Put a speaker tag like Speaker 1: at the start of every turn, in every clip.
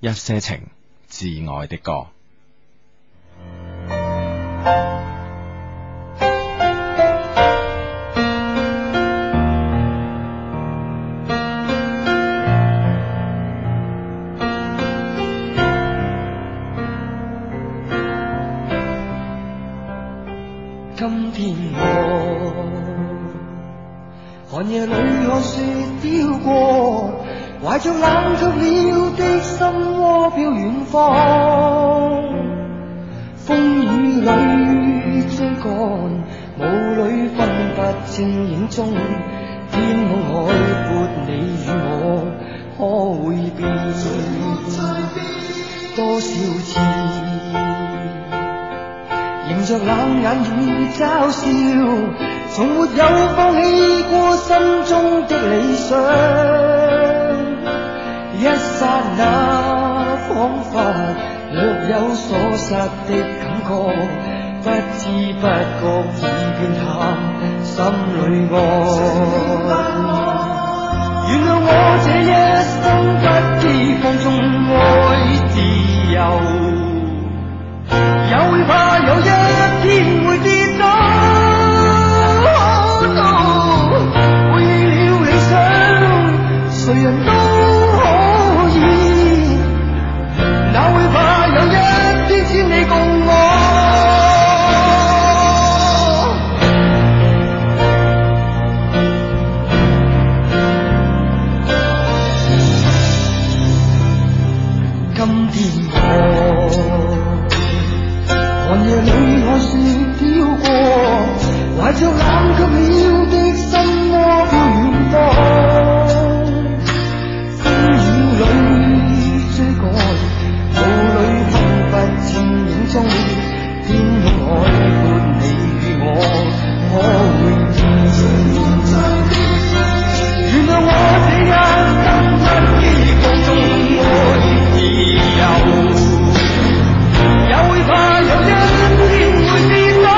Speaker 1: 一些情，挚愛的歌。
Speaker 2: 今天我寒夜里看雪飄過，懷着冷卻了的心窩飄遠方，風雨裏追趕，霧裏分不清影蹤，天空海闊，你與我可會變？多少次？迎着冷眼與嘲笑，從沒有放棄過心中的理想。一剎那，彷彿若有所失的感覺，不知不覺已變淡心裏愛。原諒我這一生不羈放縱愛自由。也會怕有一天會跌倒。背棄了理想，誰人都可以，哪會怕有一天只你共我？今天我。寒夜裏看雪飄過，懷着冷卻了的心窩飄遠方。風雨裏追趕，霧裏分不清影蹤。天空海闊，你與我可會見？原諒我這一生不羈放縱愛自由。也會怕有一天會跌倒。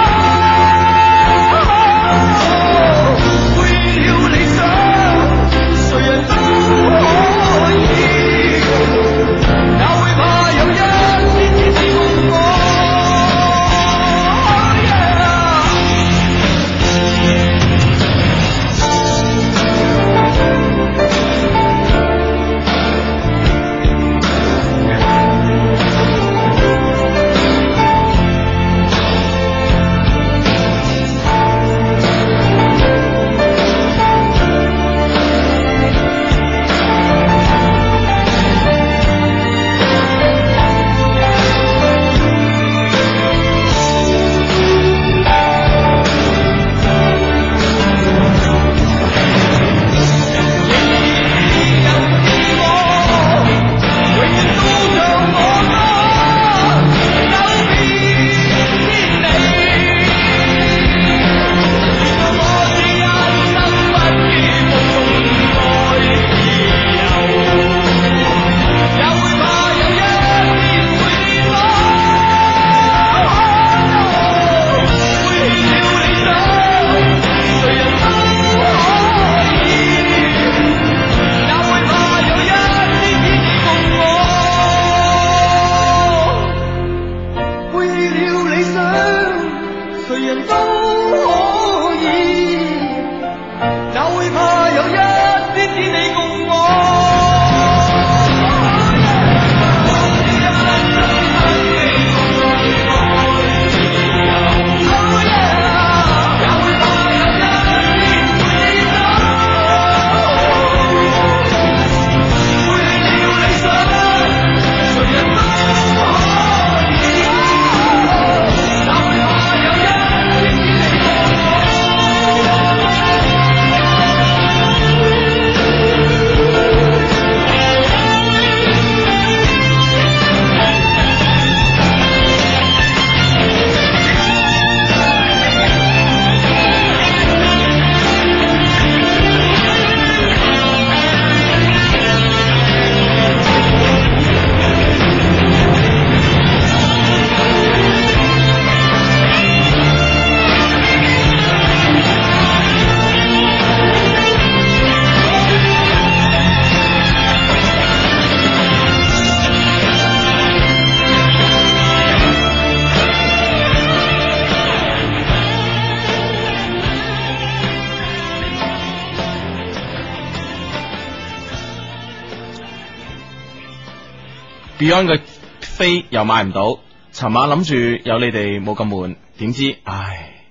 Speaker 1: Beyond 嘅飛又買唔到，尋晚諗住有你哋冇咁悶，點知唉，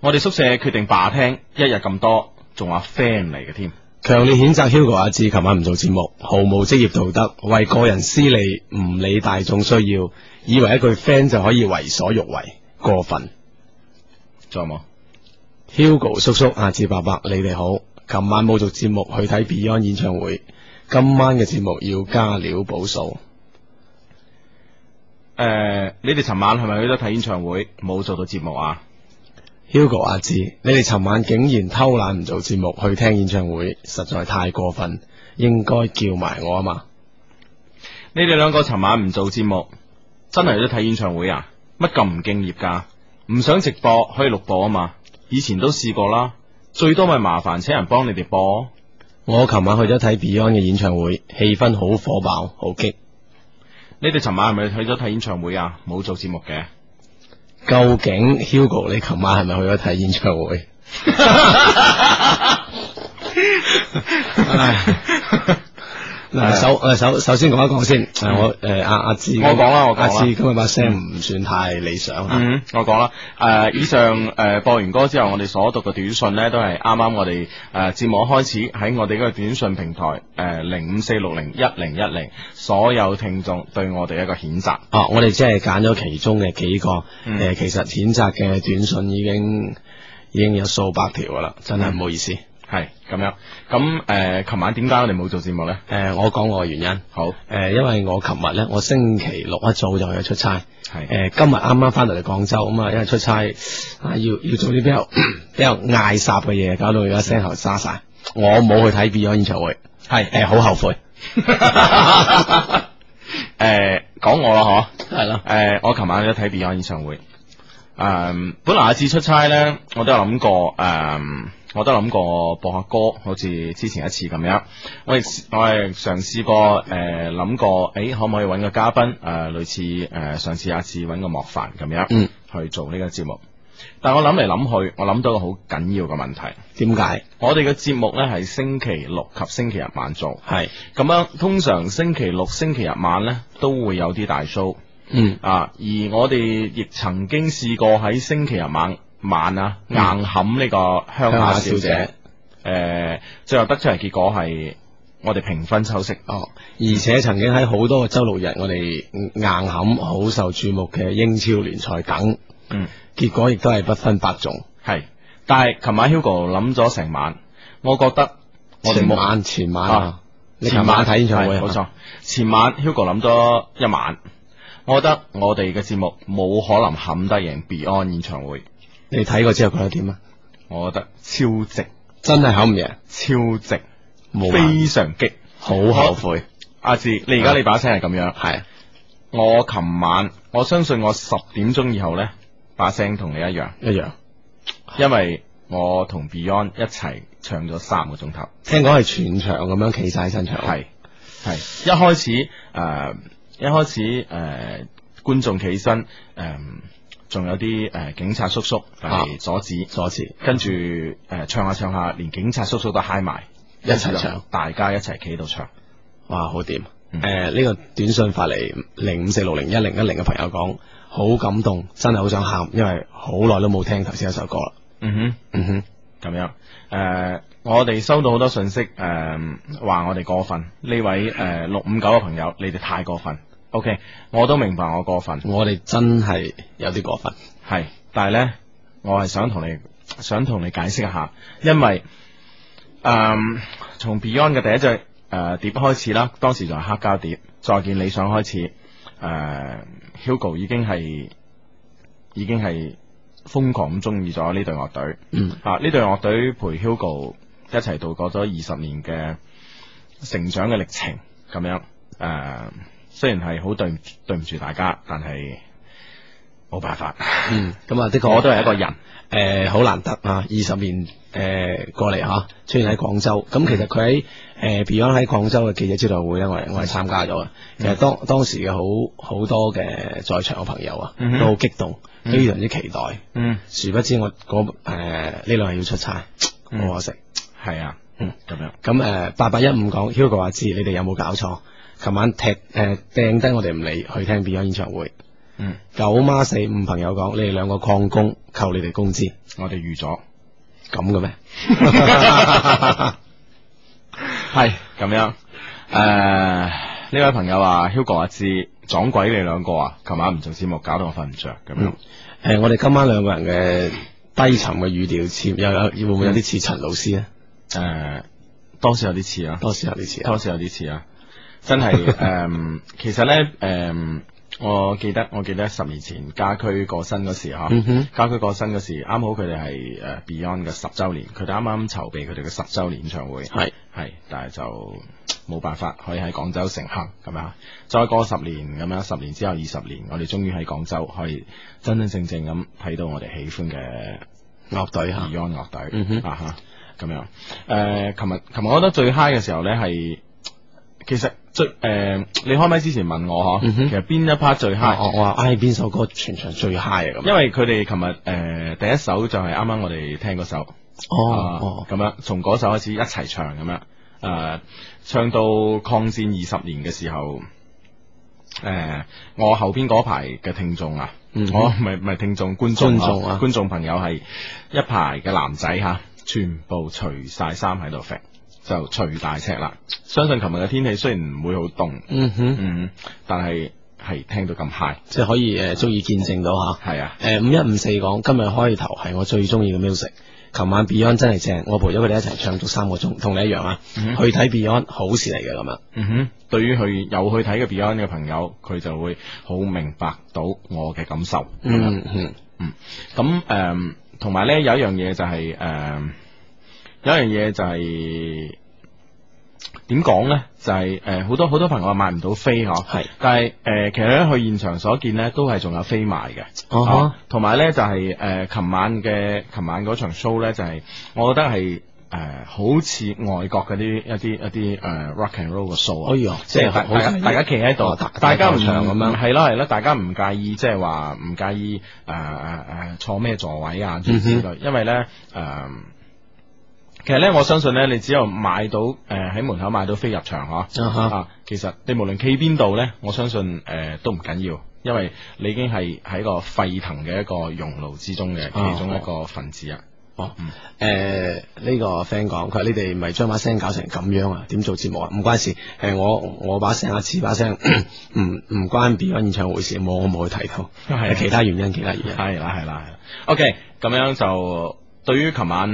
Speaker 1: 我哋宿舍決定罷聽，一日咁多，仲話 friend 嚟嘅添。
Speaker 3: 强烈谴责 Hugo 阿志琴晚唔做节目，毫無職業道德，為個人私利唔理大眾需要，以為一句 friend 就可以為所欲為，過分。
Speaker 1: 仲有冇？
Speaker 3: Hugo 叔叔、阿志伯伯，你哋好，琴晚冇做節目去睇 Beyond 演唱會，今晚嘅節目要加料補數。
Speaker 1: 诶、你哋尋晚係咪去咗睇演唱會，冇做到節目啊？
Speaker 3: Hugo 阿志，你哋尋晚竟然偷懶唔做節目去聽演唱會，實在太過分，應該叫埋我啊嘛！
Speaker 1: 你哋兩個尋晚唔做節目，真係去咗睇演唱會啊？乜咁唔敬業㗎？唔想直播可以錄播啊嘛？以前都試過啦，最多咪麻煩請人幫你哋播。
Speaker 3: 我琴晚去咗睇 Beyond 嘅演唱會，氣氛好火爆，好激。
Speaker 1: 你哋尋晚係咪去咗睇演唱會啊？冇做節目嘅。
Speaker 3: 究竟 Hugo 你琴晚係咪去咗睇演唱會？嗱，首誒首首先講一講先，誒我誒阿阿志，
Speaker 1: 嗯我講啦我講啦
Speaker 3: 阿志今日把聲唔算太理想啊，
Speaker 1: 嗯，我講啦，誒、以上誒、播完歌之後，我哋所讀嘅短信呢，都係啱啱我哋誒節目開始喺我哋嗰個短信平台誒零五四六零一零一零，所有聽眾對我哋一個譴責。
Speaker 3: 啊，我哋只係揀咗其中嘅幾個，誒、呃
Speaker 1: 嗯
Speaker 3: 其實譴責嘅短信已經已經有數百條噶啦，真
Speaker 1: 嗯
Speaker 3: 係唔好意思。誒、
Speaker 1: 係咁樣，咁誒，呃琴、晚點解我哋冇做節目呢？
Speaker 3: 我講我嘅原因，誒、
Speaker 1: 好，
Speaker 3: 呃因為我琴日咧，我星期六一早就去咗出差，誒、
Speaker 1: 係，
Speaker 3: 呃今日啱啱翻到嚟廣州咁啊，因為出差啊要要做啲比較 比較嗌霎嘅嘢，搞到而家聲喉沙晒。我冇去睇 Beyond 演唱會，
Speaker 1: 係
Speaker 3: 誒、好後悔，
Speaker 1: 誒講我啦，嗬。
Speaker 3: 係咯，
Speaker 1: 诶、呃我琴晚都睇 Beyond 演唱會。诶、本來阿志出差咧，我都有諗過诶、我都諗過播下歌，好似之前一次咁樣。我亦我係嘗試過诶，諗、過诶、可唔可以揾個嘉賓诶、類似诶、上次阿志揾個莫凡咁樣
Speaker 3: 嗯，
Speaker 1: 去做呢個節目。但我諗嚟諗去，我諗到個好緊要嘅問題。
Speaker 3: 點解？
Speaker 1: 我哋嘅節目咧係星期六及星期日晚做，
Speaker 3: 係，
Speaker 1: 咁樣通常星期六、星期日晚咧都會有啲大 show。
Speaker 3: 嗯，
Speaker 1: 啊，而我哋亦曾經試過喺星期日晚晚啊，硬冚呢個鄉下小
Speaker 3: 嗯鄉下小姐
Speaker 1: 姐，诶、最後得出嚟結果係我哋平分秋色。
Speaker 3: 哦，而且曾經喺好多個周六日，我哋硬冚好受注目嘅英超聯賽等，
Speaker 1: 嗯，
Speaker 3: 結果亦都係不分伯仲。
Speaker 1: 係，但係琴晚 Hugo 諗咗成晚，我覺得我哋
Speaker 3: 前
Speaker 1: 冇
Speaker 3: 晚前晚
Speaker 1: 啊
Speaker 3: 啊，你琴晚睇演唱會
Speaker 1: 係
Speaker 3: 啊
Speaker 1: 冇錯。前晚 Hugo 諗咗一晚，我覺得我哋嘅節目冇可能冚得贏 Beyond 演唱會，
Speaker 3: 你睇過之後覺得點啊？
Speaker 1: 我覺得超值，
Speaker 3: 真係冚唔贏，
Speaker 1: 超值，
Speaker 3: 冇辦啊
Speaker 1: 非常激。
Speaker 3: 好後悔，
Speaker 1: 阿志，你而家你把聲係咁樣。
Speaker 3: 係
Speaker 1: 我琴晚我相信我十點鐘以後呢，把聲同你一樣，
Speaker 3: 一樣。
Speaker 1: 因為我同 Beyond 一齊唱咗三個鐘頭，
Speaker 3: 聽講係全場咁樣企晒喺身場，
Speaker 1: 係係一開始誒、呃一開始誒、呃、觀眾起身誒，呃仲、有啲誒、呃警察叔叔
Speaker 3: 啊
Speaker 1: 嚟阻止，
Speaker 3: 左次
Speaker 1: 跟住誒、呃唱下唱下，連警察叔叔都嗨埋，
Speaker 3: 一齊唱，
Speaker 1: 大家一齊企喺度唱，
Speaker 3: 哇，好掂！
Speaker 1: 嗯
Speaker 3: 誒呃呢個短信發嚟零五四六零一零一零嘅朋友講，好感動，真係好 想喊，因為好耐都冇聽頭先嗰首歌啦。
Speaker 1: 嗯哼。
Speaker 3: 嗯哼。
Speaker 1: 咁樣，诶、我哋收到好多信息，诶、話我哋過分。呢位诶六五九嘅朋友，你哋太過分。OK，我都明白我過分，
Speaker 3: 我哋真係有啲過分，
Speaker 1: 係，但係呢，我係想同你想同你解釋一下，因為诶、從 Beyond 嘅第一隻诶、呃碟開始啦，當時就係黑膠碟，再見理想開始，诶、Hugo 已經係已經係瘋狂咁中意咗呢隊樂隊。
Speaker 3: 嗯，
Speaker 1: 啊！呢隊樂隊陪 Hugo 一齊度過咗二十年嘅成長嘅歷程，咁樣誒、呃，雖然係好對唔住對唔住大家，但係冇辦法，
Speaker 3: 嗯，咁啊的確
Speaker 1: 我都係一個人，
Speaker 3: 誒好、難得啊，二十年誒、過嚟嚇、出現喺廣州，咁其實佢喺誒 Beyond 喺廣州嘅記者招待會咧，我係我係參加咗嘅，其實當當時嘅好好多嘅在場嘅朋友啊，
Speaker 1: 嗯哼
Speaker 3: 都好激動，
Speaker 1: 嗯
Speaker 3: 非常之期待，
Speaker 1: 嗯，
Speaker 3: 殊不知我嗰誒呢兩日要出差，
Speaker 1: 嗯
Speaker 3: 好可惜。
Speaker 1: 係啊，
Speaker 3: 嗯，
Speaker 1: 咁樣，
Speaker 3: 呃咁誒八八一五講 Hugo 阿志，你哋有冇搞錯？琴晚踢诶掟低我哋唔理，去聽 Beyond 演唱會。
Speaker 1: 嗯，
Speaker 3: 九孖四五朋友講，你哋兩個旷工，扣你哋工資，
Speaker 1: 我哋預咗，
Speaker 3: 咁嘅咩？
Speaker 1: 係咁樣。诶、呢位朋友話 Hugo 阿志撞鬼你兩個啊，琴晚唔做節目，搞到我瞓唔着咁樣。
Speaker 3: 诶、呃我哋今晚兩個人嘅低沉嘅語調，似又有會唔會有啲似陳老師咧？
Speaker 1: 诶、呃多少有啲似啊，
Speaker 3: 多少有啲似啊。
Speaker 1: 多少有啲似啊，真係 诶、其實咧诶、我記得我記得十年前家區過身嗰時吓。
Speaker 3: 嗯哼，
Speaker 1: 家駒過身嗰時，啱好佢哋係誒 Beyond 嘅十週年，佢哋啱啱籌備佢哋嘅十週年演唱會，
Speaker 3: 係
Speaker 1: 係，但係就冇辦法可以喺廣州成行咁樣。再過十年咁樣，十年之後二十年，我哋終於喺廣州可以真真正正咁睇到我哋喜歡嘅
Speaker 3: 樂隊吓，
Speaker 1: Beyond 樂隊，
Speaker 3: 嗯哼
Speaker 1: 啊哈，咁樣。誒、琴日琴日我覺得最 high 嘅時候呢係。其實最誒、你開麥之前問我嗬，
Speaker 3: 嗯哼
Speaker 1: 其實邊一 part 最 high？
Speaker 3: 啊我我話唉，邊首歌全場最 high 啊咁。
Speaker 1: 因為佢哋琴日誒第一首就係啱啱我哋聽嗰首，啊
Speaker 3: 哦
Speaker 1: 咁樣從嗰首開始一齊唱咁樣，誒、唱到抗戰二十年嘅時候，誒、我後邊嗰排嘅聽眾啊，
Speaker 3: 嗯
Speaker 1: 我唔係唔係聽眾觀眾
Speaker 3: 觀眾啊
Speaker 1: 觀眾朋友係一排嘅男仔嚇、全部除晒衫喺度揈，就除大尺啦。相信琴日嘅天氣雖然唔會好凍，
Speaker 3: 嗯哼，
Speaker 1: 嗯，但係係聽到咁 high，
Speaker 3: 即係可以诶，足以見證到吓。
Speaker 1: 係啊，
Speaker 3: 呃诶，五一五四講今日開頭係我最中意嘅 music。琴晚 Beyond 真係正，我陪咗佢哋一齊唱足三個鐘，同你一樣啊！
Speaker 1: 嗯
Speaker 3: 去睇 Beyond 好事嚟嘅咁樣，
Speaker 1: 嗯哼，對於去有去睇嘅 Beyond 嘅朋友，佢就會好明白到我嘅感受。
Speaker 3: 嗯嗯，
Speaker 1: 咁誒，同埋咧有一樣嘢就係、誒，有一樣嘢就係點講咧，就係誒好多好多朋友話買唔到飛嗬，
Speaker 3: 係，
Speaker 1: 但係誒、呃其實咧去現場所見咧都係仲有飛賣嘅。
Speaker 3: 哦
Speaker 1: 啊
Speaker 3: 哈，
Speaker 1: 同埋咧就係、誒，琴、晚嘅琴晚嗰場 show 咧就係、我覺得係誒、呃好似外國嗰啲一啲一啲誒、rock and roll 嘅 show 啊
Speaker 3: 哎。呀，
Speaker 1: 即
Speaker 3: 即
Speaker 1: 係
Speaker 3: 係
Speaker 1: 大
Speaker 3: 好
Speaker 1: 大大家企喺度
Speaker 3: 哦大，
Speaker 1: 大家唔
Speaker 3: 大球場咁樣
Speaker 1: 係咯係咯，大家唔介意即係話唔介意呃誒誒誒坐咩座位啊諸如此
Speaker 3: 嗯
Speaker 1: 類，因為咧誒。呃其實咧，我相信咧，你只有買到誒喺、門口買到飛入場嗬，
Speaker 3: 啊哈
Speaker 1: 啊，其實你無論企邊度咧，我相信誒、呃都唔緊要，因為你已經係喺個沸騰嘅一個熔爐之中嘅
Speaker 3: 哦
Speaker 1: 其中一個分子啊。
Speaker 3: 哦
Speaker 1: 嗯，
Speaker 3: 诶、呢、個 friend 講，佢話你哋唔係將把聲搞成咁樣啊？點做節目啊？唔關事，诶、我我把聲阿次把聲唔唔關 Beyond 演唱會事，冇我冇去睇到，
Speaker 1: 係啊
Speaker 3: 哦其他原因，其他原
Speaker 1: 系
Speaker 3: 因。
Speaker 1: 啦，系啦，系啦。OK，咁样就對於琴晚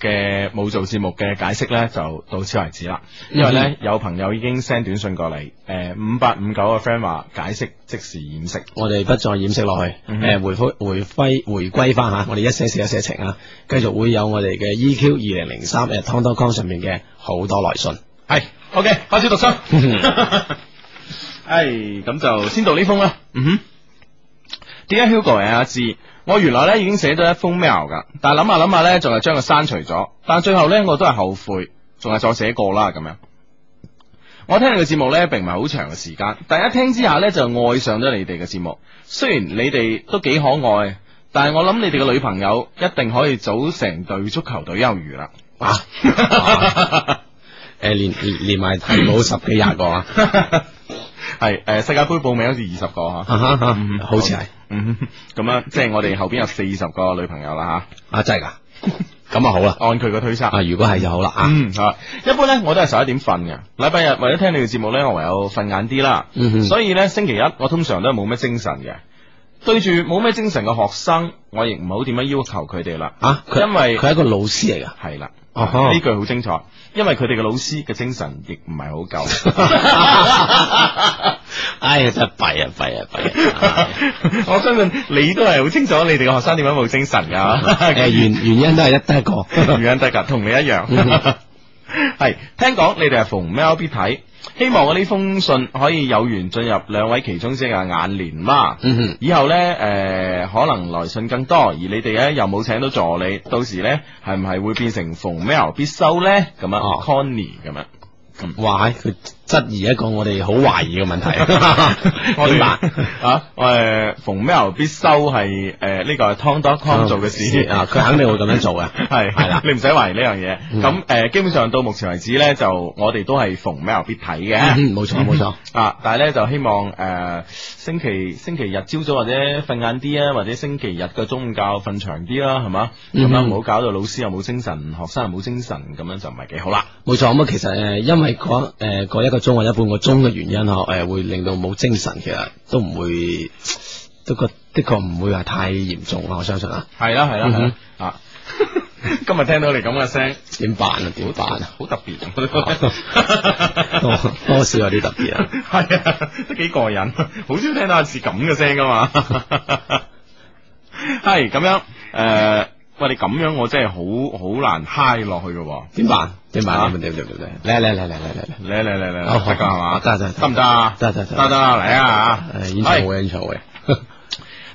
Speaker 1: 嘅冇做節目嘅解釋呢，就到此為止啦。因為
Speaker 3: 嗯
Speaker 1: 呢，有朋友已經 send 短信過嚟，诶五八五九嘅 friend 話解釋即時掩飾。
Speaker 3: 我哋不再掩飾落去，誒、
Speaker 1: 嗯
Speaker 3: 回復回歸回歸翻吓，我哋一些事一些情啊，繼續會有我哋嘅 EQ 二零零三誒 t o n t o c o m 上面嘅好多來信。
Speaker 1: 係 OK，開始讀信。 係咁就先讀呢封啦。嗯哼。點解 Hugo 係阿志？我原來咧已經寫咗一封 mail 噶，但係諗下諗下咧，仲係將佢刪除咗。但最後咧，我都係後悔，仲係再寫過啦咁樣。我聽你嘅節目咧，並唔係好長嘅時間，但一聽之下咧，就愛上咗你哋嘅節目。雖然你哋都幾可愛，但係我諗你哋嘅女朋友一定可以組成隊足球隊休 餘啦。
Speaker 3: 啊，誒、連連連埋提冇十幾
Speaker 1: 嗯
Speaker 3: 廿個啊，
Speaker 1: 係诶、誒世界盃報名好似二十個吓。
Speaker 3: 啊哈哈好似係
Speaker 1: 嗯，咁 啊，即係我哋後邊有四十個女朋友啦
Speaker 3: 啊，真係㗎，咁啊好啦，
Speaker 1: 吓，按佢個推測。
Speaker 3: 啊如果係就好啦啊，
Speaker 1: 嗯，啊，一般咧我都係十一點瞓嘅。禮拜日為咗聽你嘅節目咧，我唯有瞓晏啲啦。
Speaker 3: 嗯哼
Speaker 1: 所以咧星期一我通常都係冇咩精神嘅。對住冇咩精神嘅學生，我亦唔好點樣要求佢哋啦。
Speaker 3: 啊，佢
Speaker 1: 因為
Speaker 3: 佢係一個老師嚟㗎。
Speaker 1: 係啦，
Speaker 3: 哦呵
Speaker 1: 呢句好精彩，因為佢哋嘅老師嘅精神亦唔係好 夠。
Speaker 3: 哎呀，真係弊啊，弊啊，弊啊！
Speaker 1: 我相信你都係好清楚你哋嘅學生點解冇精神噶。
Speaker 3: 誒，原原因都係一得一個，
Speaker 1: 唔樣得噶，同你一 樣。係聽講你哋係逢 mail 必睇，希望我呢封信可以有緣進入兩位其中之一嘅眼簾啦。
Speaker 3: 嗯哼，
Speaker 1: 以後呢，诶、可能來信更多，而你哋呢又冇請到助理，到時呢係唔係會變成逢 mail 必收呢？咁樣、啊
Speaker 3: 哦
Speaker 1: c o n n i e 咁樣，。
Speaker 3: 哇，佢質疑一個我哋好懷疑嘅問 題
Speaker 1: 我
Speaker 3: 明
Speaker 1: 哋
Speaker 3: 白。
Speaker 1: 啊，我誒逢 mail 必修係誒呢個 tom.com 做嘅事
Speaker 3: 啊，佢肯定會咁樣做嘅。
Speaker 1: 係
Speaker 3: 係啦
Speaker 1: 你唔使懷疑呢樣嘢。
Speaker 3: 嗯
Speaker 1: 咁誒、基本上到目前為止咧，就我哋都係逢 mail 必睇嘅。
Speaker 3: 嗯冇錯冇錯。
Speaker 1: 啊！但系咧就希望诶、呃星期星期日朝早或者瞓晏啲啊，或者星期日嘅中午覺瞓長啲啦，係嘛？咁樣唔
Speaker 3: 嗯
Speaker 1: 好搞到老師又冇精神，學生又冇精神，咁樣就唔係幾好啦。
Speaker 3: 冇錯，咁啊，其實誒，因為嗰誒嗰一個鐘或者半個鐘嘅原因呵，誒會令到冇精神，其實都唔會，都個的確唔會話太嚴重啊，我相信啊。
Speaker 1: 係啦，係啦，係啦
Speaker 3: 嗯、
Speaker 1: 啊！ 今日聽到你咁嘅聲，
Speaker 3: 點辦啊？點 辦啊？
Speaker 1: 好特別，啊
Speaker 3: 多多少有啲特別啊！
Speaker 1: 係啊，都幾過癮，好少聽到阿似咁嘅聲噶嘛。係咁樣诶、呃喂，你咁樣我真係好好難嗨落去嘅喎。
Speaker 3: 點辦？點
Speaker 1: 啊
Speaker 3: 辦？點點點點點？嚟嚟嚟嚟嚟嚟嚟！
Speaker 1: 嚟嚟嚟嚟
Speaker 3: 好
Speaker 1: 嚟，
Speaker 3: 哦好
Speaker 1: 得噶係嘛？
Speaker 3: 得得得
Speaker 1: 得唔得啊？
Speaker 3: 得得
Speaker 1: 得
Speaker 3: 得
Speaker 1: 得啦，嚟啊！
Speaker 3: 誒演唱會演唱會，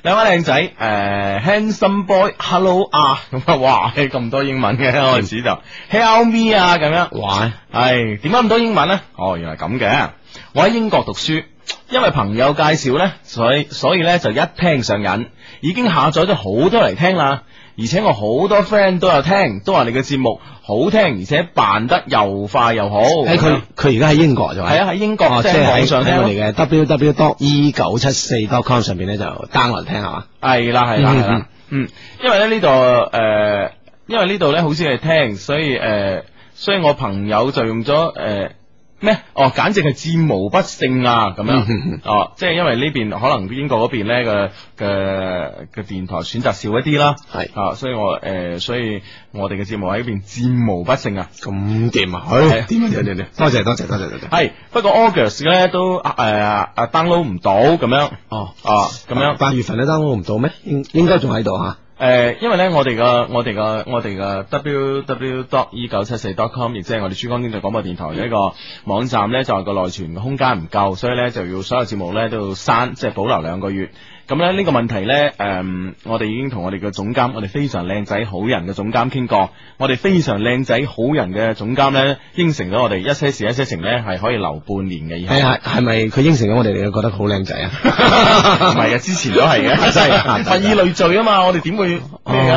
Speaker 1: 兩位靚仔，誒 handsome boy，hello 啊，咁啊，哇，咁多英文嘅開始就 help me 啊，咁樣。
Speaker 3: 哇！
Speaker 1: 唉，點解咁多英文呢？哦，原來咁嘅。我喺英國讀書，因為朋友介紹呢，所以所以呢就一聽上癮，已經下載咗好多嚟聽啦。而且我好多 friend 都有聽，都話你嘅節目好聽，而且扮得又快又好。
Speaker 3: 誒佢佢而家喺英國就
Speaker 1: 係啊，喺英國
Speaker 3: 哦，
Speaker 1: 即
Speaker 3: 即
Speaker 1: 係
Speaker 3: 係
Speaker 1: 網
Speaker 3: 喺
Speaker 1: 上聽
Speaker 3: 喺
Speaker 1: 咯
Speaker 3: 我哋嘅 www dot e 九七四 dot com 上邊咧就 download 聽係嘛？
Speaker 1: 系啦系啦
Speaker 3: 嗯
Speaker 1: 系啦，嗯，因為咧呢度诶、呃因為呢度咧好少人聽，所以诶、呃所以我朋友就用咗诶咩，哦，簡直係戰無不勝啊咁樣，
Speaker 3: 嗯嗯
Speaker 1: 哦，即係因為呢邊可能英國嗰邊咧嘅嘅嘅電台選擇少一啲啦，
Speaker 3: 係
Speaker 1: 啊，所以我诶、呃所以我哋嘅節目喺呢邊戰無不勝啊。
Speaker 3: 咁掂啊！
Speaker 1: 係
Speaker 3: 唉掂啊掂啊掂啊！多謝多謝多謝多謝。
Speaker 1: 係，不過 August 咧都诶啊啊 download 唔到咁樣，
Speaker 3: 哦。
Speaker 1: 啊咁樣。
Speaker 3: 八月份咧 download 唔到咩？應應該仲喺度吓。
Speaker 1: 誒、呃因為咧，我哋嘅我哋嘅我哋嘅 w w dot e 九七四 dot com，亦即係我哋珠江經濟廣播電台嘅一個網站咧，就係個內存嘅空間唔夠，所以咧就要所有節目咧都要刪，即係保留兩個月。咁咧呢個問題咧，誒、我哋已經同我哋嘅總監，我哋非常靚仔好人嘅總監傾過，我哋非常靚仔好人嘅總監咧應承咗我哋一些事一些情咧係可以留半年嘅以後
Speaker 3: 係。係係咪佢應承咗我哋，你就覺得好靚仔啊？
Speaker 1: 唔係啊，之前都係 嘅， 真係物以類聚啊嘛，我哋點會咩啊？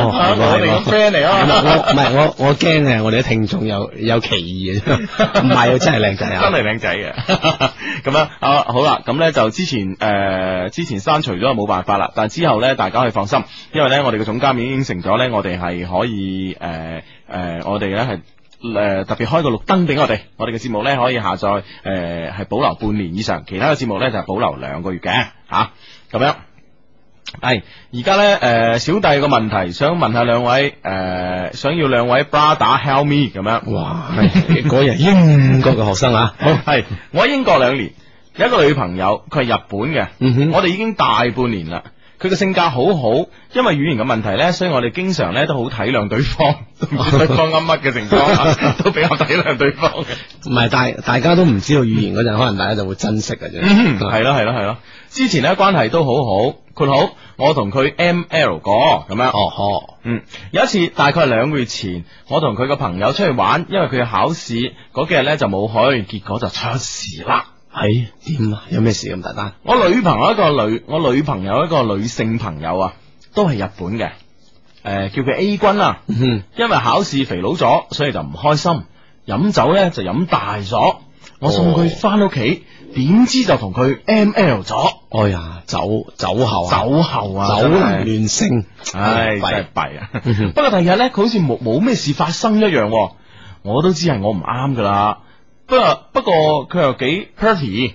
Speaker 3: 哦係喎
Speaker 1: 我哋
Speaker 3: 係
Speaker 1: 個
Speaker 3: 喎
Speaker 1: friend 嚟啊
Speaker 3: 咁
Speaker 1: 嘛
Speaker 3: 啊。我唔係我我驚嘅，我哋啲聽眾有有歧義 嘅，唔係啊，真係靚仔
Speaker 1: 真
Speaker 3: 啊！
Speaker 1: 係靚仔嘅，咁樣啊 好啦，咁呢就之前诶、呃之前刪除咗就冇辦法啦，但之後呢，大家可以放心，因為呢，我哋嘅總監已經應承咗呢，我哋係可以诶诶、呃我哋呢係诶、呃特別開個綠燈俾我哋，我哋嘅節目呢可以下載诶係保留半年以上，其他嘅節目呢就係保留兩個月嘅吓，咁、樣。系而家咧，诶、小弟個問題想問下兩位，诶、想要兩位 bra 打 help me 咁樣。
Speaker 3: 哇！係果然係英國嘅學 生啊，好，
Speaker 1: 系我喺英國兩年，有一個女朋友，佢係日本嘅，
Speaker 3: 嗯哼，
Speaker 1: 我哋已經大半年啦。佢嘅性格好好，因為語言嘅問題咧，所以我哋經常咧都好體諒對方， 都唔知對方啱乜嘅情 況，都比較體諒對方嘅。
Speaker 3: 唔係大大家都唔知道語言嗰陣，可能大家就會珍惜嘅啫。
Speaker 1: 嗯，係咯係咯係咯。之前咧關係都好好，括好我同佢 M L 過咁樣。
Speaker 3: 哦呵，
Speaker 1: 嗯，有一次大概兩個月前，我同佢個朋友出去玩，因為佢要考試嗰幾日咧就冇去，結果就出事啦。
Speaker 3: 係點啊？有咩事咁大單？
Speaker 1: 我女朋友一個女，我女朋友一個女性朋友啊，都係日本嘅，诶、呃叫佢 A 君啊，
Speaker 3: 嗯哼，
Speaker 1: 因為考試肥佬咗，所以就唔開心，飲酒咧就飲大咗，我送
Speaker 3: 哦
Speaker 1: 佢翻屋企，點知就同佢 M L 咗，
Speaker 3: 哎呀，酒酒後啊，
Speaker 1: 酒後啊，
Speaker 3: 酒
Speaker 1: 真係
Speaker 3: 能亂性，
Speaker 1: 唉，
Speaker 3: 弊
Speaker 1: 真係弊啊！
Speaker 3: 嗯哼
Speaker 1: 不過第二日咧，佢好似冇冇咩事發生一樣喎，我都知係我唔啱噶啦。不過不過佢又幾 pretty，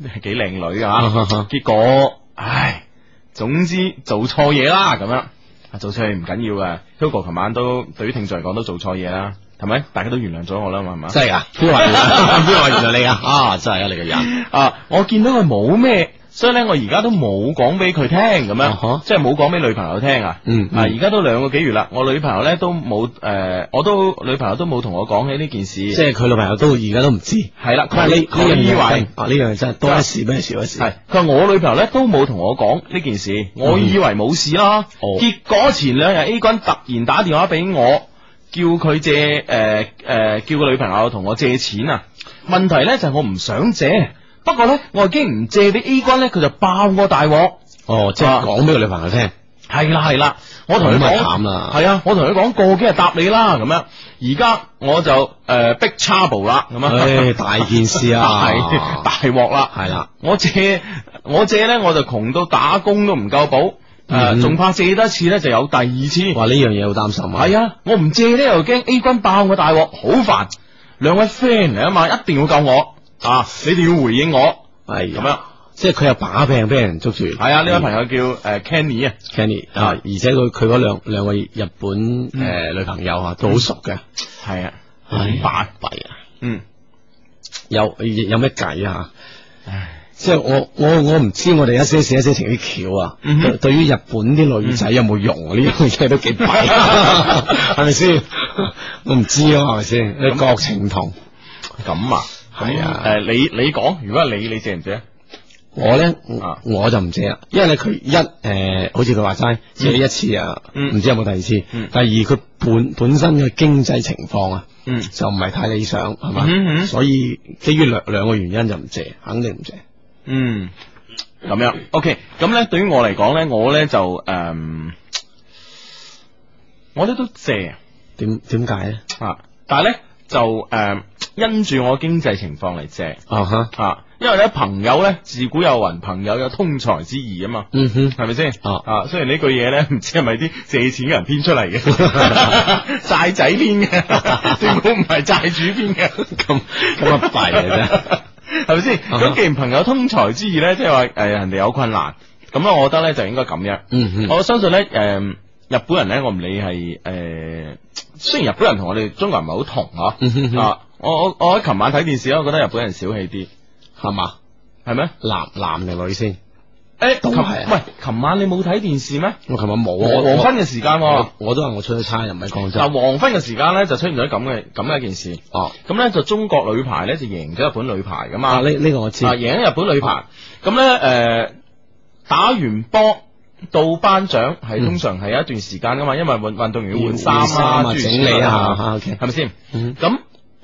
Speaker 1: 幾靚女
Speaker 3: 嗯
Speaker 1: 啊！結果唉，總之做錯嘢啦咁樣。啊做錯嘢唔緊要啊，Hugo 琴晚都對於聽眾嚟講都做錯嘢啦，係咪？大家都原諒咗我啦嘛，係嘛？
Speaker 3: 真係噶，邊話原來邊話原來你啊？啊，真係啊，你個人
Speaker 1: 啊，我見到佢冇咩，所以咧我而家都冇講俾佢聽咁樣
Speaker 3: 啊哈
Speaker 1: 即係冇講俾女朋友聽啊。
Speaker 3: 嗯
Speaker 1: 啊，而家都兩個幾月啦，我女朋友咧都冇誒、呃我都女朋友都冇同我講起呢件事。
Speaker 3: 即係佢女朋友都而家都唔知。
Speaker 1: 係啦，佢
Speaker 3: 佢呢
Speaker 1: 佢以為
Speaker 3: 啊呢樣真係多一事不如少一事。嗯
Speaker 1: 係，佢話我女朋友咧都冇同我講呢件事，我以為冇事啦。
Speaker 3: 哦
Speaker 1: 結果前兩日 A 君突然打電話俾我，叫佢借诶诶、呃叫個女朋友同我借錢啊。問題咧就係我唔想借，不過咧我已經唔借俾 A 君咧，佢就爆我大鑊。
Speaker 3: 哦，即系
Speaker 1: 啊
Speaker 3: 讲俾个女朋友听，
Speaker 1: 係啦係啦，我同佢
Speaker 3: 咁啊
Speaker 1: 講
Speaker 3: 慘啦
Speaker 1: 係啊，我同佢講過幾日答你啦，咁樣。而家我就诶、呃、逼 trouble 啦，咁樣。
Speaker 3: 唉，大件 事
Speaker 1: 大
Speaker 3: 啊，
Speaker 1: 大镬啦！
Speaker 3: 系啦，
Speaker 1: 我借我借咧，我就窮到打工都唔夠補，诶、
Speaker 3: 嗯
Speaker 1: 仲怕借多一次咧就有第二次。
Speaker 3: 哇呢样嘢好担心啊，
Speaker 1: 係啊，我唔借咧又驚 A 君爆我大鑊，好煩。兩位 friend 嚟啊嘛，一定要救我啊！你哋要回應我
Speaker 3: 系
Speaker 1: 咁樣。
Speaker 3: 哎即系佢又把柄俾人捉住，系
Speaker 1: 係啊，呢位朋友叫诶 Kenny 啊，
Speaker 3: Kenny 啊，而且佢佢嗰兩兩位日本
Speaker 1: 嗯
Speaker 3: 誒女朋友啊，都好熟嘅，
Speaker 1: 係啊，
Speaker 3: 係
Speaker 1: 點辦？
Speaker 3: 弊啊！
Speaker 1: 嗯，
Speaker 3: 有有咩計啊？即係我我我唔知我哋一些事一些情啲橋啊
Speaker 1: 嗯，哼
Speaker 3: 對對於日本啲女仔有冇用啊？呢樣 嘢都幾弊，啊 係咪先？我唔知啊，係咪先？你各情同。
Speaker 1: 咁啊，
Speaker 3: 係啊
Speaker 1: 诶，你你講，如果係你，你借啊唔借？
Speaker 3: 我咧
Speaker 1: 啊，
Speaker 3: 我就唔借啦，因為咧佢一诶、好似佢話齋借一次啊，唔、
Speaker 1: 嗯
Speaker 3: 知有冇第二次。
Speaker 1: 嗯
Speaker 3: 第二佢本本身嘅經濟情況啊，
Speaker 1: 嗯
Speaker 3: 就唔係太理想，係嘛，
Speaker 1: 嗯哼
Speaker 3: 所以基於兩兩個原因就唔借，肯定唔借。
Speaker 1: 嗯，咁樣 OK，咁咧對於我嚟講咧，我咧就诶，我咧都借
Speaker 3: 點點解咧？
Speaker 1: 啊，但係咧就诶，因住我經濟情況嚟借。
Speaker 3: 啊哈，
Speaker 1: 啊，因為咧朋友咧自古有云，朋友有通財之義啊嘛，
Speaker 3: 嗯哼，
Speaker 1: 係咪先？
Speaker 3: 啊
Speaker 1: 啊，雖然呢句嘢咧，唔知係咪啲借錢嘅人編出嚟 嘅，債仔編嘅，政府唔係債主編嘅，咁
Speaker 3: 咁啊弊啊
Speaker 1: 係咪先？咁
Speaker 3: 哈
Speaker 1: 既然朋友通財之義咧，即係話誒人哋有困難，咁啊，我覺得咧就應該咁樣。
Speaker 3: 嗯哼，
Speaker 1: 我相信咧，誒、日本人咧，我唔理係誒、呃雖然日本人同我哋中國人唔係好同啊，
Speaker 3: 嗯哼哼
Speaker 1: 啊，我我我喺琴晚睇電視啊咧，我覺得日本人小氣啲，
Speaker 3: 係嘛？
Speaker 1: 係咩？
Speaker 3: 男男定女先？
Speaker 1: 誒，
Speaker 3: 都
Speaker 1: 琴
Speaker 3: 係啊
Speaker 1: 喂，琴晚你冇睇電視咩？
Speaker 3: 我琴日冇
Speaker 1: 黃
Speaker 3: 啊，
Speaker 1: 黃昏嘅時間
Speaker 3: 我
Speaker 1: 喎、
Speaker 3: 我我都話我出咗差，又唔喺廣州
Speaker 1: 嗱，。黃昏嘅時間咧就出現咗咁嘅咁嘅一件事，
Speaker 3: 哦，
Speaker 1: 咁咧就中國女排咧就贏咗日本女排噶嘛，
Speaker 3: 啊呢呢個我知
Speaker 1: 啊，贏咗日本女排，咁咧诶打完波到頒獎係
Speaker 3: 嗯
Speaker 1: 通常係有一段時間噶嘛，因為運運動員要換衫
Speaker 3: 換衫啊
Speaker 1: 諸如此
Speaker 3: 整理
Speaker 1: 類
Speaker 3: 啊
Speaker 1: 啊
Speaker 3: 啊，OK
Speaker 1: 係咪先？
Speaker 3: 嗯
Speaker 1: 咁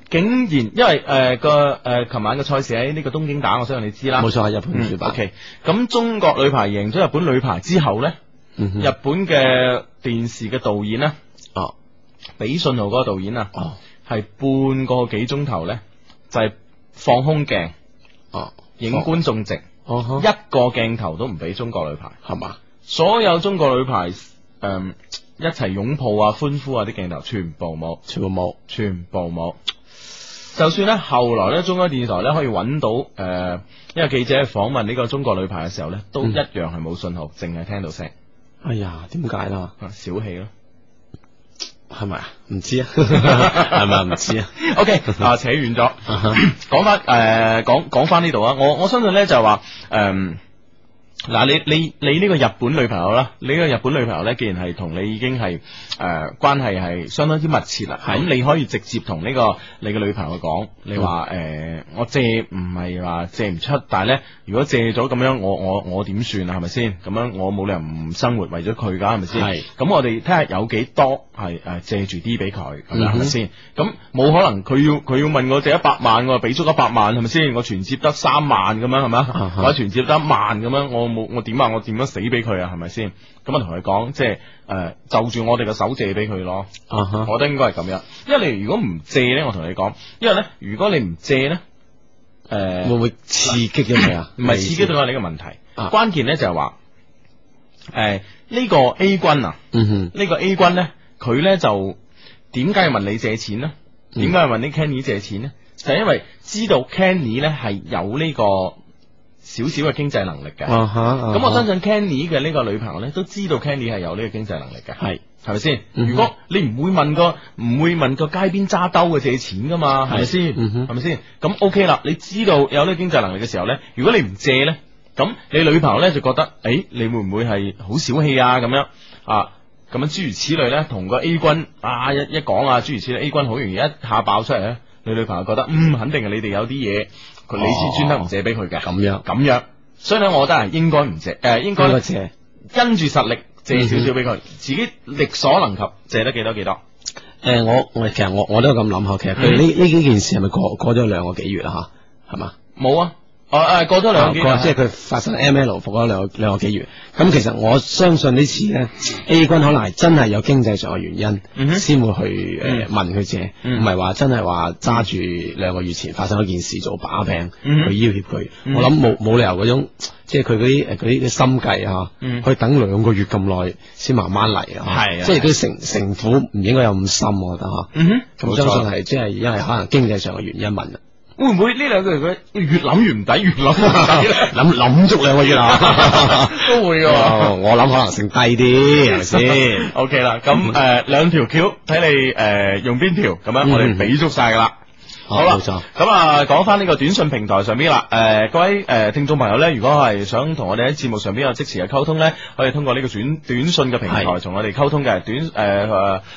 Speaker 1: 竟然因為诶個诶琴晚嘅賽事喺呢個東京打，我相信你知啦，
Speaker 3: 冇錯，日本主
Speaker 1: 嗯
Speaker 3: 辦。
Speaker 1: ，OK，咁中國女排贏咗日本女排之後咧。
Speaker 3: 嗯哼
Speaker 1: 日本嘅電視嘅導演咧，啊
Speaker 3: 哦
Speaker 1: 比信號嗰個導演啊，
Speaker 3: 哦
Speaker 1: 係半個幾鐘頭咧，就係放空鏡
Speaker 3: 哦，
Speaker 1: 影觀眾席，
Speaker 3: 哦哈
Speaker 1: 一個鏡頭都唔俾中國女排，
Speaker 3: 係嘛？
Speaker 1: 所有中國女排誒、嗯一齊擁抱啊、歡呼啊啲鏡頭全部冇，
Speaker 3: 全部冇。
Speaker 1: 全部冇。就算咧，後來咧，中央電視台咧可以揾到誒、呃因為記者訪問呢個中國女排嘅時候咧，都一
Speaker 3: 嗯
Speaker 1: 樣係冇信號，淨係聽到聲，
Speaker 3: 哎呀，點解啦？
Speaker 1: 啊小氣 咯。
Speaker 3: 系咪啊？唔知啊， 系咪啊唔知啊？
Speaker 1: O K，啊扯遠咗
Speaker 3: 啊哈，
Speaker 1: 講翻诶，講講翻呢度啊，我我相信咧就係話诶。誒嗱，你你你呢個日本女朋友啦，你呢個日本女朋友咧，既然係同你已經係誒、呃、關係係相當之密切啦，
Speaker 3: 係
Speaker 1: 咁你可以直接同呢、個你嘅女朋友講，你話誒、
Speaker 3: 嗯
Speaker 1: 呃我借唔係話借唔出，但係咧如果借咗咁樣，我我我點算啊？係咪先？咁樣我冇理由唔生活為咗佢㗎，係咪先？
Speaker 3: 係
Speaker 1: 咁我哋睇下有幾多係誒借住啲俾佢咁樣
Speaker 3: 嗯
Speaker 1: 係
Speaker 3: 哼
Speaker 1: 咪先？咁冇可能佢要佢要問我借一百萬，我話俾足一百萬係咪先？我存摺得三萬咁樣係咪
Speaker 3: 啊
Speaker 1: 啊？
Speaker 3: 哈
Speaker 1: 我存摺得一萬咁樣，我冇我點啊？我點樣死俾佢啊？係咪先？咁啊同佢講即係誒、呃就住我哋嘅手借俾佢咯。
Speaker 3: 啊哈，
Speaker 1: 我覺得應該係咁樣，因為你如果唔借咧，我同你講，因為咧如果你唔借咧，誒、
Speaker 3: 會唔會刺激咗你啊？
Speaker 1: 唔係刺激到我哋嘅問題，
Speaker 3: 啊
Speaker 1: 關鍵咧就係話誒呢個 A 君啊。
Speaker 3: 嗯哼，
Speaker 1: 呢個 A 君呢，佢呢就點解要問你借錢呢？
Speaker 3: 嗯
Speaker 1: 點解要問啲 Kenny 借錢呢？就係因為知道 Kenny 呢係有呢個少少嘅經濟能力嘅。
Speaker 3: 啊哈，
Speaker 1: 咁我相信 Kenny 嘅呢個女朋友呢，都知道 Kenny 係有呢個經濟能力嘅。
Speaker 3: 系
Speaker 1: 係咪先？
Speaker 3: 嗯哼
Speaker 1: 如果你唔會問個唔會問個街邊揸兜嘅借錢噶嘛，係咪先？
Speaker 3: 嗯哼
Speaker 1: 係咪先？咁 OK 啦，你知道有呢個經濟能力嘅時候咧，如果你唔借咧，咁你女朋友咧就覺得，誒、你會唔會係好小氣啊？咁樣啊？咁樣諸如此類咧，同個 A 君啊一一講啊，諸如此類，A 君好容易一下爆出嚟咧，你女朋友覺得嗯，肯定係你哋有啲嘢，佢你先專登唔借俾佢嘅，
Speaker 3: 咁樣
Speaker 1: 咁樣，所以咧，我覺得係應該唔借，誒、嗯應該
Speaker 3: 應該借。
Speaker 1: 跟住實力借少少俾佢，自己力所能及，借得幾多幾多。
Speaker 3: 誒、诶、我我其實我我都有咁諗下，其實
Speaker 1: 嗯
Speaker 3: 佢呢呢幾件事係咪過過咗兩個幾月啦吓，係嘛？
Speaker 1: 冇啊，哦诶，過咗兩
Speaker 3: 兩
Speaker 1: 幾
Speaker 3: 個
Speaker 1: 日，
Speaker 3: 即係佢發生 M L 服咗兩兩個幾月，咁其實我相信呢次咧 A 君可能係真係有經濟上嘅原
Speaker 1: 嗯
Speaker 3: 因，
Speaker 1: 哼
Speaker 3: 先會去誒
Speaker 1: 嗯
Speaker 3: 問佢借，
Speaker 1: 嗯
Speaker 3: 唔係話真係話揸住兩個月前發生嗰件事做把柄
Speaker 1: 嗯
Speaker 3: 去要挾佢。
Speaker 1: 嗯
Speaker 3: 我諗冇冇理由嗰種即係佢嗰啲誒嗰啲心計嚇
Speaker 1: 嗯，
Speaker 3: 可以等兩個月咁耐先慢慢嚟啊！
Speaker 1: 係啊
Speaker 3: 即係佢城城府唔應該有咁深，我覺得嚇。
Speaker 1: 嗯哼，
Speaker 3: 咁相信係即係因為可能經濟上嘅原因問。
Speaker 1: 會唔會呢兩個月佢越諗越唔抵，越諗越唔抵咧？
Speaker 3: 諗諗足兩個月啦，
Speaker 1: 都會㗎喎
Speaker 3: 哦我諗可能性低啲，係 咪先？
Speaker 1: O K 啦，咁诶兩條橋睇你诶用邊條，咁樣我哋俾足晒噶啦。好啦，
Speaker 3: 哦冇錯。
Speaker 1: 咁啊，講翻呢個短信平台上邊啦，誒、各位誒、聽眾朋友咧，如果係想同我哋喺節目上邊有即時嘅溝通咧，可以通過呢個短短信嘅平台
Speaker 3: 係
Speaker 1: 同我哋溝通嘅短誒誒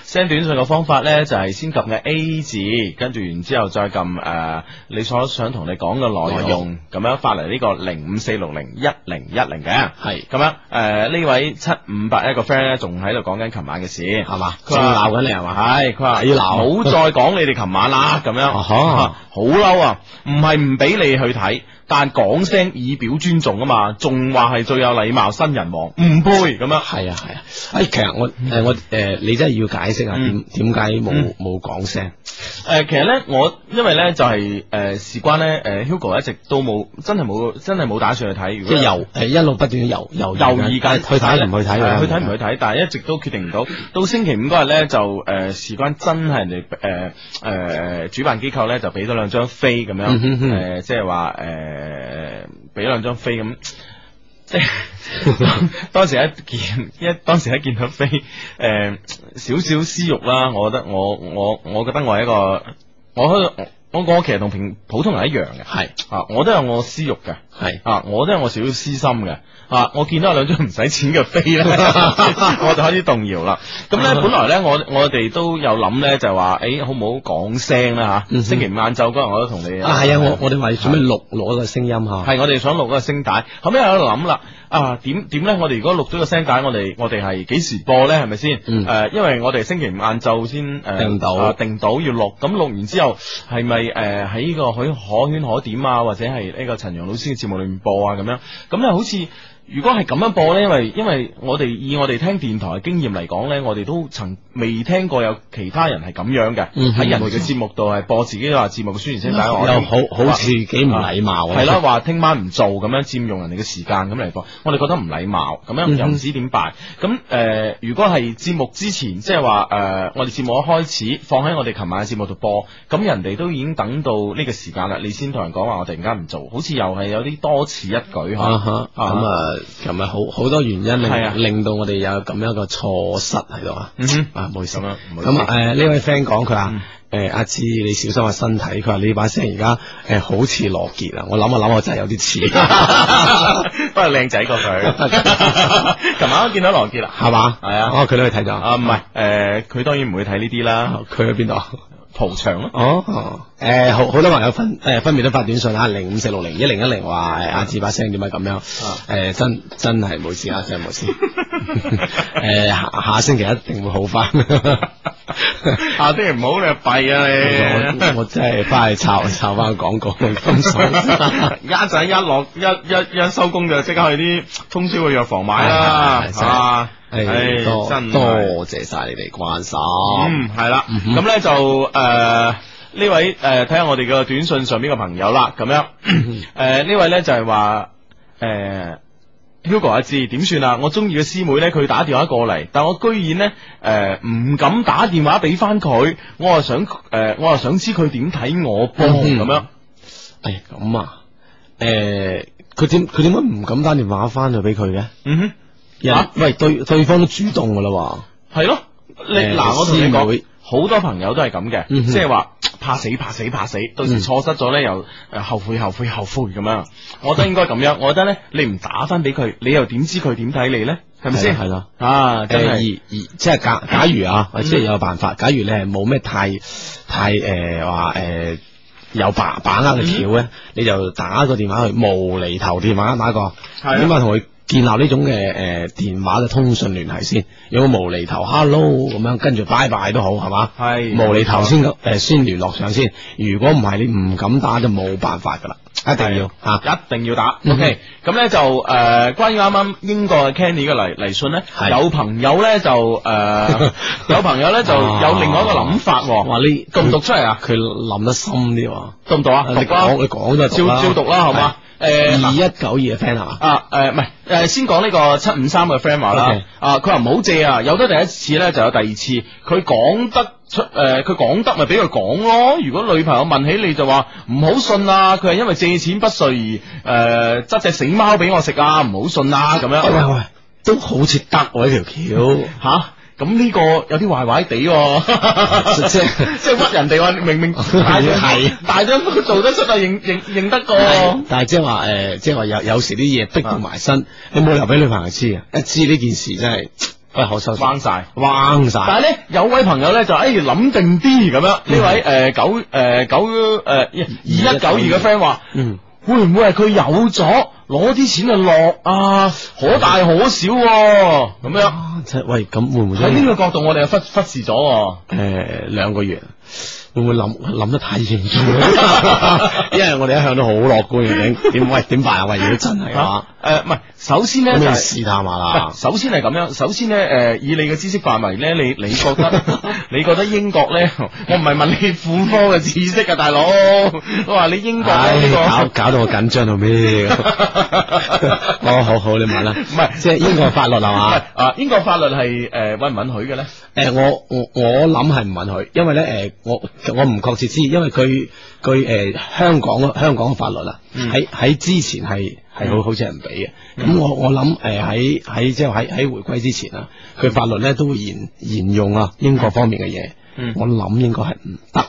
Speaker 1: send 短信嘅方法咧，就係、先撳嘅 A 字，跟住然之後再撳誒、你所想同你講嘅內
Speaker 3: 內
Speaker 1: 容
Speaker 3: 容，
Speaker 1: 咁樣發嚟呢個零五四六零一零一零嘅。
Speaker 3: 係
Speaker 1: 咁樣誒呢位七五八一個 friend 咧，仲喺度講緊琴晚嘅事，
Speaker 3: 係嘛？
Speaker 1: 佢
Speaker 3: 仲
Speaker 1: 話
Speaker 3: 鬧緊你啊係嘛？
Speaker 1: 系，佢 話
Speaker 3: 抵鬧
Speaker 1: 唔好再講你哋琴晚 啦，咁樣，好
Speaker 3: 啊哈
Speaker 1: 嬲啊！唔係唔俾你去睇，但講聲以表尊重啊嘛，仲話係最有禮貌新人王，唔配咁樣。
Speaker 3: 係啊係啊，哎，其實我誒我誒，你真係要解釋下點
Speaker 1: 嗯
Speaker 3: 點解
Speaker 1: 嗯
Speaker 3: 冇冇講聲？
Speaker 1: 诶、呃其實咧，我因為咧就係呃事關咧，诶、Hugo 一直都冇，真係冇，真係冇打算去睇。如
Speaker 3: 即
Speaker 1: 果
Speaker 3: 係由誒一路不斷遊遊
Speaker 1: 猶豫緊，
Speaker 3: 去睇唔去睇
Speaker 1: 係
Speaker 3: 啊？
Speaker 1: 去睇唔去睇，但係一直都決定唔到。到星期五嗰日咧，就誒、呃、事關真係人哋誒誒主辦機構咧，就俾咗兩張飛咁樣，誒
Speaker 3: 嗯、哼哼
Speaker 1: 即係話誒俾咗兩張飛咁。 即係當時一見一當時一見到飛，誒、少少私欲啦，我覺得我我我覺得我係一個我我我其實同平普通人一樣嘅，
Speaker 3: 係
Speaker 1: 啊我都有我私欲嘅，
Speaker 3: 係
Speaker 1: 啊，我都有我少少私心嘅，啊，我見到有兩張唔使錢嘅飛咧， 我就開始動搖啦。咁 咧，本來咧，我我哋都有諗咧，就話，誒、好唔好講聲啦嚇？
Speaker 3: 嗯哼
Speaker 1: 星期五晏晝嗰日我都同你
Speaker 3: 啊係啊！我我哋話準備錄錄一個聲音啊嚇，
Speaker 1: 係我哋想錄嗰個聲帶，後尾有諗啦，啊點點咧？我哋如果錄咗個聲帶，我哋我哋係幾時播咧？係咪先？誒、
Speaker 3: 嗯
Speaker 1: 因為我哋星期五晏晝先誒
Speaker 3: 定到
Speaker 1: 啊定到要錄，咁錄完之後係咪誒喺呢個可可圈可點啊，或者係呢個陳陽老師嘅節目裏面播啊咁樣？咁咧好似。如果係咁樣播呢，因為因為我哋以我哋聽電台嘅經驗嚟講呢，我哋都曾未聽過有其他人係咁樣嘅，喺、
Speaker 3: 嗯哼
Speaker 1: 人哋嘅節目度係播自己話節目嘅宣傳聲帶，啊我
Speaker 3: 又
Speaker 1: 聽
Speaker 3: 好好似幾唔禮貌啊
Speaker 1: 系啦，，話聽晚唔做咁樣佔用人哋嘅時間咁嚟放，我哋覺得唔禮貌，咁樣
Speaker 3: 嗯哼
Speaker 1: 又唔知點辦。咁诶、呃如果係節目之前，即係話诶，我哋節目一開始放喺我哋琴晚嘅節目度播，咁人哋都已經等到呢個時間啦，你先同人講話我突然間唔做，好似又係有啲多此一舉
Speaker 3: 啊
Speaker 1: 吓。
Speaker 3: 哈咁啊，琴日好好多原因
Speaker 1: 係啊
Speaker 3: 令令到我哋有咁樣一個錯失喺度啊。
Speaker 1: 嗯哼，
Speaker 3: 啊，唔好意思
Speaker 1: 咁啊樣唔好意思
Speaker 3: 咁誒呢位 friend 講佢
Speaker 1: 嗯
Speaker 3: 話誒阿志你小心下身體，佢話你把聲而家誒好似羅傑啊，我諗下諗下真係有啲 似，
Speaker 1: 不過靚仔過 佢。琴晚都見到羅傑啦，
Speaker 3: 係嘛？
Speaker 1: 係啊
Speaker 3: 哦佢都去睇咗
Speaker 1: 啊唔係，诶，佢、當然唔會睇呢啲啦
Speaker 3: 啊，佢去邊度？
Speaker 1: 蒲場咯。
Speaker 3: 哦，誒好好多朋友分誒分別都發短信啊，零五四六零一零一零話誒阿志把聲點解咁樣？
Speaker 1: 啊
Speaker 3: 誒真真係冇事啊，真係冇事。 誒下下星期一定會好 翻。
Speaker 1: 啊，啲唔好你弊啊你。
Speaker 3: 我我真係翻去抄抄翻個廣告咁爽。
Speaker 1: 一仔一落一一一收工就即刻去啲通宵嘅藥房買啦，
Speaker 3: 係係係
Speaker 1: 啊，唉
Speaker 3: 诶，哎多
Speaker 1: 真係
Speaker 3: 多謝晒你哋關心。
Speaker 1: 嗯，系啦，
Speaker 3: 哼
Speaker 1: 咁咧就诶。呢位呃誒睇下我哋嘅短信上邊嘅朋友啦，咁樣
Speaker 3: 嗯
Speaker 1: 誒、呢位咧就係話誒 Hugo 阿志點算啊？我中意嘅師妹咧，佢打電話過嚟，但我居然咧誒唔敢打電話俾翻佢，我係想誒、呃我係想知佢點睇我波咁
Speaker 3: 嗯
Speaker 1: 樣。
Speaker 3: 哎呀，咁啊，诶，佢點佢點解唔敢打電話翻去俾佢嘅？
Speaker 1: 嗯
Speaker 3: 人
Speaker 1: 啊
Speaker 3: 喂，對對方都主動噶啦喎。
Speaker 1: 哼，係咯，你
Speaker 3: 誒
Speaker 1: 嗱、我同你
Speaker 3: 師
Speaker 1: 講
Speaker 3: 妹。
Speaker 1: 好多朋友都係咁嘅，
Speaker 3: 嗯哼
Speaker 1: 即係話怕死怕死怕死，到時
Speaker 3: 嗯
Speaker 1: 錯失咗咧又誒後悔後悔後悔咁樣。我覺得應該咁 樣，我覺得咧你唔打翻俾佢，你又點知佢點睇你咧？係咪先？
Speaker 3: 係咯
Speaker 1: 啊，
Speaker 3: 誒
Speaker 1: 真
Speaker 3: 而而
Speaker 1: 係
Speaker 3: 即係假假如啊，
Speaker 1: 嗯
Speaker 3: 即係有辦法。假如你係冇咩太太誒話誒有把
Speaker 1: 嗯
Speaker 3: 把握嘅橋咧，你就打個電話去無厘頭電話打個，
Speaker 1: 係啊
Speaker 3: 咁啊同佢建立呢種嘅诶電話嘅通訊聯繫先，有個無厘頭 hello 咁樣，跟住拜拜都好係嘛，
Speaker 1: 系
Speaker 3: 無厘頭先诶先聯絡上先。如果唔係你唔敢打就冇辦法㗎啦，一定要吓。啊
Speaker 1: 一定要打。
Speaker 3: 嗯
Speaker 1: OK，咁咧就誒、呃，關於啱啱英國嘅 Candy 嘅嚟嚟信咧，
Speaker 3: 係
Speaker 1: 有朋友咧就誒， 呃有朋友咧就
Speaker 3: 啊
Speaker 1: 有另外一個諗法喎，
Speaker 3: 哇！呢
Speaker 1: 讀唔讀出嚟啊？
Speaker 3: 佢諗得深啲喎，
Speaker 1: 讀唔讀啊？
Speaker 3: 你
Speaker 1: 讀啦
Speaker 3: 講，你講都係
Speaker 1: 照
Speaker 3: 讀啦，
Speaker 1: 照讀啦，好嘛？
Speaker 3: 係？
Speaker 1: 誒
Speaker 3: 二
Speaker 1: 嗱
Speaker 3: 一九二嘅 friend 係嘛？
Speaker 1: 啊誒，唔係誒，先講呢個七五三嘅 friend 話啦
Speaker 3: OK，
Speaker 1: 啊佢話唔好借啊，有得第一次咧就有第二次，佢講得出誒，呃佢講得咪俾佢講咯。如果女朋友問起你就話唔好信啊，佢係因為借錢不遂而誒呃執只死貓俾我食啊，唔好信啊咁
Speaker 3: 喂喂
Speaker 1: 樣
Speaker 3: 喂，哎都好似得喎呢條
Speaker 1: 吓。咁呢個有啲壞壞地
Speaker 3: 即
Speaker 1: 喎，
Speaker 3: 即
Speaker 1: 即係屈人哋話明明大張
Speaker 3: 係
Speaker 1: 大張都做得出啊，認認認得個，
Speaker 3: 橋，但係即係話诶，即係話有有時啲嘢逼到埋身，你冇留俾女朋友知啊！一知呢件事真係不可收拾，
Speaker 1: 彎晒。
Speaker 3: 彎晒。
Speaker 1: 但系咧，有位朋友咧就诶諗定啲咁樣，呢位诶九诶九诶嗯二一九二嘅 friend 話，
Speaker 3: 嗯，
Speaker 1: 會唔會係佢有咗攞啲錢就落啊？可大可小喎咁樣。
Speaker 3: 啊即係喂，咁會唔會
Speaker 1: 喺呢
Speaker 3: 真係
Speaker 1: 個角度，我哋係忽忽視咗喎。
Speaker 3: 诶兩個月？會唔會諗諗得太嚴重？因為我哋一向都好樂觀嘅，點點喂點辦啊？喂，如果真係嘅話，
Speaker 1: 呃诶，唔係，首先咧
Speaker 3: 咁
Speaker 1: 就
Speaker 3: 你
Speaker 1: 係
Speaker 3: 試探下啦
Speaker 1: 喂。首先係咁樣，首先咧，誒、以你嘅知識範圍咧，你你覺 得你覺得英國咧，我唔係問你婦科嘅知識啊，大佬，我話你英國
Speaker 3: 唉
Speaker 1: 呢、，
Speaker 3: 搞
Speaker 1: 個。
Speaker 3: 搞到我緊張到咩咁？哦，好好，你問啦。
Speaker 1: 唔係
Speaker 3: 即係英國法律係嘛？
Speaker 1: 喂啊，英國法律係誒允唔允許嘅咧？
Speaker 3: 诶、呃我我我諗係唔允許，因為咧诶、誒我我唔確切知，因為佢佢诶香港香港嘅法律啊，
Speaker 1: 嗯
Speaker 3: 喺喺、之前係係好好似係唔俾嘅。咁、
Speaker 1: 嗯
Speaker 3: 我我諗诶喺喺即係喺喺回歸之前啊，佢法律咧都會沿沿用啊英國方面嘅嘢。
Speaker 1: 嗯
Speaker 3: 我諗應該係唔得，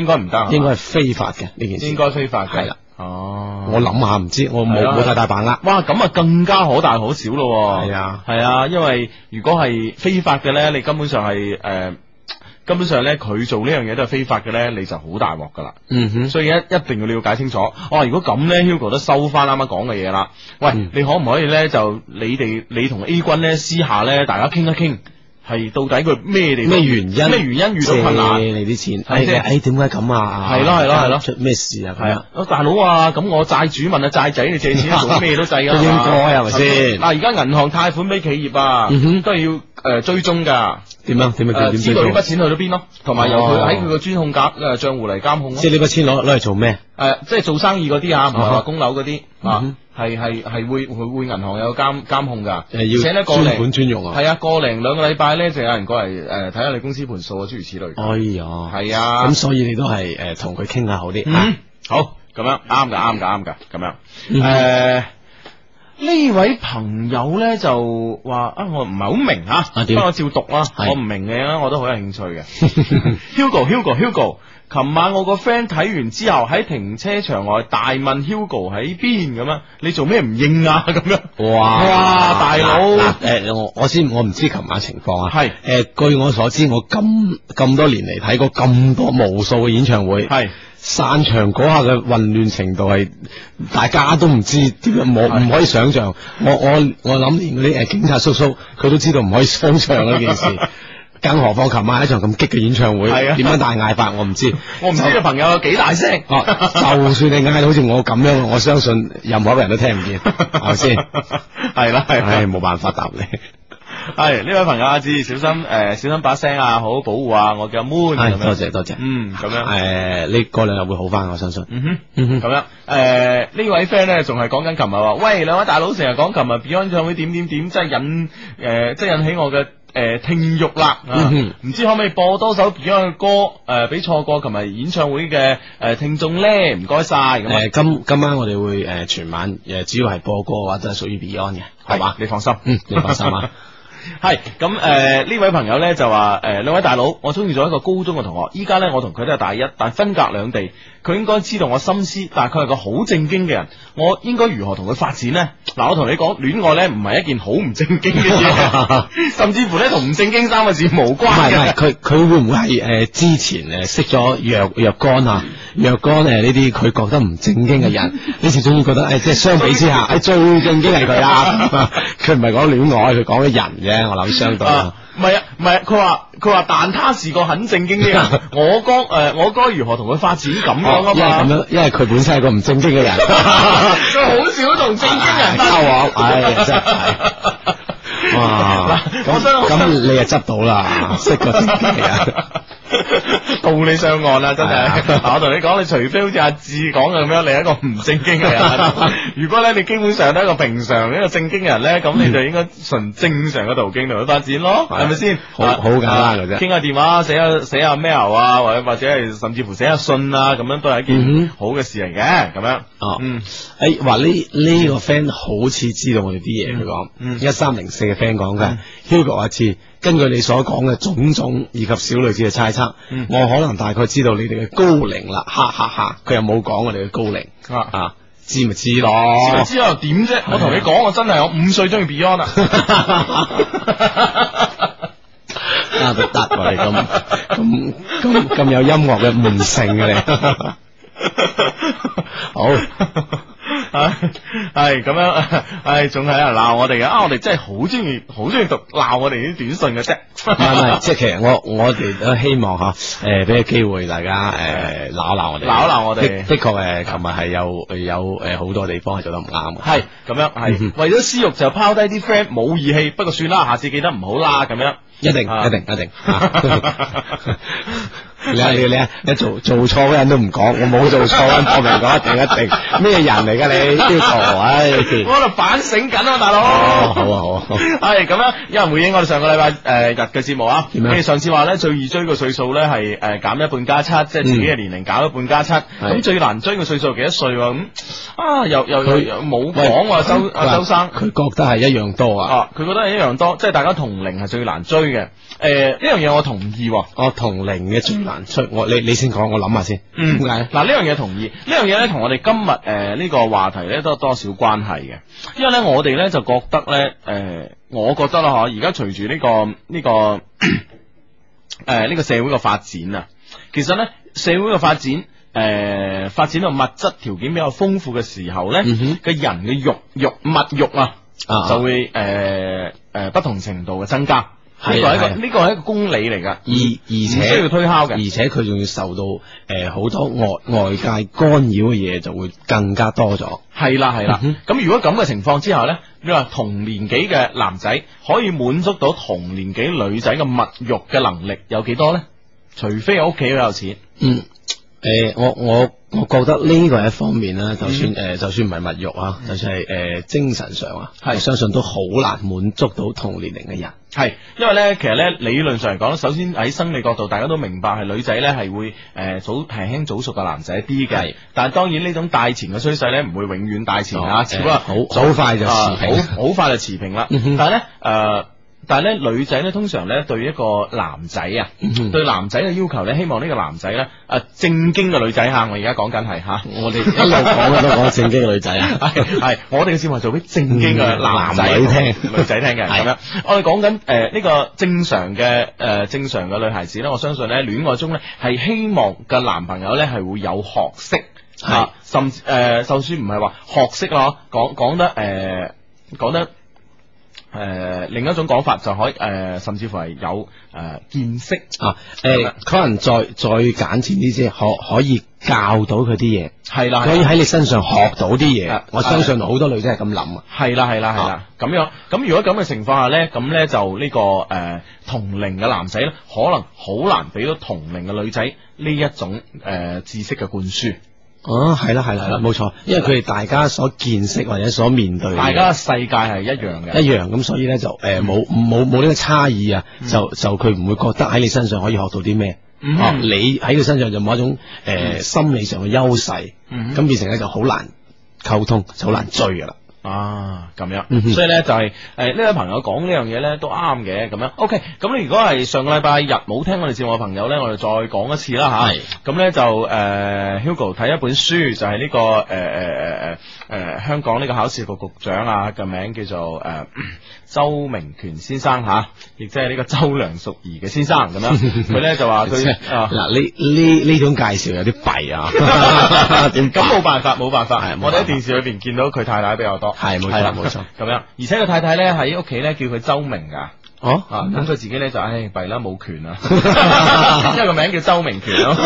Speaker 1: 應該唔得，
Speaker 3: 應該係非法嘅呢件
Speaker 1: 應
Speaker 3: 事。
Speaker 1: 該非法嘅。
Speaker 3: 係啦，
Speaker 1: 哦，
Speaker 3: 我諗下唔知，我冇
Speaker 1: 係啊
Speaker 3: 冇太大把握。
Speaker 1: 哇，咁啊更加可大可小咯喎。
Speaker 3: 係啊
Speaker 1: 係啊，因為如果係非法嘅咧，你根本上係誒、呃根本上咧佢做呢樣嘢都係非法嘅咧，你就好大鑊㗎啦。
Speaker 3: 嗯哼。
Speaker 1: 所以一一定要了解清楚。哦，如果咁呢 h u g o 都收翻啱啱講嘅嘢啦。喂，
Speaker 3: 嗯
Speaker 1: 你可唔可以呢？就你哋你同 A 君呢，私下呢，大家傾一傾，係到底佢咩地方
Speaker 3: 咩原因
Speaker 1: 咩原因遇到困難？
Speaker 3: 借你啲錢，
Speaker 1: 係咪
Speaker 3: 哎
Speaker 1: 先
Speaker 3: 哎點解咁啊？
Speaker 1: 係咯係咯係咯
Speaker 3: 出咩事啊？
Speaker 1: 係啊，哦大佬啊，咁我債主問啊債仔，你借錢做咩都制 噶，
Speaker 3: 都應該係咪先
Speaker 1: 嗱，而家銀行貸款俾企業啊
Speaker 3: 嗯，哼
Speaker 1: 都係要誒追蹤㗎，
Speaker 3: 點樣點樣
Speaker 1: 誒
Speaker 3: 點
Speaker 1: 知
Speaker 3: 點
Speaker 1: 道呢
Speaker 3: 點
Speaker 1: 筆錢去到邊咯，同埋由佢
Speaker 3: 哦
Speaker 1: 喺佢個專控夾誒帳户嚟監控咯
Speaker 3: 即。係呢筆錢攞攞嚟做咩？
Speaker 1: 诶、即係做生意嗰啲啊，唔係話供樓嗰啲啊
Speaker 3: 嗯，
Speaker 1: 係係係會會會銀行有監監控㗎，
Speaker 3: 诶，要
Speaker 1: 而且咧個
Speaker 3: 專款
Speaker 1: 零
Speaker 3: 專用啊！
Speaker 1: 係啊個零兩個禮拜咧就有人過嚟诶睇下你公司盤數啊，諸如此類。
Speaker 3: 哎呀，
Speaker 1: 係啊，
Speaker 3: 咁所以你都係诶同佢傾下好啲
Speaker 1: 嗯
Speaker 3: 啊。
Speaker 1: 好咁樣啱㗎啱㗎啱㗎咁樣
Speaker 3: 嗯
Speaker 1: 诶。呢位朋友咧就話啊，我唔係好明吓，
Speaker 3: 啊
Speaker 1: 不
Speaker 3: 點
Speaker 1: 過我照讀啦。
Speaker 3: 係
Speaker 1: 我唔明嘅嘢我都好有興趣嘅。Hugo Hugo Hugo，琴晚我個 friend 睇完之後喺停車場外大問 Hugo 喺邊咁樣，你做咩唔應啊 咁樣？
Speaker 3: 哇
Speaker 1: 哇大佬
Speaker 3: 诶，我我先我唔知琴晚情況啊。
Speaker 1: 係
Speaker 3: 诶，據我所知，我咁咁多年嚟睇過咁多無數嘅演唱會，
Speaker 1: 係
Speaker 3: 散場嗰下嘅混亂程度係大家都唔知點樣，冇
Speaker 1: 係
Speaker 3: 唔可以想象。我我我諗連嗰啲誒警察叔叔佢都知道唔可以商場嗰 件事，更何況琴晚一場咁激嘅演唱會，
Speaker 1: 係啊
Speaker 3: 點樣大嗌法我唔知。
Speaker 1: 我唔知啊呢
Speaker 3: 就
Speaker 1: 個朋友有幾大聲。
Speaker 3: 哦，就算你嗌到好似我咁樣，我相信任何一個人都聽唔 見，係 啊咪先？
Speaker 1: 係啦，係啦
Speaker 3: 唉，冇辦法答 你。
Speaker 1: 係呢位朋友阿志，小心诶，小心把聲啊，好好保護啊，我叫阿 Moon
Speaker 3: 唉，
Speaker 1: 咁樣
Speaker 3: 嗯多謝多謝。
Speaker 1: 嗯，咁樣。
Speaker 3: 誒，你過兩日會好翻，我相信。
Speaker 1: 嗯哼。
Speaker 3: 嗯
Speaker 1: 咁樣，诶、呢位 friend 咧仲係講緊琴日話，喂兩位大佬成日講琴日 Beyond 唱會點點點，真係引诶、即係引起我嘅诶、聽欲啦。啊
Speaker 3: 嗯
Speaker 1: 唔、
Speaker 3: 哼
Speaker 1: 知可唔可以播多首 Beyond 嘅歌诶，俾、錯過琴日演唱會嘅诶、誒聽眾咧？唔該晒咁
Speaker 3: 誒、
Speaker 1: 啊。
Speaker 3: 今今晚我哋會誒、全晚誒、主要係播歌嘅話，都係屬於 Beyond 嘅，係嘛？
Speaker 1: 你放心，
Speaker 3: 嗯，你放心 啊。
Speaker 1: 係咁诶，呢呃位朋友咧就話诶，兩位大佬，我中意咗一個高中嘅同學，依家咧我同佢都係大一，但分隔兩地。佢應該知道我心思，但係佢係個好正經嘅人，我應該如何同佢發展呢？嗱，我同你講，戀愛呢唔係一件好唔正經嘅嘢，甚至乎呢同唔正經三個字無
Speaker 3: 唔
Speaker 1: 關
Speaker 3: 係唔
Speaker 1: 嘅
Speaker 3: 係，。佢佢會唔會係诶之前诶識咗若若干啊若干诶呢啲佢覺得唔正經嘅 人，你始終會覺得诶即係相比之 下，诶最正經係佢啦。 佢唔係講戀愛，佢講嘅人啫。我諗相對
Speaker 1: 啊，唔係啊，唔係啊，佢話佢話，但他是個很正經嘅人，我該誒、呃我該如何同佢發展咁樣啊
Speaker 3: 哦因為咁
Speaker 1: 嘛，
Speaker 3: 樣，因為佢本身係個唔正經 嘅人，
Speaker 1: 佢好少同正經人
Speaker 3: 交
Speaker 1: 搭
Speaker 3: 往，唉真係。 哇！
Speaker 1: 嗱我
Speaker 3: 咁
Speaker 1: 真係
Speaker 3: 咁你又執到啦，識個正經嘅人。
Speaker 1: 道理上岸啦，真
Speaker 3: 係啊
Speaker 1: 係。嗱我同你講，你除非好似阿志講咁樣，你係一個唔正經嘅 人。如果咧，你基本上都係一個平常一個正經嘅人咧，咁你就應該純正常嘅途徑嚟去發展咯，
Speaker 3: 係
Speaker 1: 係咪先？
Speaker 3: 好好簡單嘅啫
Speaker 1: 啊傾下電話，寫下寫下 mail 啊，或者或者係甚至乎寫下信啊，咁樣都係一
Speaker 3: 嗯
Speaker 1: 件好嘅事嚟嘅。咁樣，
Speaker 3: 哦
Speaker 1: 嗯，
Speaker 3: 诶，話呢呢個 friend 好似知道我哋啲嘢，佢
Speaker 1: 嗯
Speaker 3: 講一三零四嘅 friend 講嘅，Hugo 阿志，根據你所講嘅種種以及小女子嘅猜測
Speaker 1: 嗯，
Speaker 3: 我可能大概知道你哋嘅高齡啦，哈哈哈！佢又冇講我哋嘅高齡
Speaker 1: 啊。
Speaker 3: 啊，知咪知咯？
Speaker 1: 我知又啊點啫？我同你講，我真係我五歲中意 Beyond 啊！
Speaker 3: 啊，得得喎，你咁咁咁咁有音樂嘅悟性嘅你， 好
Speaker 1: 系咁样，唉，仲喺度闹我哋嘅啊！我哋真系好中意，好中意读闹我哋啲短信嘅
Speaker 3: 唔係唔
Speaker 1: 啫，
Speaker 3: 係，即係其實我我哋都希望吓，诶、俾個機會大家诶鬧一鬧我哋，
Speaker 1: 鬧一鬧我哋
Speaker 3: 的的確诶，琴日係有有诶好多地方係做得唔啱嘅。
Speaker 1: 系咁样，
Speaker 3: 嗯
Speaker 1: 系为咗私欲就抛低啲 friend 冇義氣，不過算啦，下次記得唔好啦，咁樣。
Speaker 3: 一定
Speaker 1: 啊
Speaker 3: 一定一定， 啊 你啊你你啊你做做錯嗰人都唔講，我冇做錯嗰人搏命講，一定一定，咩人嚟 㗎 你？呢個唉，
Speaker 1: 我喺度反省緊啊，大佬。
Speaker 3: 哦好啊好啊好啊
Speaker 1: 系咁样，有人回應我哋上個禮拜诶日嘅節目啊。
Speaker 3: 點樣
Speaker 1: 你上次話咧最易追嘅歲數咧係诶减一半加七，即
Speaker 3: 嗯
Speaker 1: 係自己嘅年齡減一半加七。咁最難追嘅歲數係幾多歲喎？咁啊又又又
Speaker 3: 佢
Speaker 1: 又冇講喎，周阿周生。
Speaker 3: 佢覺得係一樣多啊，
Speaker 1: 啊，佢覺得係一樣多，即係大家同齡係最難追嘅。诶、呢樣嘢我同意喎。
Speaker 3: 我同齡嘅最難出，我你你先講，我諗下先，
Speaker 1: 嗯
Speaker 3: 點解咧？
Speaker 1: 嗱呢樣嘢同意，呢樣嘢咧同我哋今日诶呢個話題咧都有多少關係嘅，因為咧我哋咧就覺得咧诶、呃我覺得啦嗬，而家隨住呢個呢、個 呃诶呢、個社會嘅發展啊，其實咧社會嘅發展。誒、發展到物質條件比較豐富嘅時候咧，嘅、
Speaker 3: 嗯哼
Speaker 1: 人嘅慾慾物慾啊，
Speaker 3: 啊
Speaker 1: 就會誒誒、呃呃不同程度嘅增加，呢個係
Speaker 3: 係
Speaker 1: 一
Speaker 3: 啊
Speaker 1: 個
Speaker 3: 係啊嗯
Speaker 1: 呢個係一個公理嚟㗎，
Speaker 3: 而而
Speaker 1: 唔
Speaker 3: 且
Speaker 1: 需要推敲嘅
Speaker 3: 而。且佢仲要受到诶好、多外外界干擾嘅嘢，就會更加多咗。
Speaker 1: 系啦系啦
Speaker 3: 嗯，
Speaker 1: 咁如果咁嘅情況之下呢，你話同年紀嘅男仔可以滿足到同年紀女仔嘅物欲嘅能力有幾多呢？除非我屋企好有錢，
Speaker 3: 嗯，诶、我我我觉得呢個係一方面
Speaker 1: 嗯
Speaker 3: 啦，就算诶、呃就算唔係物欲啊，就算係诶、呃精神上啊，
Speaker 1: 係
Speaker 3: 我相信都好難滿足到同年齡嘅人。
Speaker 1: 係因為呢，其實呢，理論上嚟講，首先喺生理角度，大家都明白係女仔呢係會誒、呃早輕輕早熟嘅男仔一啲嘅
Speaker 3: 係，
Speaker 1: 但係當然呢種帶前嘅趨勢呢，唔會永遠帶前啊，
Speaker 3: 哦
Speaker 1: 只不過
Speaker 3: 呃好好快就持平
Speaker 1: 啊好好快就持平啦。
Speaker 3: 嗯哼
Speaker 1: 但係呢，誒、但係呢，女仔呢，通常呢對一個男仔啊。
Speaker 3: 嗯
Speaker 1: 對男仔嘅要求咧，希望呢個男仔咧，啊正經嘅女仔吓，我而家講緊係吓，
Speaker 3: 我哋 一路講嘅都講正經嘅女仔啊，
Speaker 1: 係係我哋嘅節目係做俾正經嘅
Speaker 3: 嗯
Speaker 1: 男仔
Speaker 3: 男女聽
Speaker 1: 女仔聽嘅
Speaker 3: 係
Speaker 1: 咁樣。我哋講緊誒呢個正常嘅誒、呃正常嘅女孩子咧，我相信咧戀愛中咧係希望嘅男朋友咧係會有學識
Speaker 3: 係
Speaker 1: 啊，甚至誒、呃就算唔係話學識咯，講講得誒、呃、講得。誒、另一種講法就可以誒、呃甚至乎係有誒、呃見識
Speaker 3: 啊，诶、可能再再簡淺啲先，可可以教到佢啲嘢，
Speaker 1: 係啦，係啦
Speaker 3: 可以喺你身上學到啲嘢
Speaker 1: 啊。
Speaker 3: 我相信好多女仔係咁諗啊。
Speaker 1: 系啦系啦系啦
Speaker 3: 啊，
Speaker 1: 咁样咁如果咁嘅情況下咧，咁咧就呢、個个呃同齡嘅男仔咧，可能好難俾到同齡嘅女仔呢一種诶、呃知識嘅灌輸，
Speaker 3: 哦，系啦，系
Speaker 1: 係
Speaker 3: 啦，係
Speaker 1: 啦
Speaker 3: 啦冇錯，因為佢哋大家所見識或者所面對嘅嘢
Speaker 1: 大家嘅世界係一樣嘅，
Speaker 3: 一樣，咁所以咧就诶冇冇冇呢個差異啊，就就佢唔會覺得喺你身上可以學到啲咩，
Speaker 1: 嗯
Speaker 3: 啊你喺佢身上就冇一種嗯诶心理上嘅優勢，
Speaker 1: 嗯
Speaker 3: 咁變成咧就好難溝通，就好難追噶啦，
Speaker 1: 啊，咁样，
Speaker 3: 嗯哼
Speaker 1: 所以咧就系诶呢位朋友講呢樣嘢咧都啱嘅，咁樣 OK，咁你如果係上個禮拜日冇聽我哋節目嘅朋友咧，我哋再講一次啦吓。
Speaker 3: 係
Speaker 1: 咁咧就诶、呃 Hugo 睇一本書，就係呢、個个诶诶诶诶诶香港呢個考試局局長啊嘅名叫做诶、 呃周明權先生吓，亦即係呢個周梁淑怡嘅先生咁 樣。佢咧就話佢啊。
Speaker 3: 嗱呢呢呢种介紹有啲弊啊， 點
Speaker 1: 咁冇辦法，冇辦法
Speaker 3: 係。冇
Speaker 1: 我哋喺
Speaker 3: 辦法
Speaker 1: 電視裏邊見到佢太太比較多，
Speaker 3: 係冇錯
Speaker 1: 係啦
Speaker 3: 冇錯
Speaker 1: 咁樣。而且佢太太咧喺屋企咧叫佢周明㗎，啊
Speaker 3: 哦
Speaker 1: 咁佢自己咧就唉弊啦冇權啦，因為個名叫周明權 啊，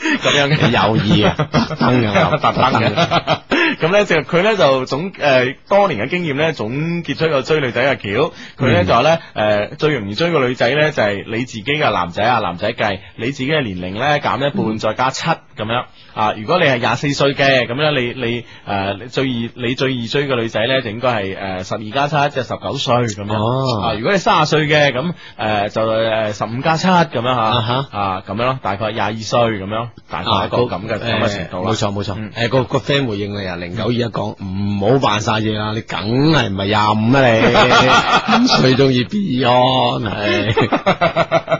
Speaker 1: 咁樣嘅
Speaker 3: 有意啊 特登嘅
Speaker 1: 特登嘅。 咁咧就佢咧就總誒多年嘅經驗咧總結出個追女仔嘅橋，佢咧
Speaker 3: 嗯
Speaker 1: 就話咧誒最容易追個女仔咧就係你自己嘅男仔啊男仔計，你自己嘅年齡咧減一
Speaker 3: 嗯
Speaker 1: 半再加七咁樣啊！如果你係廿四歲嘅咁樣，你你誒你最易你最易追嘅女仔咧就應該係誒十二加七即係十九歲咁樣
Speaker 3: 哦
Speaker 1: 啊！如果你卅歲嘅咁誒就誒十五加七咁樣
Speaker 3: 啊
Speaker 1: 嚇
Speaker 3: 哈
Speaker 1: 啊咁樣咯，大概廿二歲咁樣，
Speaker 3: 啊
Speaker 1: 大概一個啊咁嘅咁嘅程度啦
Speaker 3: 冇。錯冇
Speaker 1: 嗯
Speaker 3: 錯。誒個個 friend 回應你啊，零九二一講唔好扮晒嘢啦，你梗係唔係廿五啊你？ 誰中意 Beyond 係？啊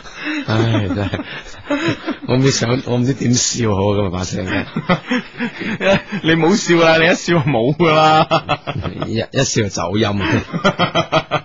Speaker 3: 唉真係，我唔知想我唔知點笑好啊今日把聲，
Speaker 1: 你唔好笑啦，你一笑冇噶啦。
Speaker 3: 一一笑就走音啊！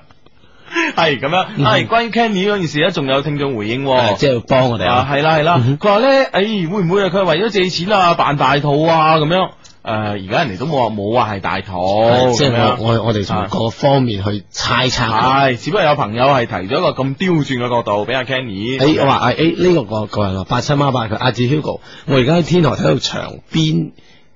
Speaker 1: 系咁样，系关于 Kenny 嗰件事咧，仲有聽眾回應喎。
Speaker 3: 嗯即係要幫我哋
Speaker 1: 哦啊，
Speaker 3: 啊！
Speaker 1: 係啦係啦
Speaker 3: 嗯，
Speaker 1: 佢話咧，诶，會唔會啊？佢係為咗借錢啊，扮大肚啊，咁樣。诶，而家人哋都冇話冇話係大肚，
Speaker 3: 即係
Speaker 1: 咁樣啊
Speaker 3: 我我我哋從各方面去猜測啊佢。
Speaker 1: 系，只不過有朋友係提咗一個咁刁鑽嘅角度俾阿 Kenny。
Speaker 3: 诶，哎我話诶呢個個個人話八七孖八佢阿志 Hugo，我而家喺天河睇到場邊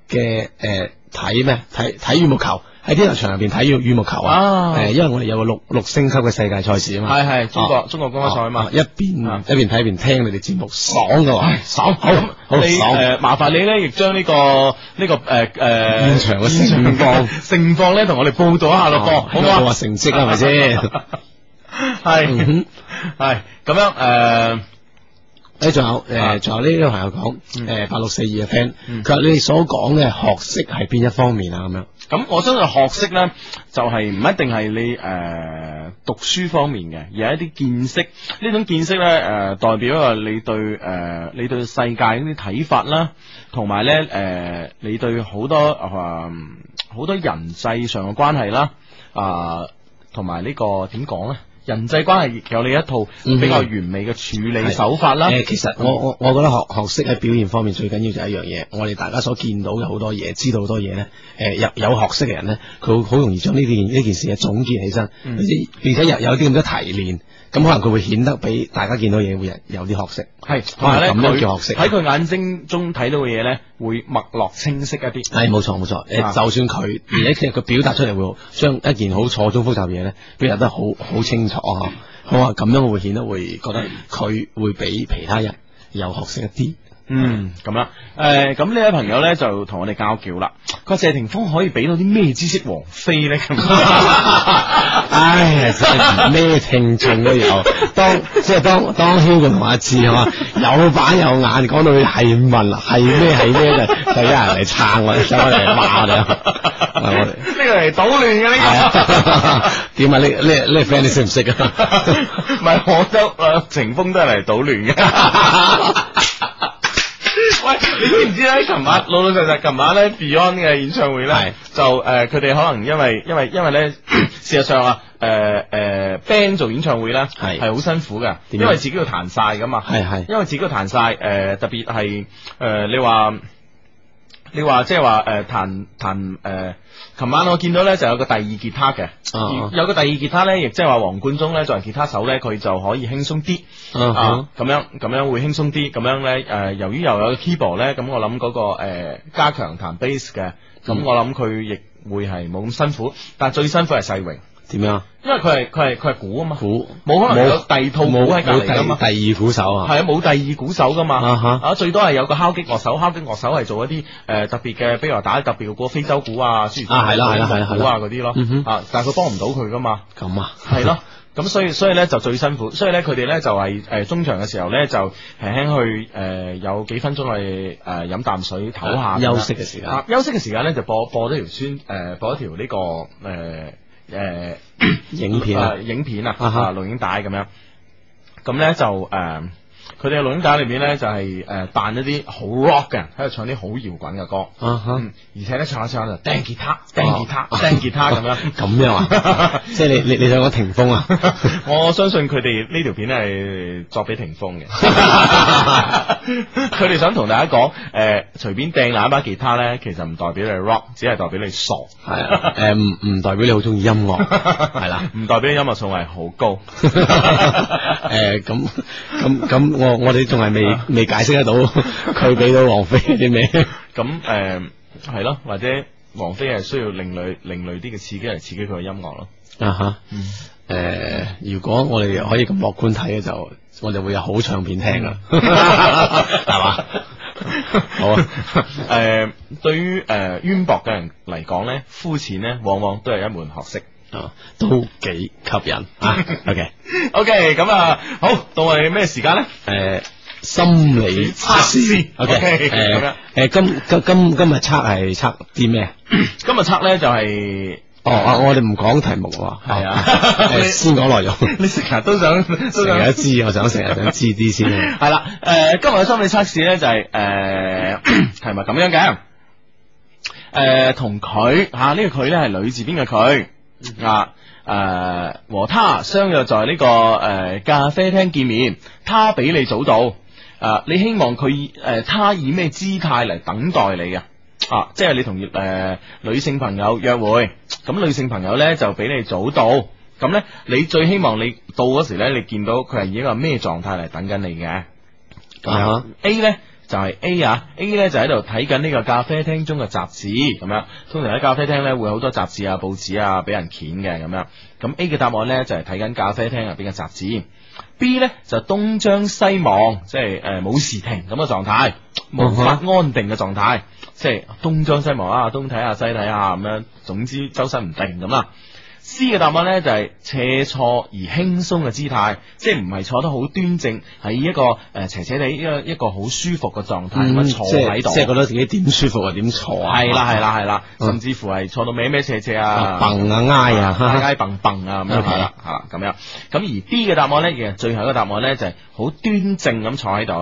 Speaker 3: 嘅诶睇咩睇睇羽毛球喺天河場入邊睇羽羽毛球啊
Speaker 1: 啊，
Speaker 3: 诶因為我哋有個六六星級嘅世界賽事啊嘛，
Speaker 1: 係係中國中國公開賽啊嘛
Speaker 3: 哦。一邊
Speaker 1: 啊
Speaker 3: 一邊睇一邊聽你哋節目，爽嘅話，爽好
Speaker 1: 咁
Speaker 3: 好
Speaker 1: 你呃
Speaker 3: 爽，啊
Speaker 1: 誒麻煩你咧，亦將呢個呢個呃誒誒
Speaker 3: 現場嘅盛況
Speaker 1: 盛況咧，同我哋報道一下咯，噃，好
Speaker 3: 好
Speaker 1: 唔
Speaker 3: 冇
Speaker 1: 好
Speaker 3: 話
Speaker 1: 啊？
Speaker 3: 成績啦，係咪先？嗯
Speaker 1: 係
Speaker 3: 哼
Speaker 1: 係咁樣呃誒。
Speaker 3: 诶，仲有
Speaker 1: 啊
Speaker 3: 诶，仲有呢位朋友
Speaker 1: 嗯
Speaker 3: 講诶八六四二嘅 friend，
Speaker 1: 嗯
Speaker 3: 佢話你哋所講嘅學識係邊一方面啊？咁樣。
Speaker 1: 咁我相信學識咧，就係唔一定係你誒、呃、讀書方面嘅，而係一啲見識。呢種見識咧，誒、代表啊你對誒、呃你對世界嗰啲睇法啦，同埋咧誒你對好多呃好、多人際上嘅關係啦，啊同埋呢個點講咧？人際關係有你一套
Speaker 3: 嗯
Speaker 1: 比較完美嘅處理手法啦。
Speaker 3: 誒其實我我我覺得學學識喺表現方面最緊要就係一樣嘢，我哋大家所見到嘅好多嘢，知道好多嘢咧，誒、有有學識嘅人咧，佢好好容易將呢件呢件事嘅總結起身，
Speaker 1: 嗯
Speaker 3: 而且而且有有啲咁多提煉，咁可能佢會顯得俾大家見到嘢會有有啲學識，
Speaker 1: 係同
Speaker 3: 可
Speaker 1: 埋
Speaker 3: 能
Speaker 1: 咧，
Speaker 3: 咁樣
Speaker 1: 佢
Speaker 3: 叫學識。啊
Speaker 1: 喺佢眼睛中睇到嘅嘢咧，會脈絡清晰一啲。
Speaker 3: 係冇錯冇錯，誒、
Speaker 1: 啊
Speaker 3: 就算佢而且其實佢表達出嚟會好將一件好錯綜複雜嘅嘢咧，表達得好好清楚啊！我話咁樣會顯得會覺得佢會比其他人有學識一啲。
Speaker 1: 嗯，咁啦，誒、咁呢位朋友咧就同我哋交叫啦。佢話謝霆鋒可以俾到啲咩知識王菲咧？咁
Speaker 3: 唉，真係咩聽眾都有。當即係當當 Hugo 同阿志係嘛，有板有眼講到佢係問係咩係咩就就有人嚟撐我哋，走嚟罵我哋。係我哋
Speaker 1: 呢個係搗亂嘅
Speaker 3: 係
Speaker 1: 呢
Speaker 3: 啊，點啊？呢呢呢 friend 你識唔識
Speaker 1: 個，
Speaker 3: 啊？
Speaker 1: 唔係我都誒霆鋒都係嚟搗亂嘅。喂，你知唔知咧？琴晚老老實實，琴晚咧 Beyond 嘅演唱會咧
Speaker 3: 係，
Speaker 1: 就誒佢哋可能因為因為因為 咧，事實上啊，誒、誒、band 做演唱會咧
Speaker 3: 係
Speaker 1: 係好辛苦嘅，
Speaker 3: 點樣
Speaker 1: 因為自己要彈晒噶嘛。
Speaker 3: 係係
Speaker 1: 因為自己都彈晒，誒、呃特別係誒你話你話即係話誒彈彈誒，呃琴、晚我見到咧就有個第二吉他嘅，
Speaker 3: 啊
Speaker 1: 有個第二吉他咧，亦即係話黃貫中咧作為吉他手咧，佢就可以輕鬆啲。
Speaker 3: 啊哈
Speaker 1: 啊，咁樣咁樣會輕鬆啲，咁樣咧誒、呃由於又有 keyboard 咧，咁我諗嗰、個、呃、加強彈 bass 嘅，咁
Speaker 3: 嗯
Speaker 1: 我諗佢亦會係冇咁辛苦，但係最辛苦係世榮，
Speaker 3: 點樣
Speaker 1: 因為佢係佢係佢係鼓啊嘛，
Speaker 3: 估？
Speaker 1: 冇可能有
Speaker 3: 冇
Speaker 1: 第二套鼓
Speaker 3: 冇
Speaker 1: 喺隔
Speaker 3: 冇
Speaker 1: 離噶嘛，
Speaker 3: 第第二鼓手啊？
Speaker 1: 係啊，冇第二鼓手噶嘛。
Speaker 3: 啊哈，
Speaker 1: 啊，最多係有個敲擊樂手，敲擊樂手係做一啲誒、呃特別嘅，比如話打特別嘅非洲鼓啊，諸如此類
Speaker 3: 啊係啦係啦係啦
Speaker 1: 鼓啊嗰啲咯
Speaker 3: 嗯，哼
Speaker 1: 啊，但係佢幫唔到佢噶嘛，
Speaker 3: 咁啊，
Speaker 1: 係咯。咁所以所以咧就最辛苦，所以咧佢哋咧就係、誒、中場嘅時候咧就輕輕去誒、呃有幾分鐘去誒飲啖水唞下
Speaker 3: 休息嘅時間
Speaker 1: 啊，休息嘅時間咧就播播咗條宣誒播一條呢、個誒誒。呃
Speaker 3: 影片啊
Speaker 1: 呃，影片啊，
Speaker 3: 啊哈
Speaker 1: 啊錄影帶咁樣。咁咧就誒，呃佢哋嘅錄影帶裏面咧就係誒扮一啲好 rock 嘅人，喺度唱啲好搖滾嘅歌。
Speaker 3: 啊哦哈，
Speaker 1: 嗯，而且咧唱下唱下就掟吉他、掟吉他、掟吉他咁 樣。
Speaker 3: 哦咁樣 啊？即係你你你想講霆鋒啊？
Speaker 1: 我相信佢哋呢條片係作俾霆鋒嘅，佢哋想同大家講，誒、隨便掟爛一把吉他咧，其實唔代表你 rock，只係代表你傻，
Speaker 3: 係啊，誒唔唔代表你好中意 音樂，係啦。
Speaker 1: 唔代表你音樂素養好高。
Speaker 3: 诶，咁咁咁，我我哋仲係未
Speaker 1: 啊
Speaker 3: 未解釋得到佢俾到王菲啲咩？
Speaker 1: 咁誒係咯，或者王菲係需要另類另類啲嘅刺激嚟刺激佢嘅音樂咯。
Speaker 3: 啊哈，
Speaker 1: 嗯
Speaker 3: 诶，如果我哋可以咁樂觀睇嘅，就我哋會有好唱片聽啦，
Speaker 1: 嗯
Speaker 3: 係嘛？好 啊，
Speaker 1: 誒、對於誒、淵博嘅人嚟講咧，膚淺咧往往都係一門學識。
Speaker 3: 啊，都幾吸 引啊。OK，
Speaker 1: OK，咁啊，好到我哋咩時間咧？
Speaker 3: 诶，呃心理測試 OK，
Speaker 1: OK，咁樣
Speaker 3: 诶诶，誒今今今今日測係測啲咩？
Speaker 1: 今日測咧就係、
Speaker 3: 哦，啊我哋唔講題目喎，
Speaker 1: 係 啊
Speaker 3: 誒先講內容，
Speaker 1: 你成日都想都
Speaker 3: 成
Speaker 1: 想
Speaker 3: 日 都知，我想成日想知啲先啊。
Speaker 1: 係啦，誒、今日嘅心理測試咧就係、 誒係咪咁樣嘅？誒同佢嚇啊呢個佢咧係女字邊嘅佢啊誒、和他相約在呢、個誒、咖啡廳見面，他比你早到。啊！你希望佢以誒、他以咩姿態嚟等待你嘅？啊，即係你同誒、女性朋友約會，咁女性朋友咧就比你早到，咁咧你最希望你到嗰時咧，你見到佢係以一個咩狀態嚟等緊你嘅？咁樣
Speaker 3: 啊
Speaker 1: A 咧就係、A 啊，A 咧就喺度睇緊呢個咖啡廳中嘅雜誌咁樣。通常喺咖啡廳咧會好多雜誌啊、報紙啊俾人掀嘅咁樣。咁 A 嘅答案咧就係睇緊咖啡廳入邊嘅雜誌。B 咧就東張西望，即係誒冇時停咁嘅狀態，
Speaker 3: 嗯
Speaker 1: 無法安定嘅狀態，即係東張西望啊，東睇下西睇下咁樣，總之周身唔定咁啦。C 嘅答案呢，就係、斜坐而輕鬆嘅姿態，即係唔係坐得好端正，係以一個誒、呃斜斜地一個一個好舒服嘅狀態咁
Speaker 3: 嗯
Speaker 1: 樣
Speaker 3: 即
Speaker 1: 坐
Speaker 3: 係
Speaker 1: 喺度。
Speaker 3: 即係覺得自己點舒服啊點坐啊，
Speaker 1: 係啦係啦係啦，
Speaker 3: 嗯
Speaker 1: 甚至乎係坐到歪歪斜斜啊，
Speaker 3: 啊，蹦啊挨啊，哈
Speaker 1: 挨
Speaker 3: 哈
Speaker 1: 挨蹦蹦啊咁樣
Speaker 3: OK
Speaker 1: 係啦係啦咁樣。咁而 D 嘅答案咧，其實最後一個答案咧就係好端正咁坐喺度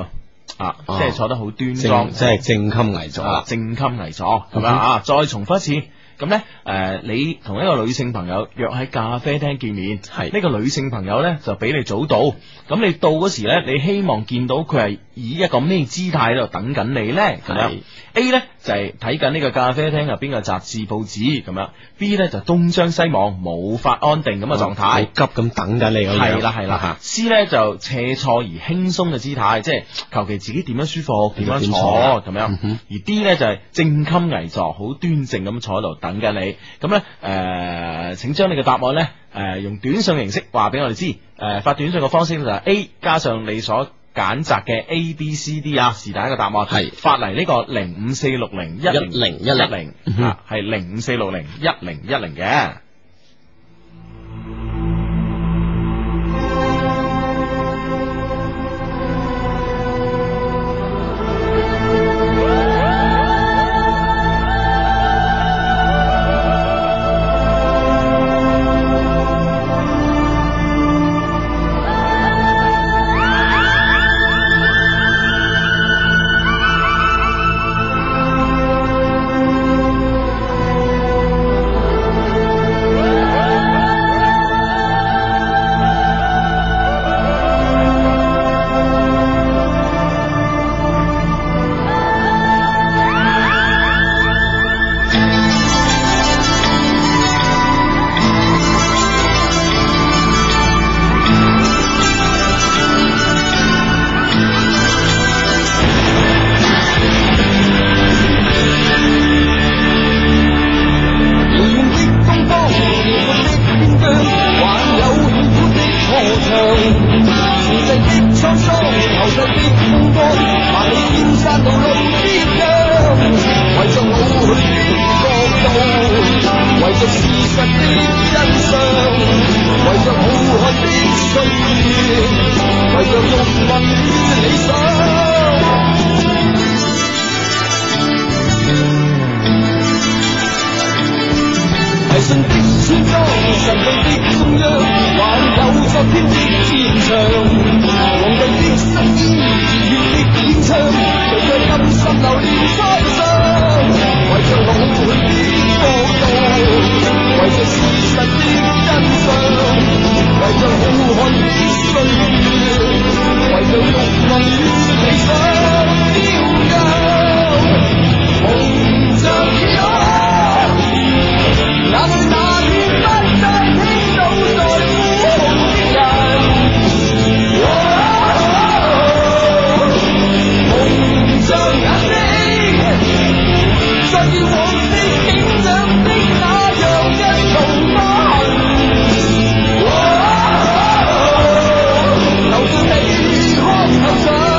Speaker 1: 啊，即
Speaker 3: 哦
Speaker 1: 係坐得好端莊
Speaker 3: 正，即係正襟危坐
Speaker 1: 啊
Speaker 3: 啦，
Speaker 1: 正襟危坐咁
Speaker 3: 嗯
Speaker 1: 樣
Speaker 3: 哼
Speaker 1: 啊。再重複一次。咁咧，誒、你同一個女性朋友約喺咖啡廳見面，
Speaker 3: 係
Speaker 1: 呢個女性朋友咧就比你早到，咁你到嗰時咧，你希望見到佢係以一個咩姿態喺度等緊你咧？咁樣
Speaker 3: 係
Speaker 1: A 咧就係睇緊呢個咖啡廳入邊嘅雜誌報紙咁樣，B 咧就東張西望，冇法安定咁嘅狀
Speaker 3: 好
Speaker 1: 態
Speaker 3: 急。咁等緊你咁樣，
Speaker 1: 係啦係啦
Speaker 3: 啊，
Speaker 1: ，C 咧就斜坐而輕鬆嘅姿態，即係求其自己點樣舒服點樣
Speaker 3: 點
Speaker 1: 坐
Speaker 3: 坐啊
Speaker 1: 咁樣
Speaker 3: 嗯。哼
Speaker 1: 而 D 咧就係正襟危坐，好端正咁坐喺度等緊你。咁咧誒，請將你嘅答案咧誒、用短信形式話俾我哋知。誒、發短信嘅方式就係 A 加上你所揀擇嘅 A、B、C、D 啊，是但一個答案。
Speaker 3: 係
Speaker 1: 發嚟呢個零五四六零一零
Speaker 3: 10110
Speaker 1: 零啊，係零五四六零一零一零嘅。
Speaker 4: Hãy subscribe cho kênh Ghiền Mì Gõ Để không bỏ lỡ
Speaker 2: 實的真相，為着浩瀚的歲月，為着欲望與理想。迷信的村莊，神秘的中央，還有昨天的戰場，皇帝的新衣，熱血的演唱，誰在甘心留戀心上？為着老本的國度，為着事實的真相，為着浩瀚的歲月，為着欲望與理想，要有夢像天空。那對那遠不再聽到在呼號的人，蒙着眼睛，再見往昔景象的那樣一路不行，留住你胸口上。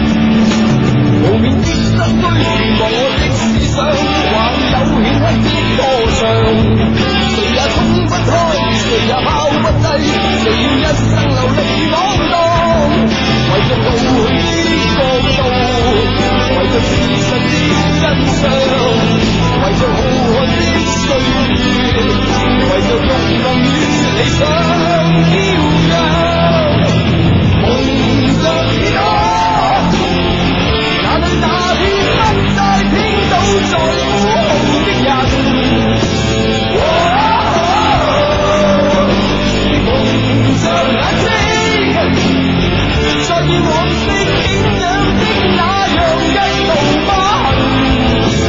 Speaker 2: 無面的身軀，如我的思想，還有顯赫的歌唱。誰也衝不開，誰也拋不低，誰要一生流力浪蕩。為着老去的國度，為着事實的真相，為着浩瀚的歲月，為着欲望與理想飄揚，夢想天空。那對那天不再聽到在呼號的人，蒙着眼睛，再見往昔景仰的那樣一路不行，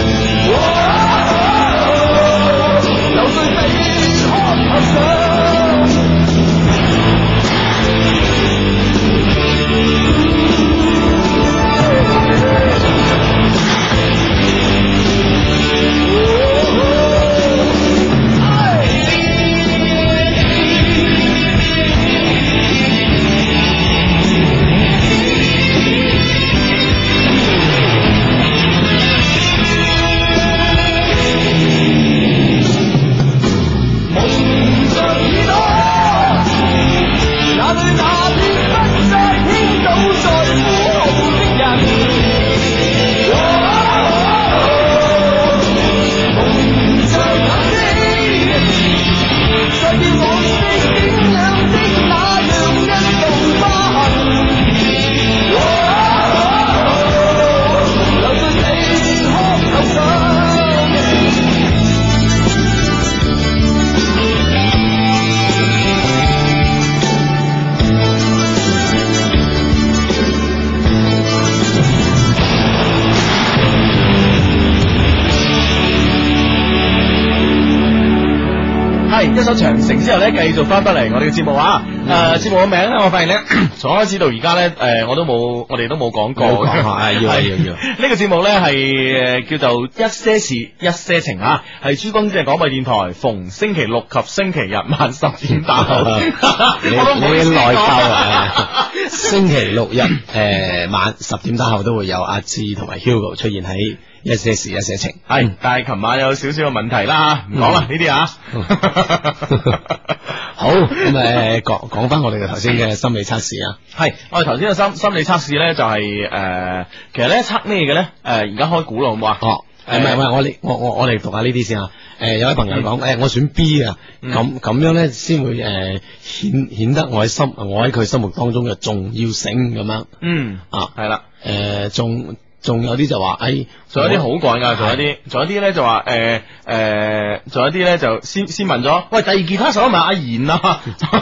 Speaker 2: 流淚被看合上。蒙着耳朵，那對那天不再聽到在呼號的人，蒙着眼睛，再見往昔景仰的那樣一路不行，留在你胸口上。
Speaker 1: 系一首長城之後咧，繼續翻返嚟我哋嘅節目啊！
Speaker 3: 嗯
Speaker 1: 诶、節目嘅名咧，我發現 咧，從開始到而家咧，诶、我都冇，我哋都冇講過。
Speaker 3: 冇講啊要啊
Speaker 1: 係
Speaker 3: 要要
Speaker 1: 呢個節目咧係誒叫做一些事一些情啊，係珠江經濟廣播電台逢星期六及星期日晚十點打後。
Speaker 3: 你
Speaker 1: 我都唔好意思
Speaker 3: 你內疚
Speaker 1: 講
Speaker 3: 啊！星期六日诶晚十點打後都會有阿志同埋 Hugo 出現喺一些事一些情。
Speaker 1: 系，但系琴晚有少少嘅問題啦，唔講啦呢 啲啊。
Speaker 3: 好咁诶，講講翻我哋嘅頭先嘅心理測試啊。
Speaker 1: 系，我哋頭先嘅心心理測試咧，就係呃其實咧測咩嘅咧？诶、而家開估啦，好唔好啊？
Speaker 3: 哦，誒唔係唔係，我哋我我我哋讀下呢啲先啊。誒有位朋友講，誒我選 B 啊，
Speaker 1: 嗯
Speaker 3: 咁咁樣咧先會誒顯顯得我喺心我喺佢心目當中嘅重要性咁樣
Speaker 1: 嗯，
Speaker 3: 啊。
Speaker 1: 係啦，
Speaker 3: 誒仲仲有啲就話，哎誒
Speaker 1: 仲有啲好趕㗎，仲有啲，仲有啲咧就話诶诶，呃仲、有啲咧就先先問咗，喂，第二吉他手係咪阿贤啊？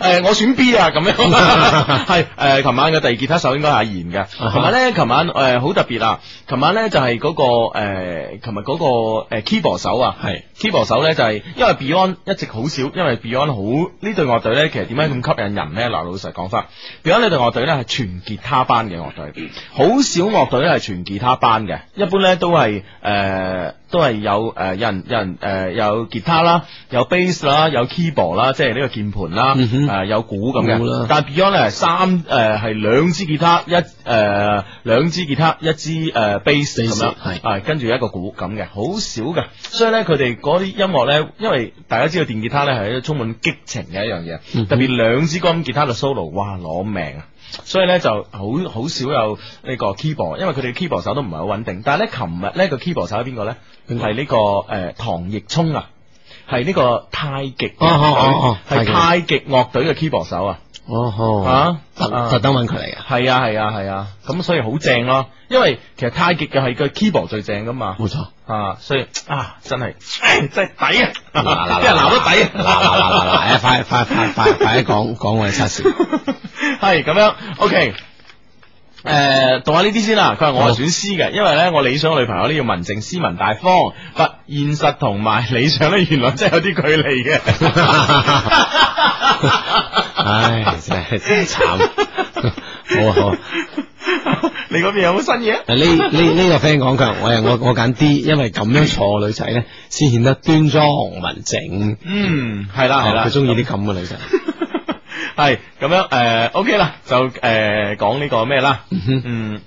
Speaker 1: 诶、我選 B 啊，咁 樣係诶，呃琴、晚嘅第二吉他手應該係阿贤嘅。
Speaker 3: 啊哈
Speaker 1: 琴晚咧，琴晚诶好、特別啊！琴晚咧就係嗰、個诶，琴日嗰個诶 keyboard 手啊，
Speaker 3: 係
Speaker 1: keyboard 手咧就係、因為 Beyond 一直好少，因為 Beyond 好呢隊樂隊咧，其實點解咁吸引人咧？嗱，老實講翻，Beyond 呢隊樂隊咧係全吉他班嘅樂隊，好少樂隊咧係全吉他班嘅，一般咧都係誒都係有诶、呃有人有人诶、呃有吉他啦，有 bass 啦，有 keyboard 啦，即係呢個鍵盤啦，
Speaker 3: 嗯哼
Speaker 1: 诶、有鼓咁
Speaker 3: 鼓啦
Speaker 1: 嘅。但係 Beyond 咧三诶係兩支吉他，一诶两支吉他，一支诶 bass 咁
Speaker 3: Bass，
Speaker 1: 樣，
Speaker 3: 係
Speaker 1: 啊跟住一個鼓咁嘅，好少嘅。所以咧佢哋嗰啲音樂咧，因為大家知道電吉他咧係一個充滿激情嘅一樣嘢，
Speaker 3: 嗯哼
Speaker 1: 特別兩支鋼吉他嘅 solo，哇攞命啊！所以咧就好好少有呢個 keyboard，因為佢哋 keyboard 手都唔係好穩定。但係咧，琴日呢個 keyboard 手係邊個咧？
Speaker 3: 邊個
Speaker 1: 係呢、個呃唐奕聰啊，係呢個太極
Speaker 3: 哦哦哦哦
Speaker 1: 樂隊係太極樂隊嘅 keyboard 手啊。
Speaker 3: 哦吼
Speaker 1: 啊
Speaker 3: 特
Speaker 1: 啊
Speaker 3: 特登揾佢嚟嘅。
Speaker 1: 係啊係啊係啊，咁、所以好正咯。因為其實太極嘅係個 keyboard 最正噶嘛。
Speaker 3: 冇错，
Speaker 1: 啊，所以啊，真係真係抵啊，
Speaker 3: 嗱 嗱嗱，
Speaker 1: 真係鬧得抵啊，
Speaker 3: 嗱嗱嗱嗱嗱，快快快 快快啲講講我哋測 試，
Speaker 1: 系咁样，OK。诶、讀下呢啲先啦。佢話我係選詩嘅，因為咧我理想嘅女朋友咧要文靜斯文大方，不現實同埋理想咧原來真係有啲距離嘅。
Speaker 3: 唉，真係真係慘， 好啊好啊。
Speaker 1: 你嗰邊有冇新嘢？
Speaker 3: 嗱呢呢呢個 friend 講佢話，我係我我揀 D，因為咁樣坐女仔咧，先顯得端莊文靜。
Speaker 1: 嗯，係啦係啦，
Speaker 3: 哦佢中意啲咁嘅女仔。
Speaker 1: 系咁样诶、呃 OK 啦，就诶讲呢個咩啦，
Speaker 3: 哼
Speaker 1: 嗯，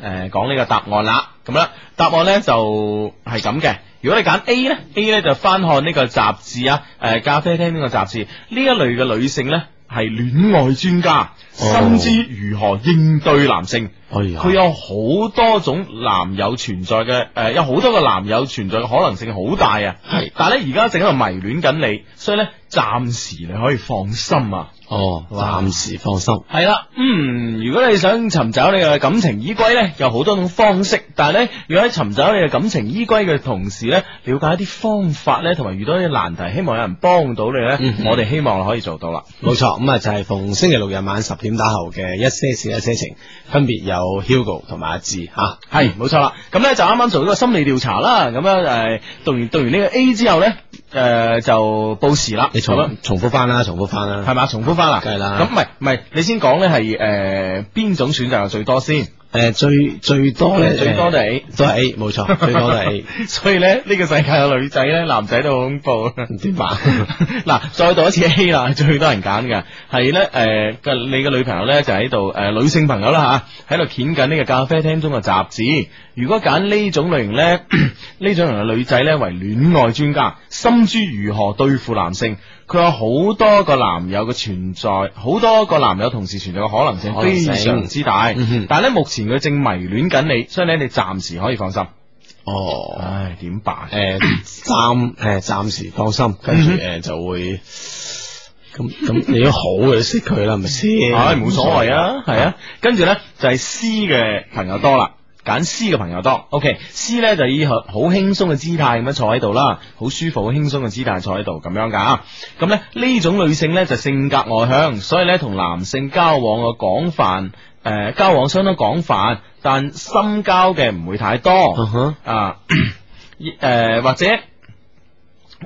Speaker 1: 诶讲呢個答案啦，咁啦，答案咧就係咁嘅。如果你揀 A 咧，A 咧就翻看呢個雜誌啊，诶、咖啡廳呢個雜誌，呢一類嘅女性咧係戀愛專家，
Speaker 3: 哦
Speaker 1: 深知如何應對男性。
Speaker 3: 哎呀，
Speaker 1: 佢有好多種男友存在嘅，诶、有好多個男友存在嘅可能性好大啊！
Speaker 3: 係
Speaker 1: 但係咧而家正喺度迷戀緊你，所以咧暫時你可以放心啊！
Speaker 3: 哦，
Speaker 1: 哇
Speaker 3: 暫時放心。
Speaker 1: 系啦，嗯，如果你想尋找你嘅感情依歸呢，有好多種方式，但係呢，如果喺尋找你嘅感情依歸嘅同時呢，了解一啲方法呢，同埋遇到一啲難題，希望有人幫到你呢，
Speaker 3: 嗯哼
Speaker 1: 我哋希望可以做到啦。
Speaker 3: 冇錯，咁啊就係逢星期六日晚十點打後嘅一些事一些情，分別有 Hugo 同埋阿志吓。
Speaker 1: 係冇錯啦，咁呢就啱啱做咗個心理調查啦，咁樣诶，讀完讀完呢個 A 之後呢，诶、就報時啦，
Speaker 3: 你
Speaker 1: 咁樣啊
Speaker 3: 重重複翻啦，重複翻
Speaker 1: 係
Speaker 3: 啦。
Speaker 1: 嘛，重複翻啦，
Speaker 3: 梗係啦
Speaker 1: 咁唔係唔係，你先講呢係诶邊種選擇係最多先？
Speaker 3: 誒呃最最多咧，呃
Speaker 1: 最多就係 A
Speaker 3: 都係 A，冇錯，最多都係 A。
Speaker 1: 所以咧，呢、個世界嘅女仔咧，男仔都好恐怖。
Speaker 3: 點辦？
Speaker 1: 嗱，再讀一次 A 啦，最多人揀嘅係咧，诶、個你嘅女朋友咧就喺度，诶、女性朋友啦吓，喺度掀緊呢個咖啡廳中嘅雜誌。如果揀呢 種類型咧，呢種人嘅女仔咧為戀愛專家，深知如何對付男性。佢有好多個男友嘅存在，好多個男友同時存在嘅可能性
Speaker 3: 可能
Speaker 1: 非
Speaker 3: 性
Speaker 1: 常之大。
Speaker 3: 嗯哼
Speaker 1: 但係咧，目前佢正迷戀緊你，所以咧你暫時可以放心。
Speaker 3: 哦。
Speaker 1: 唉，點辦？
Speaker 3: 诶暫诶暂时放心，跟住
Speaker 1: 嗯哼
Speaker 3: 诶就會咁咁你都好嘅識佢啦，係咪先？
Speaker 1: 唉，冇所謂啊，係啊。跟住咧就係 C 嘅朋友多啦。揀 C 嘅朋友多，OK，C 咧就以好好輕鬆嘅姿態咁樣坐喺度啦，好舒服、好輕鬆嘅姿態坐喺度咁樣噶。咁咧呢種女性咧就性格外向，所以咧同男性交往嘅廣泛，诶、交往相當廣泛，但深交嘅唔會太多。
Speaker 3: 嗯哼。
Speaker 1: 啊， 诶、呃或者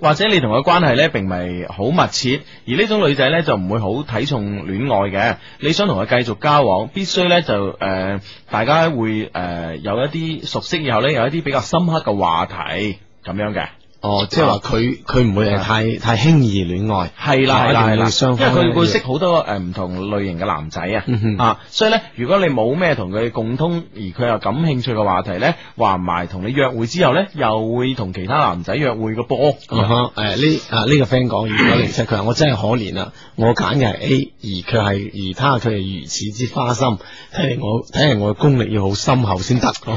Speaker 1: 或者你同佢關係呢並唔係好密切，而呢種女仔呢就唔會好睇重戀愛嘅。你想同佢繼續交往，必須呢就诶、呃大家會诶、呃有一啲熟悉以後呢，有一啲比較深刻嘅話題咁樣嘅。
Speaker 3: 哦，即係話佢佢唔會
Speaker 1: 啊
Speaker 3: 係太太輕易戀愛，
Speaker 1: 係啦係
Speaker 3: 一定
Speaker 1: 啦係
Speaker 3: 會
Speaker 1: 啦，
Speaker 3: 雙方
Speaker 1: 因為佢會
Speaker 3: 呢
Speaker 1: 識好多誒唔同類型嘅男仔啊
Speaker 3: 嗯哼，
Speaker 1: 啊，所以咧，如果你冇咩同佢共通而佢又感興趣嘅話題咧，話唔埋同你約會之後咧，又會同其他男仔約會嘅噃。
Speaker 3: 嗯哼，诶呢啊呢個 friend 講，如果你識佢話我真係可憐啦，我揀嘅係 A，而佢係而他佢係如此之花心，睇嚟我睇嚟我嘅功力要好深厚先得。哦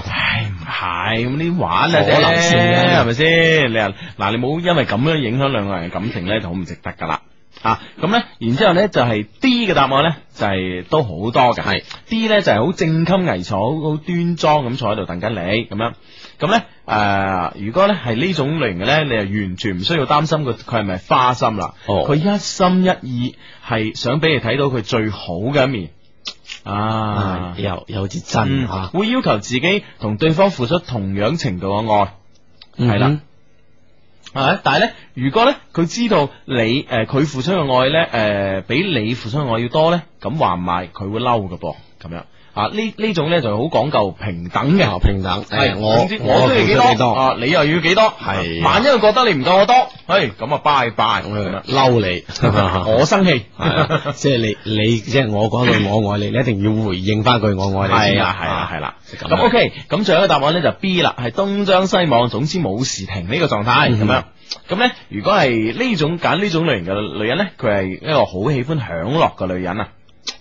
Speaker 1: 唉，唔係咁啲玩啊啫，
Speaker 3: 可能性啊
Speaker 1: 係咪先？你啊，嗱，你冇因為咁樣影響兩個人嘅感情咧，就好唔值得噶啦。啊，咁咧，然之後咧就係、D 嘅答案咧，就係、都好多嘅。係 D 咧就係、好正襟危坐，好好端莊咁坐喺度等緊你咁樣。咁咧誒，如果咧係呢種類型嘅咧，你就完全唔需要擔心佢佢係咪花心啦。
Speaker 3: 哦
Speaker 1: 佢一心一意係想俾你睇到佢最好嘅一面。啊
Speaker 3: 啊，又又啲真
Speaker 1: 嗯
Speaker 3: 吓，
Speaker 1: 会要求自己同對方付出同樣程度嘅愛，係啦
Speaker 3: 嗯哼
Speaker 1: 啊！但係咧，如果咧佢知道你诶佢、呃付出嘅愛咧诶、呃比你付出嘅愛要多咧，咁話唔埋佢會嬲嘅噃，咁樣啊呢呢种咧就好讲究哦平等嘅
Speaker 3: 啊。平等，
Speaker 1: 係
Speaker 3: 誒我
Speaker 1: 總之哎我都要
Speaker 3: 付
Speaker 1: 幾
Speaker 3: 出幾
Speaker 1: 多啊？你又要幾多？
Speaker 3: 係
Speaker 1: 萬一佢覺得你唔夠我多，嘿，咁啊拜拜，
Speaker 3: 咁啊嬲你，
Speaker 1: 我生氣，
Speaker 3: 係啊 即係你你即係我講句我愛 你，你一定要回應翻句我愛你
Speaker 1: 係
Speaker 3: 先啊
Speaker 1: 啦係啊啦係啦。
Speaker 3: 係
Speaker 1: 咁 OK，咁最後一個答案咧就 B 啦，係東張西望，總之冇時停呢個狀態咁
Speaker 3: 嗯
Speaker 1: 樣。咁咧，如果係呢種揀呢種類型嘅女人咧，佢係一個好喜歡享樂嘅女人啊。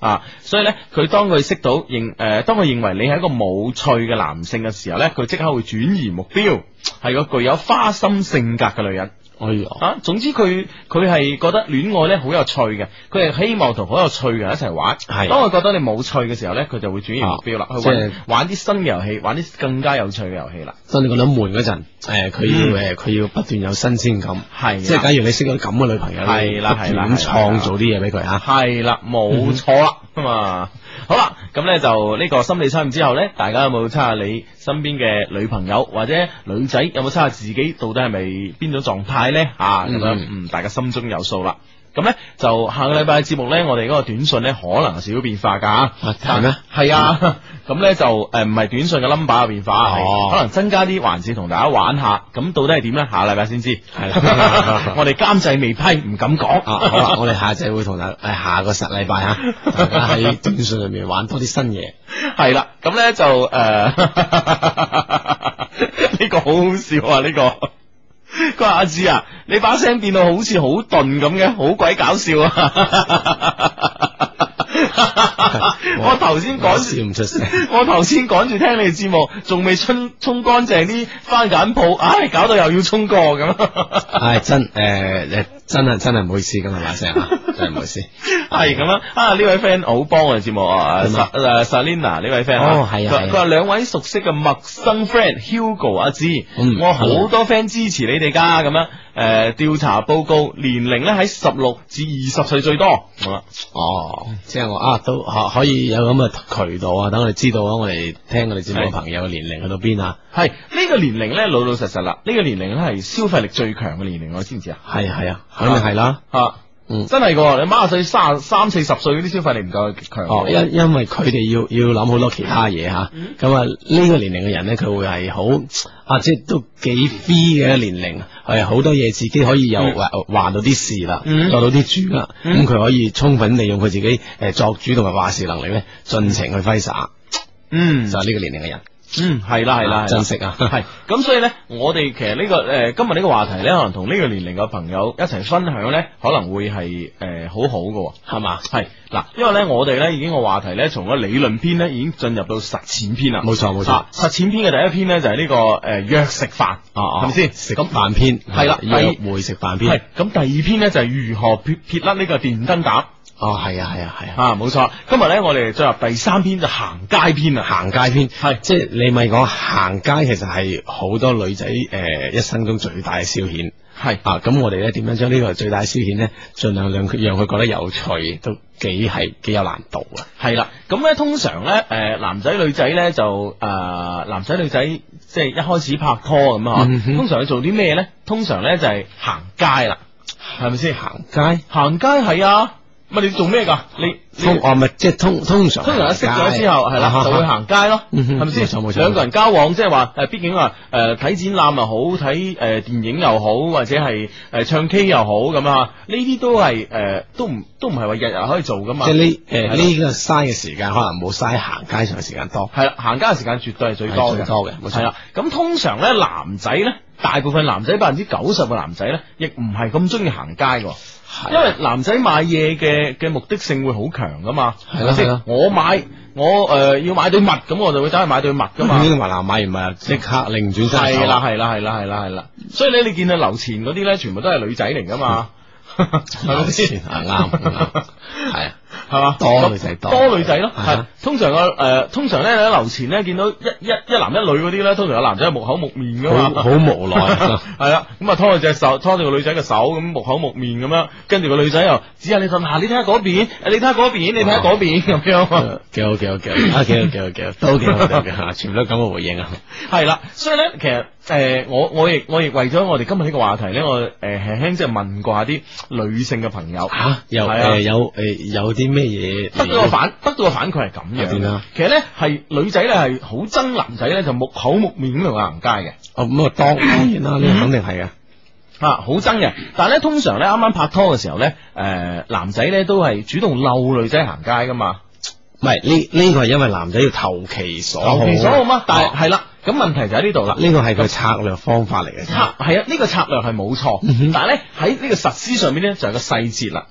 Speaker 1: 啊，所以咧，佢當佢識到認誒、呃，當佢認為你係一個冇趣嘅男性嘅時候咧，佢即刻會轉移目標，係個具有花心性格嘅女人。
Speaker 3: 哎呀，
Speaker 1: 啊，總之佢佢係覺得戀愛咧好有趣嘅，佢係希望同好有趣嘅人一齊玩。
Speaker 3: 係
Speaker 1: 當佢覺得你冇趣嘅時候咧，佢就會轉移目標啦，
Speaker 3: 啊
Speaker 1: 去
Speaker 3: 即
Speaker 1: 玩
Speaker 3: 係
Speaker 1: 玩啲新嘅遊戲，玩啲更加有趣嘅遊戲啦。
Speaker 3: 當你覺得悶嗰陣，誒佢要
Speaker 1: 嗯
Speaker 3: 誒佢要不斷有新鮮感，
Speaker 1: 係啊
Speaker 3: 即係啊假如你識咗咁嘅女朋友，
Speaker 1: 係啦係啦
Speaker 3: 你不
Speaker 1: 係啦
Speaker 3: 斷咁
Speaker 1: 係啦
Speaker 3: 創造啲嘢俾佢啊，
Speaker 1: 係啦，冇錯啦，
Speaker 3: 嗯
Speaker 1: 咁啊，好啦，咁咧就呢個心理測驗之後咧，大家有冇測下你身邊嘅女朋友或者女仔有冇測下自己到底係咪邊種狀態咧？啊，咁樣，嗯，大家心中有數啦。咁咧就下個禮拜嘅節目咧，我哋嗰個短信咧可能有少少變化㗎吓，
Speaker 3: 啊係咩？
Speaker 1: 係啊，咁咧就呃誒唔係短信嘅 number 嘅變化，係
Speaker 3: 哦
Speaker 1: 可能增加啲環節同大家玩下，咁到底係點咧？下個禮拜先知。
Speaker 3: 係啦
Speaker 1: 我哋監製未批，唔敢講。
Speaker 3: 啊，好 啦，我哋下晝會同大誒下個實禮拜啊，大家喺短信裏面玩多啲新嘢，
Speaker 1: 系啦，咁咧就诶，呃 呢、個个好好笑啊！呢、個，个佢話阿志啊，你把聲變到好似好鈍咁嘅，好鬼搞笑啊！ 我頭先
Speaker 3: 我
Speaker 1: 趕
Speaker 3: 笑
Speaker 1: 住，
Speaker 3: 唔出聲。
Speaker 1: 我頭先趕住聽你節目，仲未沖沖乾淨啲番梘泡，唉、搞到又要沖過咁。
Speaker 3: 唉，真诶诶，真係真係唔好意思咁啊，把聲啊，真係唔好意思。
Speaker 1: 系咁啦，啊呢位 friend 好幫我哋節目啊
Speaker 3: 點啊
Speaker 1: ，Sa- 誒 Salina 呢位 friend
Speaker 3: 哦係
Speaker 1: 佢
Speaker 3: 啊係啊
Speaker 1: 佢話兩位熟悉嘅陌生 friend Hugo 阿芝，
Speaker 3: 嗯
Speaker 1: 我好多 friend 支持你哋噶咁樣。誒調查報告年齡咧喺十六至二十歲最多，咁啊
Speaker 3: 哦，即係我啊，都可可以有咁嘅渠道啊，等我哋知道啊，我哋聽我哋節目嘅朋友嘅年齡去到邊啊？
Speaker 1: 係呢個年齡咧老老實實啦，呢個年齡咧係消費力最強嘅年齡，我知唔知啊？
Speaker 3: 係係啊，肯定係啦。
Speaker 1: 啊，
Speaker 3: 嗯
Speaker 1: 真係㗎，你孖歲三三四十歲嗰啲消費力唔夠強
Speaker 3: 哦，
Speaker 1: 喎。
Speaker 3: 因因為佢哋要要諗好多其他嘢吓，
Speaker 1: 嗯
Speaker 3: 咁啊呢個年齡嘅人咧，佢會係好啊，即係都幾 free 嘅年齡，啊係好多嘢自己可以又
Speaker 1: 嗯
Speaker 3: 話呃話到啲事啦，
Speaker 1: 嗯
Speaker 3: 做到啲主啦，
Speaker 1: 嗯
Speaker 3: 咁佢可以充分利用佢自己誒作主同埋話事能力咧，盡情去揮灑，
Speaker 1: 嗯
Speaker 3: 就係呢個年齡嘅人。
Speaker 1: 嗯，係啦係啦，係啦
Speaker 3: 珍惜啊，
Speaker 1: 系咁，所以咧，我哋其實呢、個诶、呃今日呢個話題咧，可能同呢個年齡嘅朋友一齊分享咧，可能會係诶、呃好好嘅喎。
Speaker 3: 係嘛？
Speaker 1: 係嗱，因為咧，我哋咧已經個話題咧，從個理論篇咧已經進入到實踐篇啦。
Speaker 3: 冇錯冇錯
Speaker 1: 啊實踐篇嘅第一篇咧就係呢、個个诶、呃約食飯，
Speaker 3: 哦
Speaker 1: 係咪先？
Speaker 3: 食
Speaker 1: 咁
Speaker 3: 飯篇
Speaker 1: 係啦
Speaker 3: 約會食飯
Speaker 1: 係
Speaker 3: 篇，
Speaker 1: 咁第二篇咧就係如何撇撇甩呢個電燈膽
Speaker 3: 哦係啊係啊係啊，
Speaker 1: 啊，冇錯。今日咧我哋進入第三篇就行街篇啦，
Speaker 3: 啊行街篇
Speaker 1: 係
Speaker 3: 即係你咪講行街，其實係好多女仔誒、呃一生中最大嘅消遣。
Speaker 1: 係
Speaker 3: 啊，咁我哋咧點樣將呢個最大嘅消遣咧，盡量讓佢讓佢覺得有趣，都幾係幾有難度啊！
Speaker 1: 系啦，咁咧通常咧，诶、男仔女仔咧就诶、呃男仔女仔即係一開始拍拖咁啊，
Speaker 3: 嗯哼
Speaker 1: 通常去做啲咩咧？通常咧就係行街啦，係咪先？
Speaker 3: 行街，
Speaker 1: 行街係啊，咪你做咩㗎？你你
Speaker 3: 通哦我咪即係通通常啊
Speaker 1: 通常一識咗之後，係啦，就會，行街咯，
Speaker 3: 嗯哼
Speaker 1: 係咪先？
Speaker 3: 冇錯冇錯
Speaker 1: 兩個人交往，即係話誒，畢竟啊誒睇展覽又好，睇誒、呃、電影又好，或者係誒、呃唱 K 又好咁啊，呢啲都係誒、呃都唔都唔係話日日可以做㗎嘛。
Speaker 3: 即係呢
Speaker 1: 啊係啦
Speaker 3: 誒呢個嘥嘅時間，可能冇嘥行街上嘅時間多。
Speaker 1: 系啦，行街嘅時間絕對係最多
Speaker 3: 係
Speaker 1: 嘅，
Speaker 3: 最多嘅冇錯
Speaker 1: 係啦，咁通常咧，男仔咧，大部分男仔百分之九十嘅男仔咧，亦唔係咁中意行街嘅，因為男仔買嘢嘅嘅目的性會好強噶嘛，
Speaker 3: 係
Speaker 1: 咪
Speaker 3: 啦係
Speaker 1: 先
Speaker 3: 啦？
Speaker 1: 我買我诶、呃要買對襪，咁我就會走去買對襪噶
Speaker 3: 咁
Speaker 1: 嘛
Speaker 3: 啊，。呢個華南買完咪即刻另轉身手
Speaker 1: 係啦，係啦，係啦，係啦，係啦，所以咧，你見到樓前嗰啲咧，全部都係女仔嚟噶 嘛，係咪先？
Speaker 3: 啊啱啱 係啊，
Speaker 1: 系嘛？
Speaker 3: 多女仔多
Speaker 1: 多女仔咯，
Speaker 3: 係
Speaker 1: 系
Speaker 3: 啊
Speaker 1: 通常個诶，通常咧喺樓前咧見到一一一男一女嗰啲咧，通常有男仔係木口木面噶嘛，
Speaker 3: 好好無奈。
Speaker 1: 係啦，咁啊拖住隻手，拖住個女仔嘅手咁木口木面咁樣，跟住個女仔又指下你瞓下，你睇下嗰邊，你睇下嗰邊，你睇下嗰邊
Speaker 3: 啊
Speaker 1: 咁樣。
Speaker 3: 幾 好幾好幾好啊幾好幾好幾好，都幾好幾好，全部都咁嘅回應啊！
Speaker 1: 係啦，所以咧其實诶、我我亦我亦為咗我哋今日呢個話題咧，我诶輕輕即係問過下啲女性嘅朋友，
Speaker 3: 吓又
Speaker 1: 係啊
Speaker 3: 诶有诶有啲咩嘢
Speaker 1: 得到個反得到個反饋係咁
Speaker 3: 係
Speaker 1: 樣。
Speaker 3: 點啊？
Speaker 1: 其實咧係女仔咧係好憎男仔咧就木口木面咁同佢行街嘅。
Speaker 3: 哦咁啊，當當然
Speaker 1: 嗯
Speaker 3: 啦，呢個肯定係啊。
Speaker 1: 啊，好憎嘅，但系咧，通常咧，啱啱拍拖嘅時候咧，诶、男仔咧都係主動嬲女仔行街噶嘛，
Speaker 3: 唔係呢呢個係因為男仔要投其所好，
Speaker 1: 投其所好嘛，但係
Speaker 3: 哦
Speaker 1: 係啦，咁問題就喺呢度啦。
Speaker 3: 呢個係佢策略方法嚟嘅。
Speaker 1: 策係啊，呢、個策略係冇錯，
Speaker 3: 嗯哼
Speaker 1: 但係咧喺呢個實施上面咧就有個細節啦，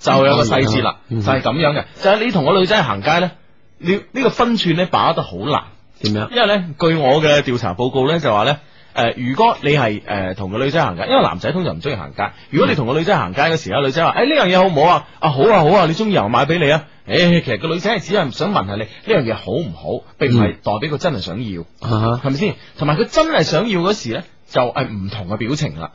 Speaker 1: 就有個細節啦，就
Speaker 3: 嗯
Speaker 1: 係咁樣嘅，就係、你同個女仔行街咧，你呢、個分寸咧把握得好難。
Speaker 3: 點樣？
Speaker 1: 因為咧，據我嘅調查報告咧，就話咧，诶、如果你係诶同個女仔行街，因為男仔通常唔中意行街。如果你同個女仔行街嘅時候，女仔話：，诶呢樣嘢好唔好啊？啊好啊好啊，你中意又買俾你啊！诶、其實個女仔係只係想問下你呢樣嘢好唔好，並唔係
Speaker 3: 嗯
Speaker 1: 代表佢真係想要，
Speaker 3: 啊哈
Speaker 1: 係咪先？同埋佢真係想要嗰時咧，就係唔同嘅表情啦。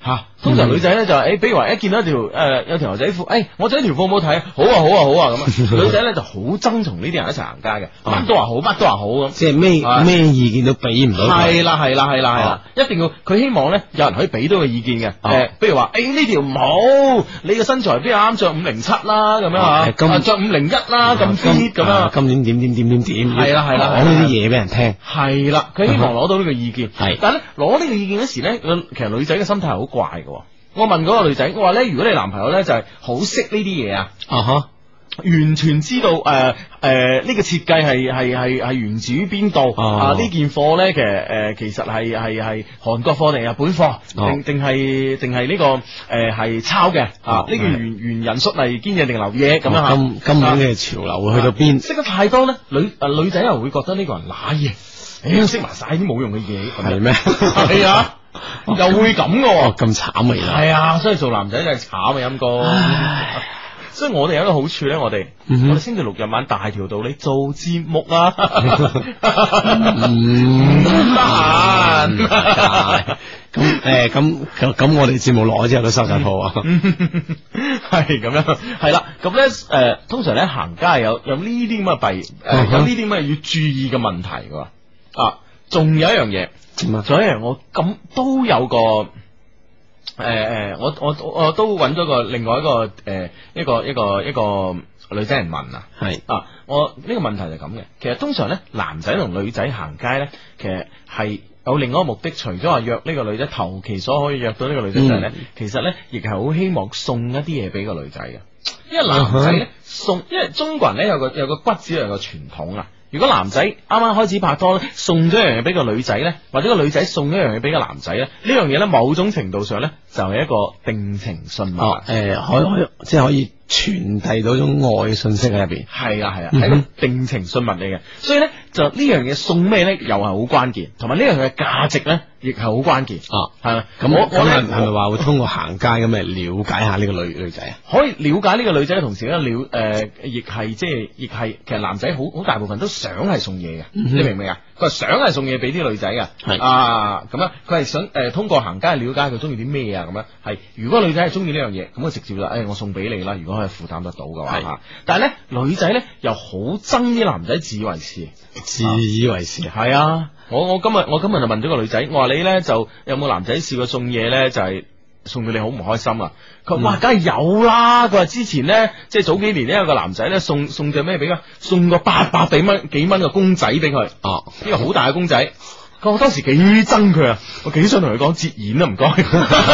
Speaker 1: 吓、通常
Speaker 3: 嗯
Speaker 1: 女仔咧就诶、比如話一哎見到一條诶、呃有條牛仔褲，诶、我着呢條褲好唔好睇啊？好啊好啊好啊咁 啊！女仔咧就好憎同呢啲人一齊行街嘅，乜都話好，乜都話好咁。
Speaker 3: 即係咩
Speaker 1: 係
Speaker 3: 咩意見都俾唔到佢。哦
Speaker 1: 系啦系啦系啦系啦，一定要佢希望咧有人可以俾到佢意見嘅，
Speaker 3: 啊
Speaker 1: 诶，比如話诶呢條唔好，你嘅身材邊有啱着五零七啦咁樣
Speaker 3: 啊
Speaker 1: 啊
Speaker 3: 係今
Speaker 1: 啊，着五零一啦咁 fit 咁
Speaker 3: 啊
Speaker 1: 樣，
Speaker 3: 今年點點點點點，
Speaker 1: 係啦係啦
Speaker 3: 講呢啲嘢俾人聽，
Speaker 1: 係啦，佢希望攞到呢個意見，
Speaker 3: 係
Speaker 1: 但係咧攞呢個意見嗰時咧，呃其實女仔嘅心態係好怪嘅喎。我問嗰個女仔，我話咧，如果你男朋友咧就係好識呢啲嘢啊，
Speaker 3: 啊哈，
Speaker 1: 完全知道誒誒呢個設計係係係係源自於邊度
Speaker 3: 哦
Speaker 1: 啊？呢件貨咧其實誒其實係係係韓國貨定日本貨，
Speaker 3: 哦
Speaker 1: 定定係定係呢個誒係抄嘅啊
Speaker 3: 哦？
Speaker 1: 呢件
Speaker 3: 係
Speaker 1: 原原人率嚟堅嘢定流嘢咁樣啊
Speaker 3: 啊
Speaker 1: 嚇。
Speaker 3: 今今年嘅潮流會去到邊？
Speaker 1: 識得太多咧，女啊女仔又會覺得呢個人乸嘢，誒識埋晒啲冇用嘅嘢咁樣
Speaker 3: 哎係咩？
Speaker 1: 係啊，又會咁嘅喎
Speaker 3: 哦，。咁慘啊！而家
Speaker 1: 系啊，所以做男仔真系慘啊，陰公。所以我哋有一個好處咧，我哋、
Speaker 3: 嗯哼
Speaker 1: 我哋星期六日晚大條道理做節目 啊，
Speaker 3: 唔
Speaker 1: 唔得閒
Speaker 3: 得閒嗯咁誒咁咁咁，我哋節目攞之後都收晒鋪
Speaker 1: 嗯
Speaker 3: 啊！
Speaker 1: 係咁樣，係啦。咁咧诶，通常咧行街有有呢啲咁嘅弊，诶、
Speaker 3: 嗯哼
Speaker 1: 有呢啲咁嘅要注意嘅問題㗎。啊，仲有一樣嘢，
Speaker 3: 點啊？
Speaker 1: 仲有一樣我咁都有個。诶诶、我我我都揾咗個另外一個诶、一個一個一個女仔人問啊，
Speaker 3: 係
Speaker 1: 啊，我呢、個問題就係咁嘅。其實通常咧，男仔同女仔行街咧，其實係有另外一個目的，除咗話約呢個女仔，投其所可以約到呢個女仔之外咧，
Speaker 3: 嗯
Speaker 1: 其實咧亦係好希望送一啲嘢俾個女仔嘅。因為男仔咧送，因為中國人咧有個有個骨子裏有個傳統啊。如果男仔啱啱開始拍拖咧，送咗一樣嘢俾個女仔咧，或者個女仔送咗一樣嘢俾個男仔咧，呢樣嘢咧某種程度上咧就係、一個定情信物。啊
Speaker 3: 哦誒，可以可以即係可以傳遞到種愛信息喺入邊。
Speaker 1: 系啦系啦，
Speaker 3: 嗯
Speaker 1: 系啊
Speaker 3: 哼
Speaker 1: 一個定情信物嚟嘅，所以咧就呢樣嘢送咩咧，又係好關鍵，同埋呢樣嘢嘅價值咧，亦係好關鍵，係
Speaker 3: 啊，
Speaker 1: 咪？
Speaker 3: 咁
Speaker 1: 我
Speaker 3: 咁
Speaker 1: 我
Speaker 3: 係係咪
Speaker 1: 咧
Speaker 3: 話會通過行街咁嚟了解下呢個女女仔啊？
Speaker 1: 可以了解呢個女仔嘅同時咧，了诶，亦係即係亦係其實男仔好好大部分都想係送嘢嘅，
Speaker 3: 嗯
Speaker 1: 你
Speaker 3: 哼嗯
Speaker 1: 明唔明啊？佢話想係送嘢俾啲女仔嘅，
Speaker 3: 係
Speaker 1: 啊咁樣，佢係想诶通過行街了解佢中意啲咩啊咁樣。係如果女仔係中意呢樣嘢，咁佢啊直接就诶我送俾你啦。如果可以負擔得到嘅話
Speaker 3: 係
Speaker 1: 嚇，但係咧女仔咧又好憎啲男仔自以為是。
Speaker 3: 自以為是啊！
Speaker 1: 系啊，我我今日我今日就問咗個女仔，我話你咧就有冇男仔試過送嘢咧，就係送到你好唔開心啊？佢話
Speaker 3: 嗯
Speaker 1: 哇，梗係有啦。佢話之前咧，即係早幾年咧，有個男仔咧送送隻咩俾佢，送個八百幾蚊幾蚊嘅公仔俾佢，呢
Speaker 3: 哦，
Speaker 1: 個好大嘅公仔。佢話我當時幾憎佢啊，我幾想同佢講節儉啊，唔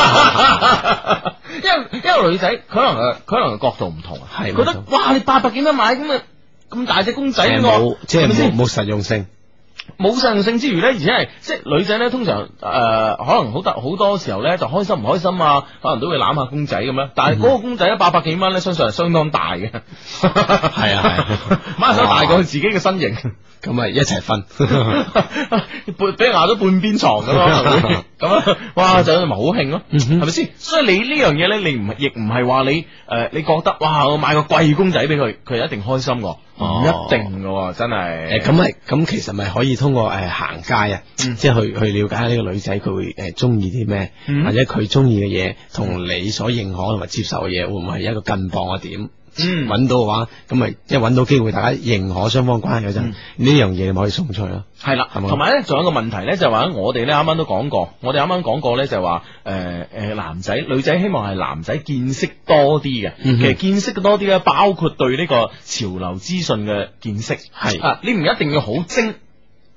Speaker 1: 該。因為因為女仔可能誒可能角度唔同啊，
Speaker 3: 係
Speaker 1: 覺得
Speaker 3: 冇
Speaker 1: 哇你八百幾蚊買咁啊咁大隻公仔
Speaker 3: 誒
Speaker 1: 喎，
Speaker 3: 冇即係
Speaker 1: 係咪先
Speaker 3: 冇冇實用性。
Speaker 1: 冇實用性之餘咧，而且係即係女仔咧，通常誒、呃可能好得好多時候咧，就開心唔開心啊，可能都會攬下公仔咁樣。但
Speaker 3: 嗯
Speaker 1: 係嗰個公仔咧，八百幾蚊咧，相信係相當大嘅，係
Speaker 3: 啊
Speaker 1: 馬手大過佢自己嘅身形，
Speaker 3: 咁啊一齊分，
Speaker 1: 半俾人壓咗半邊床咁 咯，會咁啊，哇！就咪好興咯，
Speaker 3: 嗯
Speaker 1: 係
Speaker 3: 哼
Speaker 1: 咪先？所以你呢樣嘢咧，你唔亦唔係話你誒、呃你覺得哇，我買個貴公仔俾佢，佢一定開心㗎，唔
Speaker 3: 哦
Speaker 1: 一定㗎喎，真係
Speaker 3: 誒。咁啊咪咁其實咪可以通過誒行街啊，
Speaker 1: 嗯
Speaker 3: 即係去去了解下呢個女仔佢會誒中意啲咩，
Speaker 1: 嗯
Speaker 3: 或者佢中意嘅嘢同你所認可同埋接受嘅嘢會唔會係一個近磅嘅點？
Speaker 1: 嗯
Speaker 3: 揾到嘅話，咁咪即係揾到機會，大家認可雙方關係嗰陣，
Speaker 1: 嗯
Speaker 3: 呢樣嘢你咪可以送出去咯。
Speaker 1: 系啦，
Speaker 3: 係嘛
Speaker 1: 同埋咧，仲有一個問題咧，就係話我哋咧啱啱都講過，我哋啱啱講過咧就係話，呃诶、诶、男仔女仔希望係男仔見識多啲嘅，
Speaker 3: 嗯哼
Speaker 1: 其實見識多啲咧，包括對呢個潮流資訊嘅見識，
Speaker 3: 係
Speaker 1: 啊，你唔一定要好
Speaker 3: 嗯
Speaker 1: 精。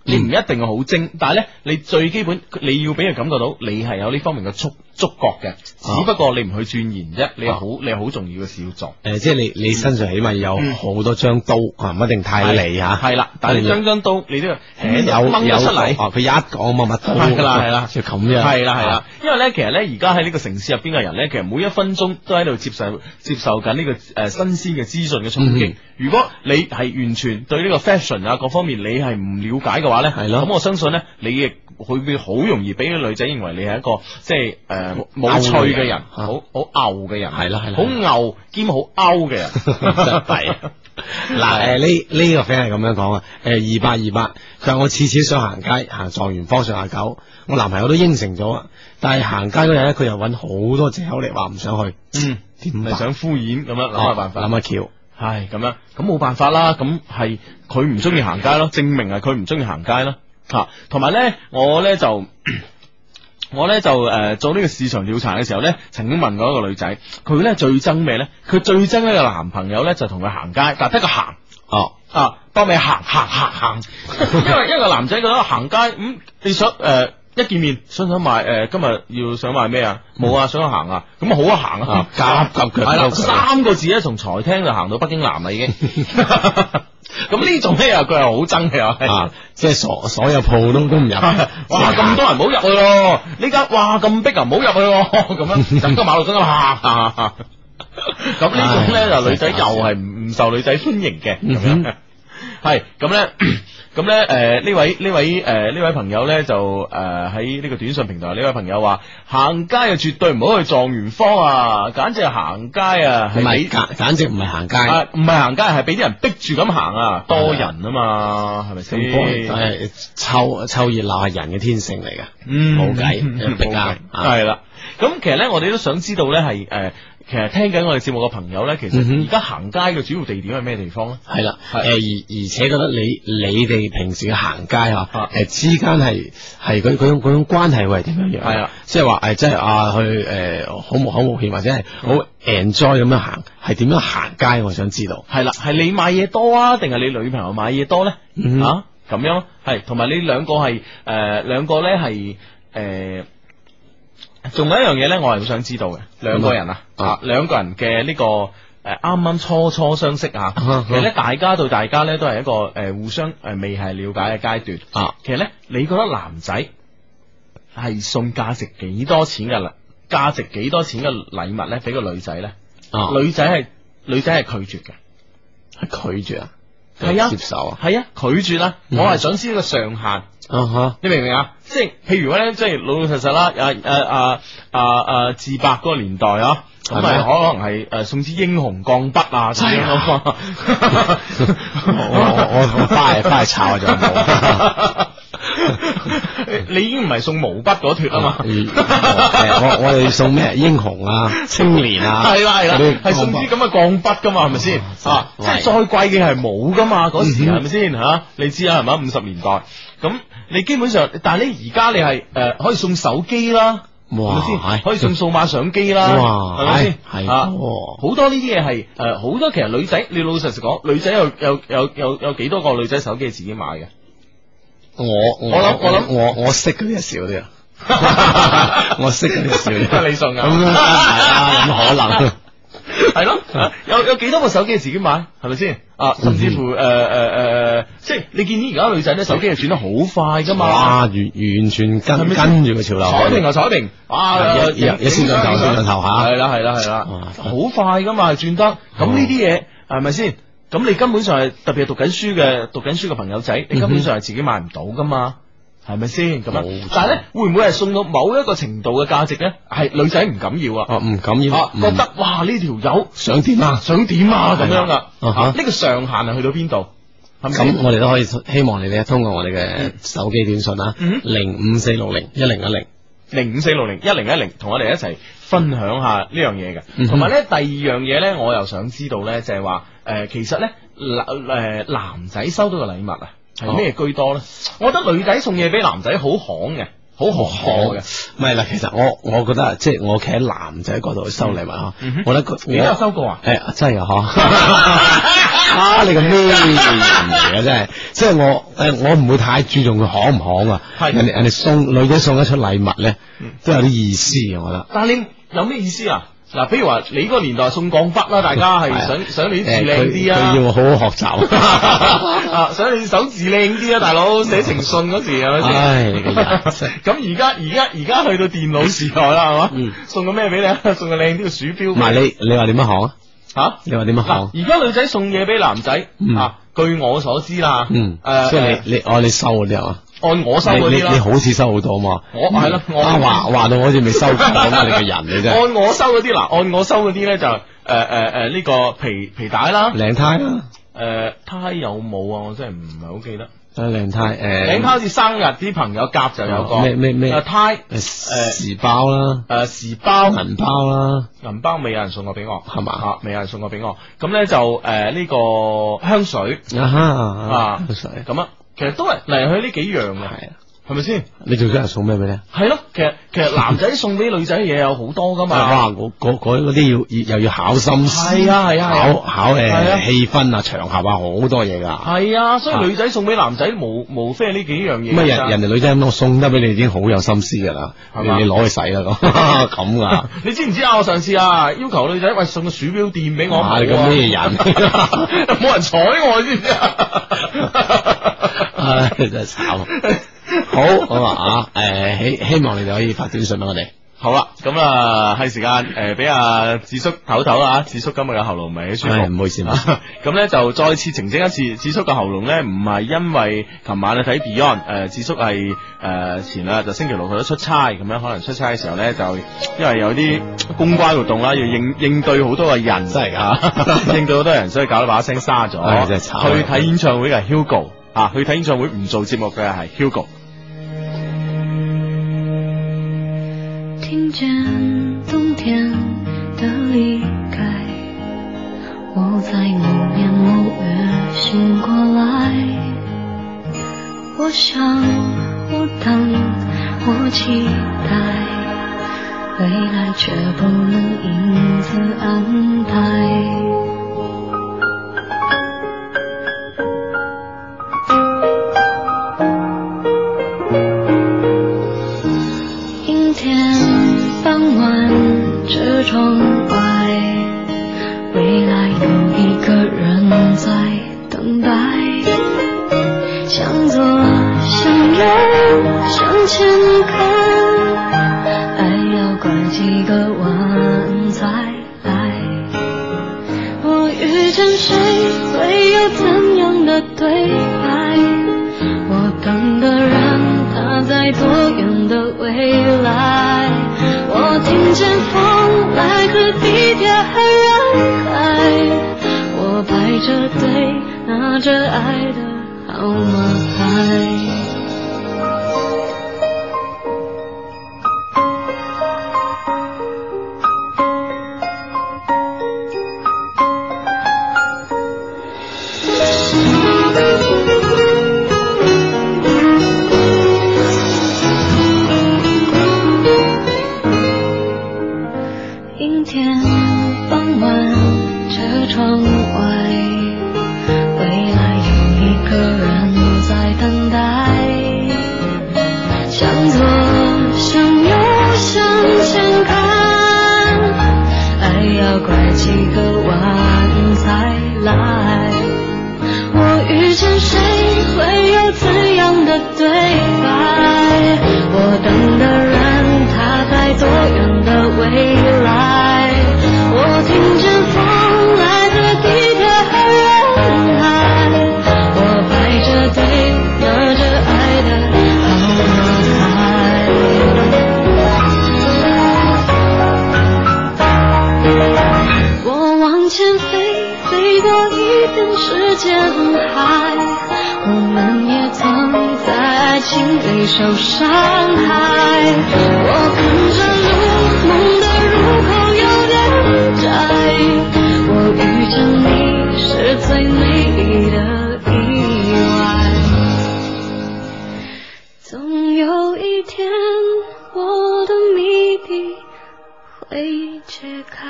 Speaker 1: 你唔一定要好精，但係咧，你最基本你要俾佢感覺到你係有呢方面嘅觸觸覺嘅，
Speaker 3: 哦
Speaker 1: 只不過你唔去鑽研啫，你有好你有好重要嘅事要做。
Speaker 3: 诶、即係你你身上起碼有
Speaker 1: 嗯
Speaker 3: 好多張刀啊，唔一定太利吓。
Speaker 1: 係啦，但係你張張刀你都要
Speaker 3: 有
Speaker 1: 輕輕掹咗出嚟。
Speaker 3: 哦，佢一講乜乜刀
Speaker 1: 係啦係啦
Speaker 3: 就咁樣。啊
Speaker 1: 系啦系啦，因為咧，其實咧，而家喺呢個城市入邊嘅人咧，其實每一分鐘都喺度接受接受緊呢、個誒、呃新鮮嘅資訊嘅衝擊。
Speaker 3: 嗯
Speaker 1: 如果你係完全對呢個 fashion 啊各方面你係唔了解嘅話咧，
Speaker 3: 係咯
Speaker 1: 咁我相信咧，你亦會會好容易俾個女仔認為你係一個即係誒冇
Speaker 3: 勾
Speaker 1: 趣
Speaker 3: 嘅啊
Speaker 1: 嘅
Speaker 3: 人
Speaker 1: 人，好好牛嘅人，
Speaker 3: 係啦係啦
Speaker 1: 好牛兼好勾嘅 人，真
Speaker 3: 係嗱，诶呢呢個 friend 係咁樣講啊，诶二八二八，佢話我次次想行街行狀元坊上下九，我男朋友都應承咗啊，但係行街嗰日咧，佢又揾好多藉口嚟話唔想去，
Speaker 1: 嗯，
Speaker 3: 點
Speaker 1: 你
Speaker 3: 辦啊
Speaker 1: 想敷衍咁樣諗下辦法。
Speaker 3: 諗下橋，
Speaker 1: 唉，咁樣咁冇辦法啦，咁係佢唔中意行街咯，證明係佢唔中意行街咯，吓、同埋咧，我咧就。 我咧就誒、呃做呢個市場調查嘅時候咧，曾經問過一個女仔，佢咧最憎咩咧？佢最憎一個男朋友咧就同佢行街，但係得個行
Speaker 3: 哦，
Speaker 1: 啊，當你行行行行， 因為一個男仔覺得行街咁、你想誒、呃一見面想唔想買誒、呃今日要想買咩啊？冇啊，想行啊，咁好啊行啊
Speaker 3: 啊，夾夾腳
Speaker 1: 係啦，
Speaker 3: 夾腳
Speaker 1: 三個字咧從財廳就行到北京南啦已經。 咁呢種咧又佢係好憎嘅又係
Speaker 3: 啊，即係所所有鋪都都唔 入，
Speaker 1: 哇！咁多人唔好入去咯，呢間哇咁逼啊人唔好入去喎， 咁 樣整個馬路中咁行。啊咁呢種咧
Speaker 3: 唉
Speaker 1: 就女仔又
Speaker 3: 真係搞笑
Speaker 1: 係唔唔受女仔歡迎嘅咁樣
Speaker 3: 嗯哼。
Speaker 1: 係咁咧， 咁咧誒呢位呢位誒呢位朋友咧就誒喺呢個短信平台呢位朋友話行街啊絕對唔好去狀元坊啊，簡直係行街啊，
Speaker 3: 唔
Speaker 1: 係
Speaker 3: 係
Speaker 1: 俾
Speaker 3: 簡簡直唔係行街，
Speaker 1: 啊唔係行街係俾啲人逼住咁行啊，多人啊嘛，係咪先？
Speaker 3: 係湊湊熱鬧係人嘅天性嚟嘅。
Speaker 1: 嗯
Speaker 3: 冇計一 定啱啊
Speaker 1: 系啦。咁其實咧，我哋都想知道咧，係诶，其實聽緊我哋節目嘅朋友咧，其實而
Speaker 3: 嗯哼
Speaker 1: 家行街嘅主要地點係咩地方咧？
Speaker 3: 系啦，
Speaker 1: 係
Speaker 3: 诶而而且覺得你你哋平時嘅行街
Speaker 1: 啊
Speaker 3: 啊，诶之間係係嗰嗰種嗰種關係會係點樣樣？
Speaker 1: 係啊，
Speaker 3: 即係話诶，誒即係啊去诶好冒好冒險或者係
Speaker 1: 嗯
Speaker 3: 好 enjoy 咁樣行，係點樣行街？我想知道。
Speaker 1: 係啦，係你買嘢多啊，定係你女朋友買嘢多咧？
Speaker 3: 嗯
Speaker 1: 啊，咁樣係，同埋你兩個係诶，兩個咧係诶。仲有一樣嘢咧，我係好想知道嘅，兩個人啊，
Speaker 3: 嗯
Speaker 1: 啊兩個人嘅呢、個誒啱啱初初相識啊，
Speaker 3: 啊
Speaker 1: 其實咧大家對大家咧都係一個誒、呃互相誒、呃未係了解嘅階段，
Speaker 3: 啊，
Speaker 1: 其實咧，你覺得男仔係送價值幾多錢嘅啦？價值幾多錢嘅禮物咧，俾個女仔咧？
Speaker 3: 啊，
Speaker 1: 女仔係女仔係拒絕嘅，
Speaker 3: 係拒絕啊，
Speaker 1: 係啊
Speaker 3: 接受啊，
Speaker 1: 係啊，拒絕啦。我
Speaker 3: 嗯
Speaker 1: 係想知呢個上限，
Speaker 3: 啊哈，
Speaker 1: 你明唔明啊？即係譬如咧，即係老老實實啦，啊誒誒誒誒誒啊自白嗰個年代啊。咁
Speaker 3: 係
Speaker 1: 咪
Speaker 3: 咪
Speaker 1: 可能係誒送支英雄鋼筆啊咁樣啊嘛，
Speaker 3: 我我我翻嚟翻嚟抄就冇。
Speaker 1: 你已經唔係送毛筆嗰脱啊 嘛，
Speaker 3: 嗯我我哋送咩英 雄啊、青年啊，
Speaker 1: 系啦系啦
Speaker 3: 嗰啲，哦
Speaker 1: 系送支咁嘅鋼筆噶嘛，係咪先？啊，即
Speaker 3: 真
Speaker 1: 係
Speaker 3: 係
Speaker 1: 再貴嘅係冇噶嘛，嗰時
Speaker 3: 嗯
Speaker 1: 係
Speaker 3: 哼
Speaker 1: 咪先吓？你知啊啦，係咪？五十年代，咁你基本上，但係你而家你係诶可以送手機啦，係
Speaker 3: 哇
Speaker 1: 咪先？
Speaker 3: 係
Speaker 1: 可以送數碼相機啦，
Speaker 3: 哇
Speaker 1: 係咪先？
Speaker 3: 係係
Speaker 1: 啊
Speaker 3: 喎
Speaker 1: 好多呢啲嘢係诶好多其實女仔，你老老實實講，女仔有有有有有幾多個女仔手機係自己買嘅？
Speaker 3: 我我
Speaker 1: 我諗我諗
Speaker 3: 我我識嗰啲係少啲啊。 我識嗰啲係少啲，
Speaker 1: 你送㗎
Speaker 3: 咁樣係啊，有可能
Speaker 1: 系咯，啊有有几多部手機係自己買，係咪先？啊，甚至乎
Speaker 3: 嗯
Speaker 1: 诶诶诶，呃即係你見啲而家女仔咧，手機係轉得好快噶嘛，
Speaker 3: 哇，完完全
Speaker 1: 啊係咪先
Speaker 3: 跟跟住個潮流，
Speaker 1: 彩屏啊彩屏，哇，
Speaker 3: 一一一先上頭先上頭嚇啊
Speaker 1: 係啦係啦係啦
Speaker 3: 哇，
Speaker 1: 好快噶嘛轉得，咁呢啲嘢係咪先？咁你根本上係特別係讀緊書嘅讀緊書嘅朋友仔，
Speaker 3: 嗯
Speaker 1: 你根本上係自己買唔到噶嘛。係咪先咁
Speaker 3: 冇
Speaker 1: 樣？
Speaker 3: 錯
Speaker 1: 但係咧，會唔會係送到某一個程度嘅價值咧？係女仔唔敢要啊，
Speaker 3: 哦，唔敢要
Speaker 1: 啊，覺得哇呢條友
Speaker 3: 想點啊？
Speaker 1: 想點啊咁樣噶，
Speaker 3: 係啦啊哈
Speaker 1: 啊呢個上限係去到邊度？係咪先
Speaker 3: 咁我哋都可以希望你哋通過我哋嘅手機短信啦啊
Speaker 1: 嗯，
Speaker 3: 零五四六零一零一零，
Speaker 1: 零五四六零一零一零，同我哋一齊分享下呢樣嘢
Speaker 3: 嗯
Speaker 1: 嘅。
Speaker 3: 哼
Speaker 1: 同埋咧，第二樣嘢咧，我又想知道咧，就係話诶，其實咧，男诶男仔收到嘅禮物啊，係咩居多咧？我覺得女仔送嘢俾男仔好行嘅，好行貨嘅。
Speaker 3: 唔係啦，其實我我覺得即係我企喺男仔角度去收禮物嚇
Speaker 1: 嗯哼，
Speaker 3: 我覺得佢
Speaker 1: 你都有
Speaker 3: 我
Speaker 1: 收過啊？
Speaker 3: 誒真係㗎嚇， 啊你個咩人嚟啊真係，即係我誒我唔會太注重佢行唔行啊，
Speaker 1: 係
Speaker 3: 人哋人哋送女仔送一出禮物咧
Speaker 1: 嗯，
Speaker 3: 都有啲意思嘅，我覺得。
Speaker 1: 但係你有咩意思啊？嗱，譬如話你嗰個年代送鋼筆啦，大家係
Speaker 3: 係啊
Speaker 1: 想想你啲字
Speaker 3: 誒
Speaker 1: 靚啲啊。
Speaker 3: 佢佢要我好好學習。
Speaker 1: 啊，想你手字靚啲啊，大佬寫情信嗰時係咪先？
Speaker 3: 唉你個人
Speaker 1: 咁而家而家而家去到電腦時代啦，係嘛？
Speaker 3: 嗯
Speaker 1: 送個咩俾你啊？ 送個靚啲嘅鼠標俾。
Speaker 3: 唔係你你話點樣行啊？
Speaker 1: 吓？
Speaker 3: 你話點樣行啊
Speaker 1: 嗱，？而家女仔送嘢俾男仔
Speaker 3: 嗯
Speaker 1: 啊，據我所知啦，
Speaker 3: 嗯，
Speaker 1: 誒，
Speaker 3: 即係你你哦你收嗰啲係嘛？
Speaker 1: 誒按我收
Speaker 3: 你
Speaker 1: 嗰
Speaker 3: 你
Speaker 1: 啲
Speaker 3: 你
Speaker 1: 啦，
Speaker 3: 好似收好多嘛？
Speaker 1: 我係咯，我
Speaker 3: 啊話話到我好似未收過咁啊！你個 人你真係
Speaker 1: 按我收嗰啲嗱，按我收嗰啲咧就誒誒誒呢個皮皮帶啦，
Speaker 3: 領呔啦，
Speaker 1: 誒呔有冇啊？我真係唔係好記得，
Speaker 3: 啊領呔誒哦
Speaker 1: 領呔好似生日啲朋友夾就有個
Speaker 3: 咩咩咩
Speaker 1: 誒呔。
Speaker 3: 誒時包啦、
Speaker 1: 诶、時包
Speaker 3: 銀呃包啦，
Speaker 1: 銀包未有人送過俾我，
Speaker 3: 係嘛
Speaker 1: 啊？未有人送過俾我，咁咧就诶呢、個香水
Speaker 3: 啊
Speaker 1: 啊
Speaker 3: 哈香水
Speaker 1: 咁啊，其實都係嚟去呢幾樣嘅，
Speaker 3: 係啊！
Speaker 1: 係咪先？
Speaker 3: 你最想人送咩俾你？啊
Speaker 1: 係咯，其實其 實男仔送俾女仔嘅嘢有好多噶嘛，
Speaker 3: 啊！嗰嗰嗰嗰啲要要又要考心思，
Speaker 1: 係啊係啊係啊
Speaker 3: 考考
Speaker 1: 係啊
Speaker 3: 誒氣氛啊、場合啊，好多嘢㗎。
Speaker 1: 係啊，所
Speaker 3: 啊
Speaker 1: 以女仔送俾男仔無無非係呢幾樣嘢
Speaker 3: 咁啊
Speaker 1: 㗎咋。
Speaker 3: 人人哋女仔咁我送得俾你已經好有心思㗎啦，
Speaker 1: 係
Speaker 3: 你
Speaker 1: 嘛
Speaker 3: 你攞去使啦 咁咁㗎。
Speaker 1: 你知唔知啊？我上次啊，要求女仔喂送個鼠標墊俾我，
Speaker 3: 哇你
Speaker 1: 冇啊
Speaker 3: 個咩人
Speaker 1: 冇人睬我，知唔知啊？
Speaker 3: 唉，真係慘。好咁啊，诶，希希望你哋可以發短信俾我哋。
Speaker 1: 好啦，咁啊係時間诶，俾阿智叔唞唞啦，智叔今日嘅喉嚨唔係
Speaker 3: 唉，
Speaker 1: 好
Speaker 3: 唔好意思，啊唔好意
Speaker 1: 舒
Speaker 3: 思
Speaker 1: 服，咁咧就再次澄清一次，智叔嘅喉嚨咧唔係因為琴晚啊去睇 Beyond，诶、智叔係诶、呃前兩日就星期六去咗出差，咁樣可能出差嘅時候咧就因為有啲公關活動啦，要應應對好多嘅人，
Speaker 3: 真係 㗎
Speaker 1: 應對好多人，所以搞到把聲沙咗
Speaker 3: 唉，真係慘啊
Speaker 1: 去睇演唱會嘅係 Hugo 啊，去睇演唱會唔做節目嘅係 Hugo。
Speaker 4: 听见冬天的离开，我在某年某月醒过来。我想，我等，我期待，未来却不能因此安排。阴天傍晚，车窗外，未来有一个人在等待。向左，向右，向前看，爱要拐几个弯才来。我遇见谁会有怎样的对白？我等的人他在多远的未来？我听见风来自地铁和人海，我排着队拿着爱的号码牌。阴天傍晚，车窗外，未来有一个人在等待。向左，向右，向前看，爱要拐几个弯才来。我遇见谁会有怎样的对白？我等的人他在多远的未来？我听见风来自地铁和人海，我排着队拿着爱的号码牌。我往前飞，飞过一片时间海。我们也曾在爱情里受伤害。我看着路，梦的路遇见你是最美丽的意外。总有一天，我的谜底会揭开。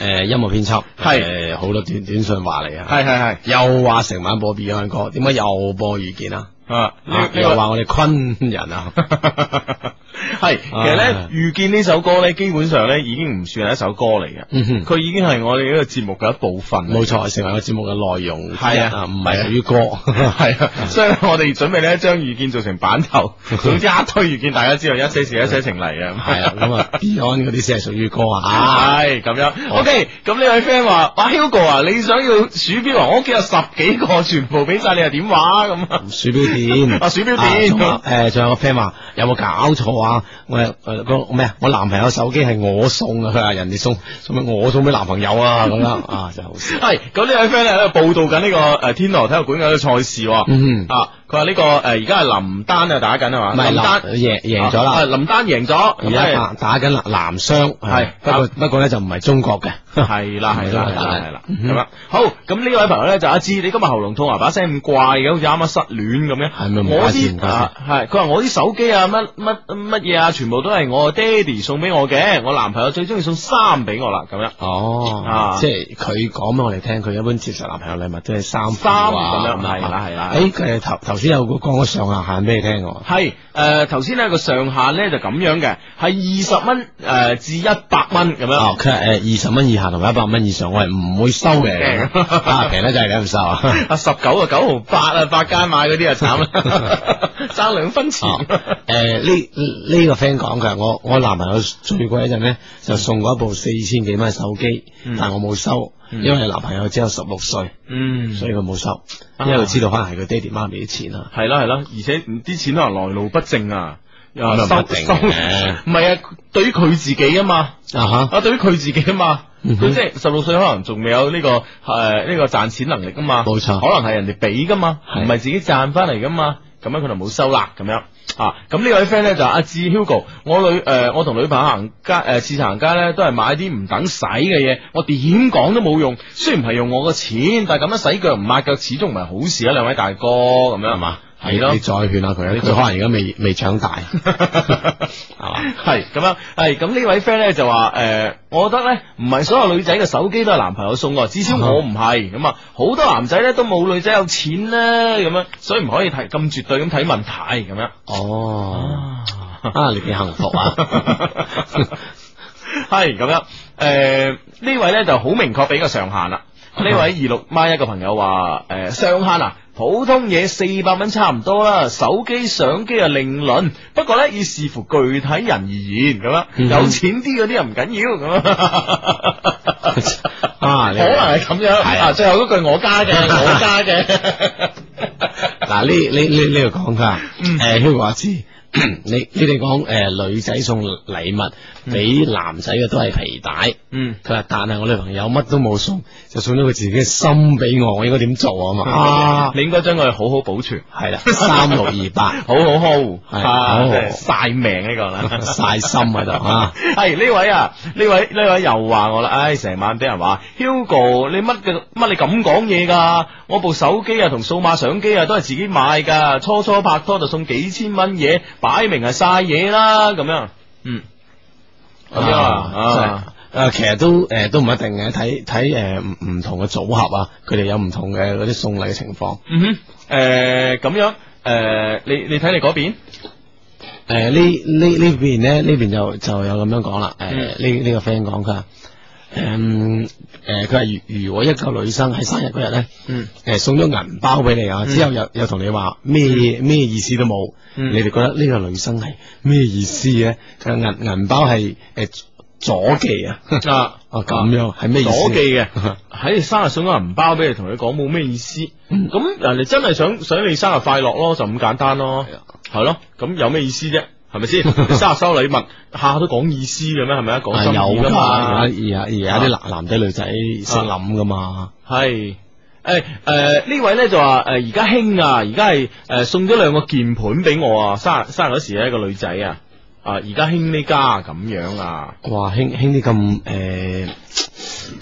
Speaker 3: 诶音樂編輯
Speaker 1: 係
Speaker 3: 誒好多短短信話嚟啊，
Speaker 1: 系系
Speaker 3: 又話成晚播 Beyond 歌，點解又播遇見啊？
Speaker 1: 啊，呢
Speaker 3: 啊
Speaker 1: 呢
Speaker 3: 又
Speaker 1: 個，
Speaker 3: 話我哋昆人啊
Speaker 1: 系，其實咧
Speaker 3: 啊，
Speaker 1: 遇見呢首歌咧，基本上咧已經唔算係一首歌嚟嘅，
Speaker 3: 嗯哼，
Speaker 1: 佢已經係我哋呢個節目嘅一部分。
Speaker 3: 冇，錯，成為個節目嘅內容之一，
Speaker 1: 係啊
Speaker 3: 唔係屬於歌，
Speaker 1: 係啊，所以我哋準備咧將遇見做成版頭，總之一推遇見，大家知道一些事一些情嚟嘅。
Speaker 3: 係啊，咁啊 Beyond 嗰啲先係屬於歌啊，
Speaker 1: 系咁样，OK。咁呢位 friend 話：，哇，Hugo 啊，你想要鼠標啊？我屋企有十幾個，全部俾晒你，又點話咁啊？
Speaker 3: 鼠標店
Speaker 1: 啊，鼠標
Speaker 3: 啊仲有
Speaker 1: 店，
Speaker 3: 诶，仲有個 friend 話有冇搞錯啊？我诶個咩啊？我男朋友手機係我送啊，佢話人哋送，送俾我送俾男朋友啊， 咁樣啊，真係好笑。
Speaker 1: 係咁呢位 friend 咧喺度報道緊呢個诶天河體育館嘅一個賽事喎。
Speaker 3: 嗯
Speaker 1: 啊，佢話呢個诶而家係林丹啊打緊係嘛？
Speaker 3: 唔係
Speaker 1: 林丹
Speaker 3: 林呃贏贏咗
Speaker 1: 啊
Speaker 3: 啦，
Speaker 1: 林丹贏咗，
Speaker 3: 而家打打緊南南雙，啊
Speaker 1: 係
Speaker 3: 不過不過咧就唔係中國嘅，
Speaker 1: 系啦系啦
Speaker 3: 嗯
Speaker 1: 系啦系啦，
Speaker 3: 嗯
Speaker 1: 咁啦。好，咁呢位朋友咧就阿芝，你今日喉嚨痛啊，把聲咁怪嘅，好似啱啱失戀咁樣。
Speaker 3: 係咪唔
Speaker 1: 我
Speaker 3: 關事唔
Speaker 1: 啲
Speaker 3: 關事
Speaker 1: 啊系，佢話我啲手機啊，乜乜乜嘢啊，全部都係我爹哋送俾我嘅，我男朋友最中意送衫俾我啦，咁樣。啊
Speaker 3: 哦，即係佢講俾我哋聽，佢一般接受男朋友禮物都係衫褲
Speaker 1: 衫
Speaker 3: 啊
Speaker 1: 咁樣，係啦係啦啊
Speaker 3: 誒，佢頭頭先有個講個上下限俾你聽喎，
Speaker 1: 係诶，头先呢個上下咧就咁樣嘅，係二十蚊诶至一百蚊咁樣。，
Speaker 3: 哦佢係誒二十蚊以下同埋一百蚊以上，我係唔會 收嘅，
Speaker 1: 平
Speaker 3: 啊平咧就係你唔收 啊。
Speaker 1: 啊，十九啊，九毫八啊，百佳買嗰啲啊，慘啦，爭兩分錢。
Speaker 3: 哦诶，呢呢呢個 friend 講嘅，我我男朋友最貴嗰陣咧，就送過一部四千幾蚊嘅手機，
Speaker 1: 嗯
Speaker 3: 但我冇收，
Speaker 1: 嗯
Speaker 3: 因為男朋友只有十六歲，
Speaker 1: 嗯
Speaker 3: 所以佢冇收，
Speaker 1: 啊
Speaker 3: 因為佢知道可能係佢爹哋媽咪啲錢啊。
Speaker 1: 系啦系啦，而且啲錢可能來路不正啊，又
Speaker 3: 咁又唔
Speaker 1: 收
Speaker 3: 一定
Speaker 1: 收，
Speaker 3: 嘅
Speaker 1: 唔係啊，對於佢自己啊嘛，
Speaker 3: 啊
Speaker 1: 啊對於佢自己啊嘛，
Speaker 3: 嗯
Speaker 1: 佢
Speaker 3: 哼
Speaker 1: 即係十六歲可能仲未有呢個诶呢個賺錢能力啊嘛，
Speaker 3: 冇錯
Speaker 1: 可能係人哋俾噶嘛，
Speaker 3: 係
Speaker 1: 唔係自己賺翻嚟噶嘛，咁樣佢就冇收啦咁樣。啊，咁呢位 friend 咧就阿志 Hugo，我女诶、我同女朋友行街诶，市場行街咧都係買啲唔等使嘅嘢，我點講都冇用。雖然唔係用我嘅錢，但係咁樣洗腳唔抹腳，始終唔係好事啊，兩位大哥咁樣
Speaker 3: 係嘛？
Speaker 1: 係
Speaker 3: 你
Speaker 1: 咯
Speaker 3: 你再勸下佢啊，佢可能而家未未長 大，係嘛？
Speaker 1: 系咁样，系咁呢位 friend 咧就话，诶、我覺得咧唔係所有女仔嘅手機都係男朋友送嘅，至少我唔係咁啊，好多男仔咧都冇女仔有錢啦，咁樣，所以唔可以睇咁絕對咁睇問題咁樣。
Speaker 3: 哦，啊， 你幾幸福啊！
Speaker 1: 係咁樣，诶、呢位咧就好明確俾個上限啦。呢 位二六孖一個朋友話，诶、上限啊，普通嘢四百蚊差唔多啦，手機相機啊另論，不過咧要視乎具體人而言咁啦，
Speaker 3: 嗯
Speaker 1: 有錢啲嗰啲又唔緊要咁啊。
Speaker 3: 啊，
Speaker 1: 可
Speaker 3: 你
Speaker 1: 能係咁樣，
Speaker 3: 係
Speaker 1: 啊，
Speaker 3: 啊
Speaker 1: 最後嗰句我加嘅，我加嘅，
Speaker 3: 嗱呢呢呢呢度講噶
Speaker 1: 嗯，
Speaker 3: 诶 h u 話知， 你你哋講诶女仔送禮物俾男仔嘅都係皮帶，
Speaker 1: 嗯。
Speaker 3: 佢話但係我女朋友乜都冇送，就送咗佢自己嘅心俾我，我應該點做啊 嘛？啊，
Speaker 1: 嗯你應該將佢好好保存，
Speaker 3: 係啦，三六二 八，
Speaker 1: 好好呵護，
Speaker 3: 係
Speaker 1: 啊，
Speaker 3: 好
Speaker 1: 即係晒命呢個啦。
Speaker 3: 晒心 喺度啊！
Speaker 1: 系呢位啊，呢位呢位又話我啦，唉，成晚俾人話 Hugo，你乜嘅乜你咁講嘢噶？我部手機啊同數碼相機啊都係自己買噶，初初拍拖就送幾千蚊嘢，擺明係晒嘢啦咁樣。嗯，咁樣啊，
Speaker 3: 啊真係誒，其實都誒、都唔一定嘅，睇睇誒唔唔同嘅組合啊，佢哋有唔同嘅嗰啲送禮嘅情況。
Speaker 1: 嗯哼，诶咁樣，诶你你睇你嗰邊
Speaker 3: 誒、呢呢呢邊咧，呢邊就就有咁樣講啦。誒、
Speaker 1: 嗯
Speaker 3: 呢呢個 friend 講佢話，誒誒佢話如如果一個女生喺生日嗰日咧，誒、
Speaker 1: 嗯
Speaker 3: 送咗銀包俾你啊，之後又又同你話咩咩意思都冇，
Speaker 1: 嗯
Speaker 3: 你哋覺得呢個女生係咩意思咧？佢話銀銀包係誒、左記 啊，
Speaker 1: 啊。
Speaker 3: 哦咁樣係咩意思？
Speaker 1: 左記 嘅，喺你生日送個銀包俾你，同你講冇咩意思。
Speaker 3: 嗯啊
Speaker 1: 咁人哋真係想想你生日快樂咯，就咁簡單咯，係咯。咁有咩意思啫？係 咪先？你生日收禮物，下下都講意思嘅咩？係咪啊？講心意
Speaker 3: 啊有
Speaker 1: 㗎
Speaker 3: 噶
Speaker 1: 嘛。啊
Speaker 3: 嘛，而家而家啲男男仔女仔識諗噶嘛，
Speaker 1: 系。诶诶，呢位咧就话诶而家兴啊，而家系诶送咗两个键盘俾我啊，生日生日嗰時咧個女仔啊，啊而家兴呢家啊咁樣啊，
Speaker 3: 哇，興興啲咁诶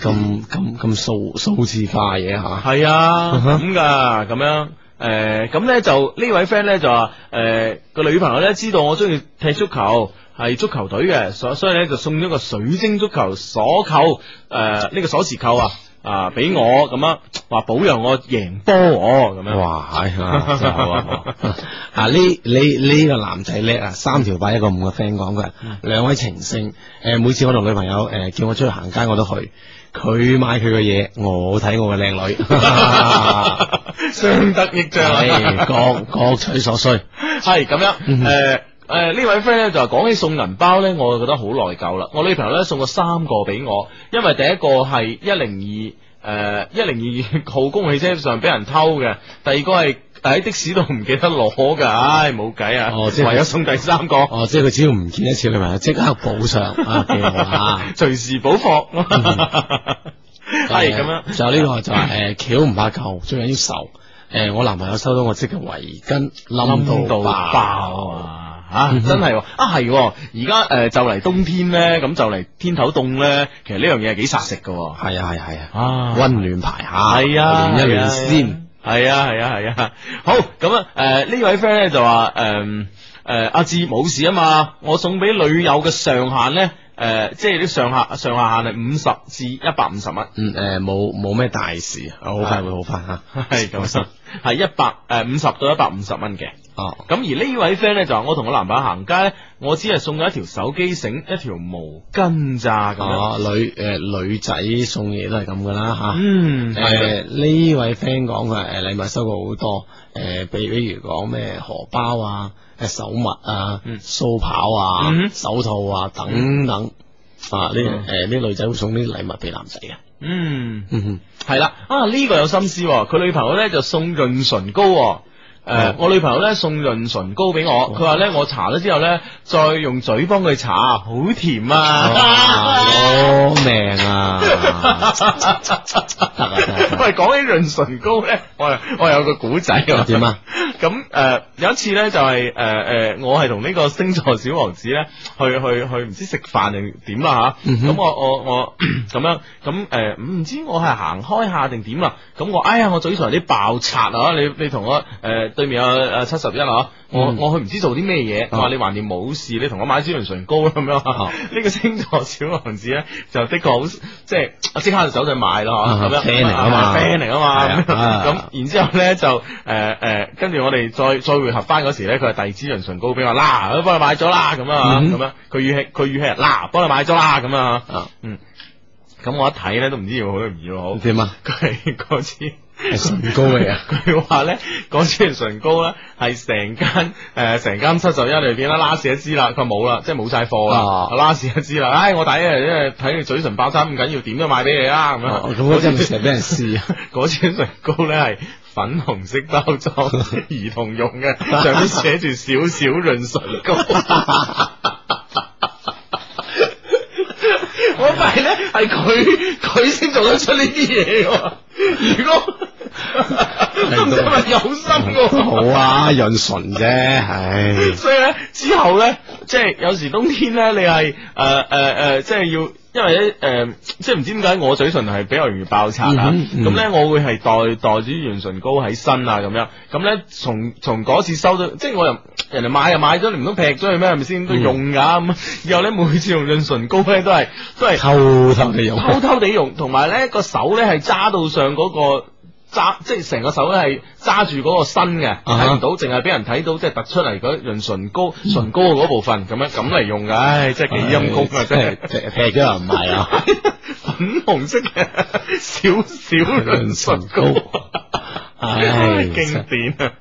Speaker 3: 咁咁咁數數字化嘢吓，
Speaker 1: 係啊
Speaker 3: 嗯哼
Speaker 1: 咁噶咁樣诶咁咧就呢位 friend 咧就話诶個女朋友咧知道我中意踢足球。係足球隊嘅，所所以咧就送咗個水晶足球鎖扣，诶呢個鎖匙扣啊，啊俾我咁樣話保佑我贏波我咁樣。
Speaker 3: 哇，係啊真係好啊！好啊啊呢呢呢個男仔叻啊，三條八一個五個 friend 講佢，
Speaker 1: 嗯
Speaker 3: 兩位情聖，诶每次我同女朋友诶叫我出去行街我都去，佢買佢嘅嘢，我睇我嘅靚 女，
Speaker 1: 相得益彰
Speaker 3: 唉
Speaker 1: 啊！
Speaker 3: 各各取所需。
Speaker 1: 系咁样，
Speaker 3: 嗯
Speaker 1: 诶诶呢位 friend 咧就話講起送銀包咧，我就覺得好內疚啦。我女朋友咧送過三個俾我，因為第一個係一零二誒一零二號公汽車上俾人偷嘅，第二個係喺的士度唔記得攞㗎，唉冇計啊，
Speaker 3: 哦即係
Speaker 1: 唯有送第三個。
Speaker 3: 哦，即系佢只要唔見一次女朋友，即刻補上 啊，幾好啊！
Speaker 1: 隨時補貨， 係咁樣。
Speaker 3: 樣，仲有呢啊個就嗯係诶，橋唔怕舊，最緊要愁。诶，我男朋友收到我織嘅圍巾，冧到
Speaker 1: 爆
Speaker 3: 爆！
Speaker 1: 啊！吓，真係喎啊係喎，而家诶就嚟冬天咧，咁就嚟天頭凍咧，其實呢樣嘢係幾殺食噶喎。
Speaker 3: 係啊係啊係啊，
Speaker 1: 啊
Speaker 3: 温暖排下，
Speaker 1: 係啊，
Speaker 3: 暖一
Speaker 1: 係啊
Speaker 3: 暖先。。
Speaker 1: 係啊係啊係啊，好咁啊！诶呢位 friend 咧就話诶诶阿志冇事啊嘛，我送俾女友嘅上限咧诶，誒即係啲上下上下限係五十至一百五十蚊。
Speaker 3: 嗯诶，冇冇咩大事，
Speaker 1: 啊
Speaker 3: 好快會好翻吓。
Speaker 1: 系 咁，啊系一百诶五十到一百五十蚊嘅。
Speaker 3: 哦，
Speaker 1: 咁而呢位 friend 咧就話我同我男朋友行街咧，我只係送咗一條手機繩、一條毛巾咋咁樣。
Speaker 3: 哦，女诶女仔送嘢都係咁噶啦吓。
Speaker 1: 嗯，係
Speaker 3: 诶，呃呢位 friend 講佢诶禮物收過好多，诶，比比如講咩荷包啊、诶手襪啊
Speaker 1: 嗯、
Speaker 3: 鬚刨啊
Speaker 1: 嗯、
Speaker 3: 手套啊等等啊，呢
Speaker 1: 嗯
Speaker 3: 诶呢女仔會送呢啲禮物俾男仔嘅，
Speaker 1: 嗯，
Speaker 3: 嗯
Speaker 1: 係啦。啊呢個有心思喎，佢女朋友咧就送潤唇膏喎。誒、
Speaker 3: 哦
Speaker 1: 我女朋友咧送潤唇膏俾我，佢話咧我搽咗之後咧，再用嘴幫佢搽，好甜
Speaker 3: 哦
Speaker 1: 啊！
Speaker 3: 攞命啊！得啊得啊
Speaker 1: 喂，講起潤唇膏咧，我有我有個古仔
Speaker 3: 得啊，
Speaker 1: 喎。
Speaker 3: 點啊？
Speaker 1: 咁誒、呃有一次咧就係誒誒，我係同呢個星座小王子咧去去去唔知食飯定點啦嚇，
Speaker 3: 嗯
Speaker 1: 咁、
Speaker 3: 哼
Speaker 1: 我我我咁樣咁誒唔知我係行開下定點啦，咁我哎呀我嘴唇有啲爆擦啊！你你同我誒、呃、對面有誒七十一啊，我、
Speaker 3: 嗯
Speaker 1: 我去唔知做啲咩嘢，我話你橫掂冇事，你同我買支潤唇膏啦咁樣啊，
Speaker 3: 啊
Speaker 1: 呢、個星座小王子咧就的確好即係即刻就走去買咯
Speaker 3: 啊
Speaker 1: 嚇咁樣
Speaker 3: friend 嚟㗎嘛
Speaker 1: ，friend 嚟啊嘛，
Speaker 3: 係啊
Speaker 1: 咁然之後咧就誒誒，呃呃跟住我哋再再會合翻嗰時咧，佢係第二支潤唇膏俾我嗱，幫佢買咗啦咁啊，
Speaker 3: 嗯
Speaker 1: 咁樣佢語氣佢語氣係嗱，幫佢買咗啦咁啊，
Speaker 3: 啊
Speaker 1: 嗯，咁我一睇咧都唔知要好定唔要 好，
Speaker 3: 點啊？
Speaker 1: 佢係嗰支。
Speaker 3: 係唇膏嚟啊！
Speaker 1: 佢話咧，嗰支潤唇膏咧係成間誒成間七十一裏邊啦，拉屎一支啦，佢話冇啦，即係冇晒貨啦
Speaker 3: 啊，
Speaker 1: 拉屎一支啦。唉，我睇啊，因為睇你嘴唇爆炸唔緊要，點都買俾你啦咁樣。
Speaker 3: 哦咁我真係成日俾人試啊！
Speaker 1: 嗰支唇膏咧係粉紅色包 裝，兒童用嘅，上面寫住少少潤唇膏。 我發現咧係佢佢先做得出呢啲嘢喎。如果都唔知係咪有心嘅喎。
Speaker 3: 好啊，潤唇啫，唉，
Speaker 1: 所以咧之後咧，即係有時冬天咧，你係誒誒誒，即係要，因為咧誒、呃即係唔知點解我嘴唇係比較容易爆擦啊，
Speaker 3: 嗯哼
Speaker 1: 咁咧、我會係袋袋住啲潤唇膏喺身啊咁樣，咁咧從從嗰次收到，即係我又人哋買就買咗，你唔通劈咗佢咩？係咪先都用㗎
Speaker 3: 嗯
Speaker 1: 咁，然後咧每次用潤唇膏咧都係都係。
Speaker 3: 偷偷地用，
Speaker 1: 偷偷地用，同埋咧個手咧係揸到上嗰、個揸，即係成個手咧係揸住嗰個身嘅，睇唔、
Speaker 3: 啊哈嗯
Speaker 1: 到，淨係俾人睇到即係突出嚟嗰潤唇膏、唇膏嗰部分咁樣咁嚟用嘅，唉，真係幾陰功啊！真係
Speaker 3: 唉劈劈咗又唔係啊！
Speaker 1: 粉紅色嘅少少潤唇膏，
Speaker 3: 唉
Speaker 1: 經典啊！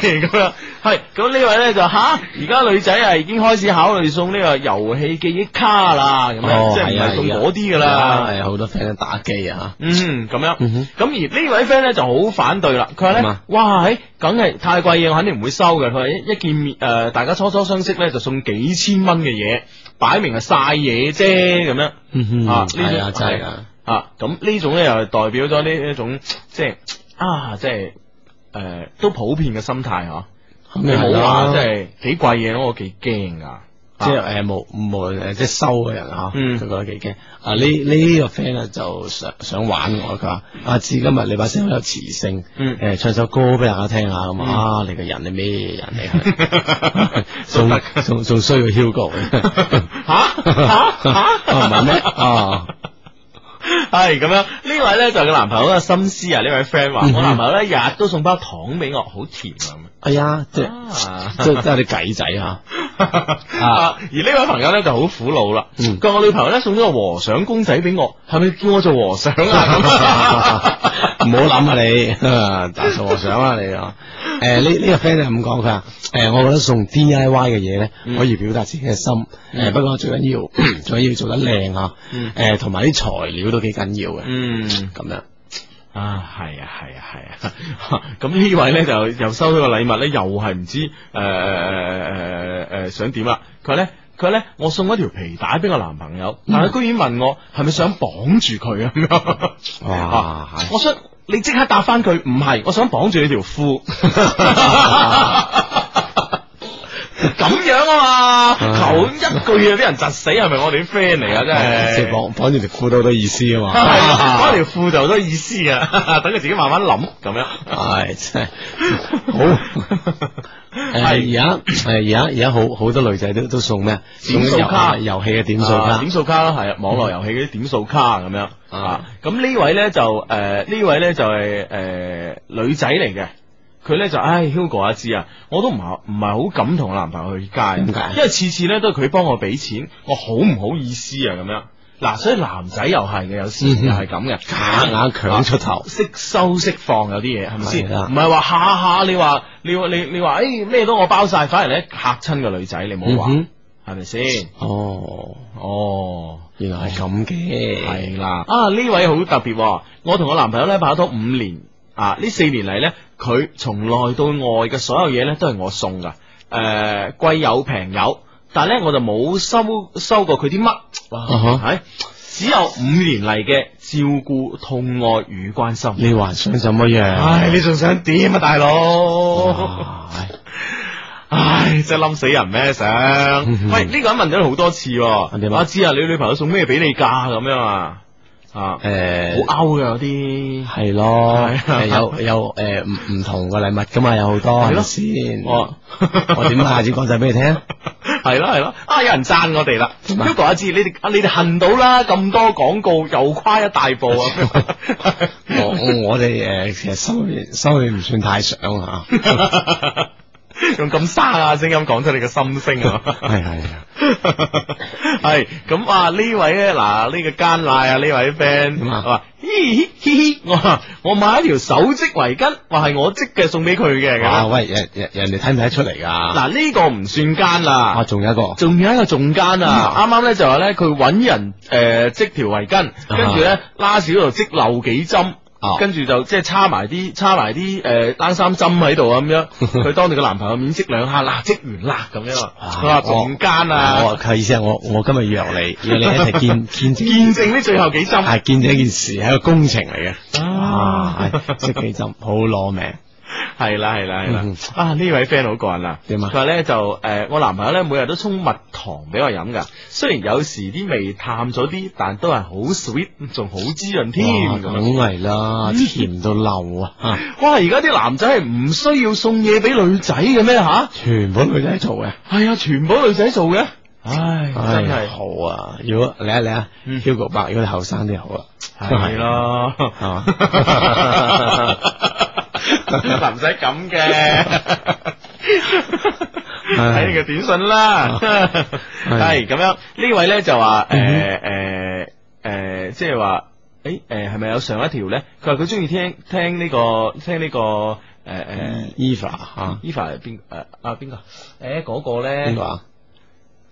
Speaker 1: 系咁样，系咁呢位咧就吓，而家女仔啊已經開始考慮送呢個遊戲記憶卡啦，咁樣
Speaker 3: 哦
Speaker 1: 即係唔
Speaker 3: 係啊
Speaker 1: 係送
Speaker 3: 係啊
Speaker 1: 嗰啲噶
Speaker 3: 啦，
Speaker 1: 啦。
Speaker 3: 系好多 friend 都打機啊，
Speaker 1: 嗯，咁樣，咁、
Speaker 3: 嗯哼
Speaker 1: 而呢位 friend 咧就好反對啦。佢話
Speaker 3: 點
Speaker 1: 咧
Speaker 3: 啊，
Speaker 1: 哇，喺梗係太貴嘢，我肯定唔會收嘅。佢話一一見面，誒、呃大家初初相識咧就送幾千蚊嘅嘢，擺明係晒嘢啫，咁樣。
Speaker 3: 嗯
Speaker 1: 哼
Speaker 3: 啊，系
Speaker 1: 呢
Speaker 3: 啊，
Speaker 1: 種
Speaker 3: 真係啊，
Speaker 1: 啊，咁呢種咧又代表咗呢一種即係啊，即係誒、呃都普遍嘅心態嗬。
Speaker 3: 咁
Speaker 1: 你
Speaker 3: 又係
Speaker 1: 冇
Speaker 3: 啦
Speaker 1: 話即係幾貴嘢咯，我幾驚噶。
Speaker 3: 即係
Speaker 1: 啊
Speaker 3: 诶無無诶即係收嘅人吓，
Speaker 1: 嗯
Speaker 3: 佢覺得幾驚。啊呢呢個 friend 咧就想想玩我，佢話阿志今日你把聲好有磁性，
Speaker 1: 嗯
Speaker 3: 诶唱首歌俾大家聽下咁
Speaker 1: 嗯
Speaker 3: 啊，你個人係咩人 嚟？仲仲仲衰過 Hugo
Speaker 1: 吓吓吓，
Speaker 3: 啊唔係咩啊？
Speaker 1: 係咁樣。呢位咧就係佢男朋友嘅心思啊，呢位 friend 話
Speaker 3: 嗯
Speaker 1: 我男朋友咧日日都送包糖俾我，好甜啊
Speaker 3: 哎呀，即係
Speaker 1: 咁啊。
Speaker 3: 即係真係啲計仔吓，
Speaker 1: 啊！而呢位朋友咧就好苦惱啦，
Speaker 3: 嗯
Speaker 1: 佢話我女朋友咧送咗個和尚公仔俾我，係咪叫我做和尚啊？
Speaker 3: 唔好諗啊你，啊大傻和尚啊你啊！诶呢呢個 friend 就咁講佢話诶我覺得送 D I Y 嘅嘢咧
Speaker 1: 嗯
Speaker 3: 可以表達自己嘅心，
Speaker 1: 嗯
Speaker 3: 诶不過最緊 要最緊要做得靚啊
Speaker 1: 嗯，
Speaker 3: 诶同埋啲材料都幾緊要嘅，
Speaker 1: 嗯。
Speaker 3: 咁樣
Speaker 1: 啊，系啊，系啊，系啊， 咁呢位咧就又收到個禮物咧，又係唔知呃诶诶诶诶呃想點啦？佢咧佢咧，我送咗條皮帶俾我男朋友，但係佢居然問我係咪想綁住佢啊咁樣？
Speaker 3: 哇
Speaker 1: 啊我想你即刻答翻佢，唔係，我想綁住你條褲。 咁樣啊嘛，求一句啊，俾人窒死，係咪我哋啲 friend 嚟啊？真係
Speaker 3: 即係 綁綁住條褲都好多意思啊嘛，
Speaker 1: 嗰條褲就好多意思啊！ 等佢自己慢慢諗咁樣。
Speaker 3: 唉，真係 好。
Speaker 1: 係
Speaker 3: 诶，而家诶，而家而家好好多女仔都都送咩？送
Speaker 1: 點數卡
Speaker 3: 游戲嘅點數卡
Speaker 1: 啊點。數卡啦，係啊，網絡遊戲嗰啲點數卡咁樣
Speaker 3: 啊
Speaker 1: 啊。咁呢位咧就誒，呢位咧就係誒女仔嚟嘅。佢咧就唉，Hugo 阿志啊，我都唔係唔係好敢同我男朋友去街啊，
Speaker 3: 點解
Speaker 1: 因為次次咧都係佢幫我俾錢，我好唔好意思啊咁樣。嗱，所以男仔又係嘅，有時
Speaker 3: 嗯哼
Speaker 1: 又係咁嘅，啊
Speaker 3: 夾硬強出頭
Speaker 1: 識收識放有啲嘢係咪先？
Speaker 3: 係啊啦
Speaker 1: 唔係話下下你話你你你話誒咩都我包晒，反而咧嚇親個女仔，你冇話
Speaker 3: 嗯
Speaker 1: 係咪先？
Speaker 3: 哼哦，
Speaker 1: 哦。
Speaker 3: 原來係咁嘅。嗯
Speaker 1: 系啦，啊呢位好特别喎、我同我男朋友咧拍拖五年，啊呢四年嚟咧，佢從內到外嘅所有嘢咧都係我送噶，诶、貴有平有，但系咧我就冇收收過佢啲乜，哇，
Speaker 3: 啊哈
Speaker 1: 係只有五年嚟嘅照顧、痛愛與關心。
Speaker 3: 你幻想怎麼樣？
Speaker 1: 唉， 你仲想點啊，大佬？
Speaker 3: 哇唉
Speaker 1: 唉，真係冧死人咩想？ 喂，呢、個人問咗好多次、
Speaker 3: 點
Speaker 1: 喎，
Speaker 3: 啊
Speaker 1: 我知啊，你女朋友送咩俾你㗎咁樣啊？啊，
Speaker 3: 诶，
Speaker 1: 好勾嘅有啲。
Speaker 3: 係咯，
Speaker 1: 係啊
Speaker 3: 誒有有诶唔唔同嘅禮物噶嘛，有好多
Speaker 1: 係
Speaker 3: 係
Speaker 1: 咯
Speaker 3: 咪先？
Speaker 1: 哦
Speaker 3: 我 我點解啊下次講晒俾你聽？
Speaker 1: 系咯系咯，啊有人赞我哋啦
Speaker 3: 點啊
Speaker 1: ，Hugo 阿志，你哋啊你哋恨到啦，咁多廣告又跨一大步 啊！
Speaker 3: 我我我哋诶，其實收你收你唔算太想啊吓，
Speaker 1: 用咁沙啞嘅聲音講出你嘅心聲 啊！
Speaker 3: 係係係
Speaker 1: 系咁啊！呢位咧嗱，呢、個奸賴啊，呢位 friend
Speaker 3: 點啊
Speaker 1: 話嘻嘻嘻嘻，我話我買一條手織圍巾，話係我織嘅送俾佢嘅
Speaker 3: 哇！
Speaker 1: 咁。
Speaker 3: 喂，人人人哋睇唔睇得出嚟噶？
Speaker 1: 嗱呢、個唔算奸啦
Speaker 3: 啊，，仲有一個
Speaker 1: 仲有一個仲奸啊！啱
Speaker 3: 嗯
Speaker 1: 啱咧就話咧佢揾人诶織條圍巾，跟住咧拉少度織漏幾針。
Speaker 3: 啊
Speaker 1: 跟住就即係插埋啲插埋啲诶單三針喺度啊咁 樣，佢當住個男朋友面織兩下，嗱織完啦咁樣啊，佢話仲奸
Speaker 3: 我
Speaker 1: 啊，
Speaker 3: 哦佢意思係我我今日約你，約你一 齊見見證，
Speaker 1: 見證呢最後幾針。
Speaker 3: 係見證一件事，係一個工程嚟嘅。
Speaker 1: 啊
Speaker 3: 啊，識幾針好攞命，
Speaker 1: 系啦系啦系啦
Speaker 3: 嗯，
Speaker 1: 啊呢位 friend 好過癮啦，
Speaker 3: 點啊
Speaker 1: 佢話咧就诶、呃我男朋友咧每日都沖蜜糖俾我飲噶，雖然有時啲味淡咗啲，但都係好 sweet，仲好滋潤添嗯
Speaker 3: 哇
Speaker 1: 咁
Speaker 3: 梗
Speaker 1: 樣。
Speaker 3: 係啦，甜到漏啊！啊
Speaker 1: 哇！而家啲男仔係唔需要送嘢俾女仔嘅咩吓？
Speaker 3: 全部女仔做嘅，
Speaker 1: 係啊，全部女仔做嘅。唉，
Speaker 3: 唉
Speaker 1: 真係
Speaker 3: 好啊！如果嚟啊嚟啊
Speaker 1: 嗯
Speaker 3: ，Hugo 伯，如果你後生啲好啊，
Speaker 1: 係 咯，
Speaker 3: 係嘛？
Speaker 1: 嗱唔使咁嘅。睇你嘅短信啦，
Speaker 3: 係
Speaker 1: 系咁樣呢位咧就話
Speaker 3: 嗯
Speaker 1: 诶诶诶，即係話诶诶，係咪有上一條咧？佢話佢中意聽聽呢個聽呢個诶诶
Speaker 3: Eva 啊，
Speaker 1: ，Eva 系边诶啊边个？诶嗰個咧
Speaker 3: 邊個啊？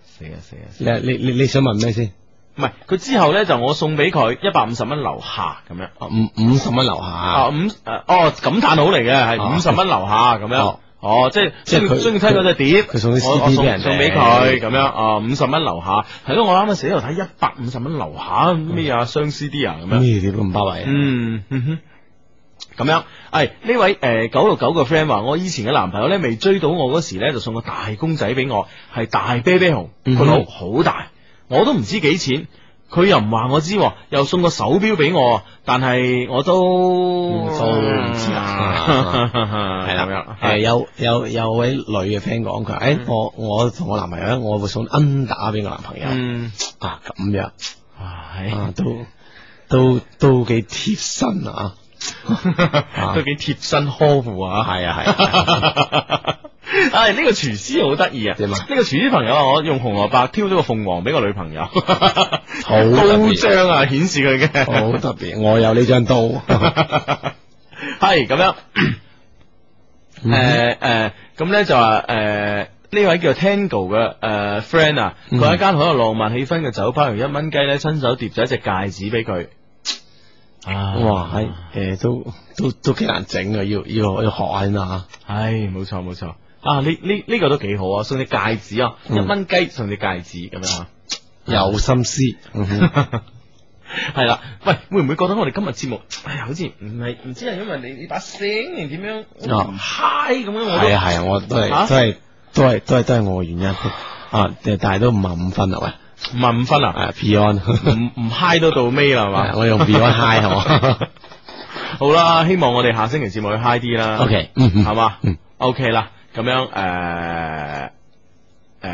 Speaker 1: 死啊死啊！死
Speaker 3: 你
Speaker 1: 啊
Speaker 3: 你你你想問咩先？
Speaker 1: 唔係佢之後咧就我送俾
Speaker 3: 嗯
Speaker 1: 佢一百五十蚊樓下咁樣。
Speaker 3: 啊五五十蚊樓
Speaker 1: 啊
Speaker 3: 下，
Speaker 1: 五诶哦感嘆號嚟嘅係
Speaker 3: 啊
Speaker 1: 五十蚊樓下咁樣
Speaker 3: 哦。
Speaker 1: 哦，即係
Speaker 3: 即係佢
Speaker 1: 中意聽嗰隻碟，
Speaker 3: 佢送啲
Speaker 1: 我我
Speaker 3: CD
Speaker 1: 送
Speaker 3: 俾人哋
Speaker 1: 送俾佢咁樣啊，五十蚊樓下，係咯，我啱啱死喺度睇一百五十蚊樓下咩啊，雙 CD 啊咁樣。
Speaker 3: 咩碟咁巴閉？
Speaker 1: 嗯嗯哼。咁樣，係呢位誒九六九個 friend 話，我以前嘅男朋友咧未追到我嗰時咧，就送個大公仔俾我，係大啤啤熊，
Speaker 3: 嗯
Speaker 1: 個
Speaker 3: 哼
Speaker 1: 腦好大，我都唔知幾錢，佢又唔話我知喎，又送個手錶俾我，但係我都
Speaker 3: 嗯都唔知啊
Speaker 1: 係
Speaker 3: 係啊
Speaker 1: 啦
Speaker 3: 啦，，誒有有有位女嘅 friend 講佢，誒我我同我男朋友咧，我會送 N 打俾我男朋友
Speaker 1: 嗯，
Speaker 3: 啊咁樣
Speaker 1: 唉
Speaker 3: 啊，都都都幾貼身啊，
Speaker 1: 都幾貼身呵護啊，
Speaker 3: 係啊係啊，
Speaker 1: 唉，呢、個廚師好得意啊！
Speaker 3: 點啊
Speaker 1: 呢個廚師朋友話我用紅蘿蔔挑咗個鳳凰俾個女朋友，
Speaker 3: 好特
Speaker 1: 高
Speaker 3: 別
Speaker 1: 張啊，顯示佢 嘅
Speaker 3: 好特別，我有呢張刀，
Speaker 1: 係咁樣。
Speaker 3: 嗯
Speaker 1: 誒誒，咁咧就話誒。呢位叫 Tango 嘅誒 friend 啊，佢
Speaker 3: 嗯
Speaker 1: 喺間好有浪漫氣氛嘅酒吧，用一蚊雞咧親手疊咗一隻戒指俾佢。啊
Speaker 3: 哇係誒都都都幾難整啊，要要要學下先啊，
Speaker 1: 唉，冇錯冇錯啊！呢呢呢個都幾好啊，送隻戒指啊，
Speaker 3: 嗯
Speaker 1: 一蚊雞送隻戒指咁樣啊。
Speaker 3: 有心思，嗯哼
Speaker 1: 系啦，喂，會唔會覺得我哋今日節目，哎呀，好似唔係唔知係因為你你把聲定點樣
Speaker 3: 啊
Speaker 1: 嗨咁樣，我都
Speaker 3: 係啊係啊，我都係
Speaker 1: 啊
Speaker 3: 都係都係都係都係我嘅原因啊，但係都五十五分啊啦喂。
Speaker 1: 唔係五分啊，
Speaker 3: 啊 Beyond，
Speaker 1: 唔唔嗨到到尾啦，係
Speaker 3: 係啊
Speaker 1: 嘛？
Speaker 3: 我用 Beyond High 係嘛
Speaker 1: 好啦，希望我哋下星期節目去嗨啲啦
Speaker 3: ？OK，嗯嗯，
Speaker 1: 係嘛
Speaker 3: 嗯
Speaker 1: ？OK 啦，咁樣诶诶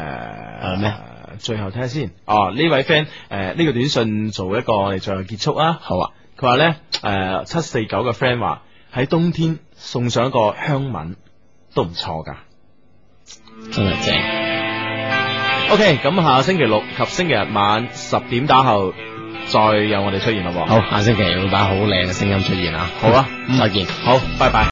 Speaker 3: 誒咩？
Speaker 1: 最後睇下先，哦，呢位 friend 诶呢個短信做一個我哋最後結束啊。
Speaker 3: 好啊，
Speaker 1: 佢話咧，诶七四九嘅 friend 話喺冬天送上一個香吻都唔錯㗎。
Speaker 3: 真係正，
Speaker 1: OK，咁下星期六及星期日晚十點打後再有我哋出現啦喎。
Speaker 3: 好，下星期會把好靚嘅聲音出現啊，
Speaker 1: 好啊，
Speaker 3: 再見。
Speaker 1: 好，拜拜。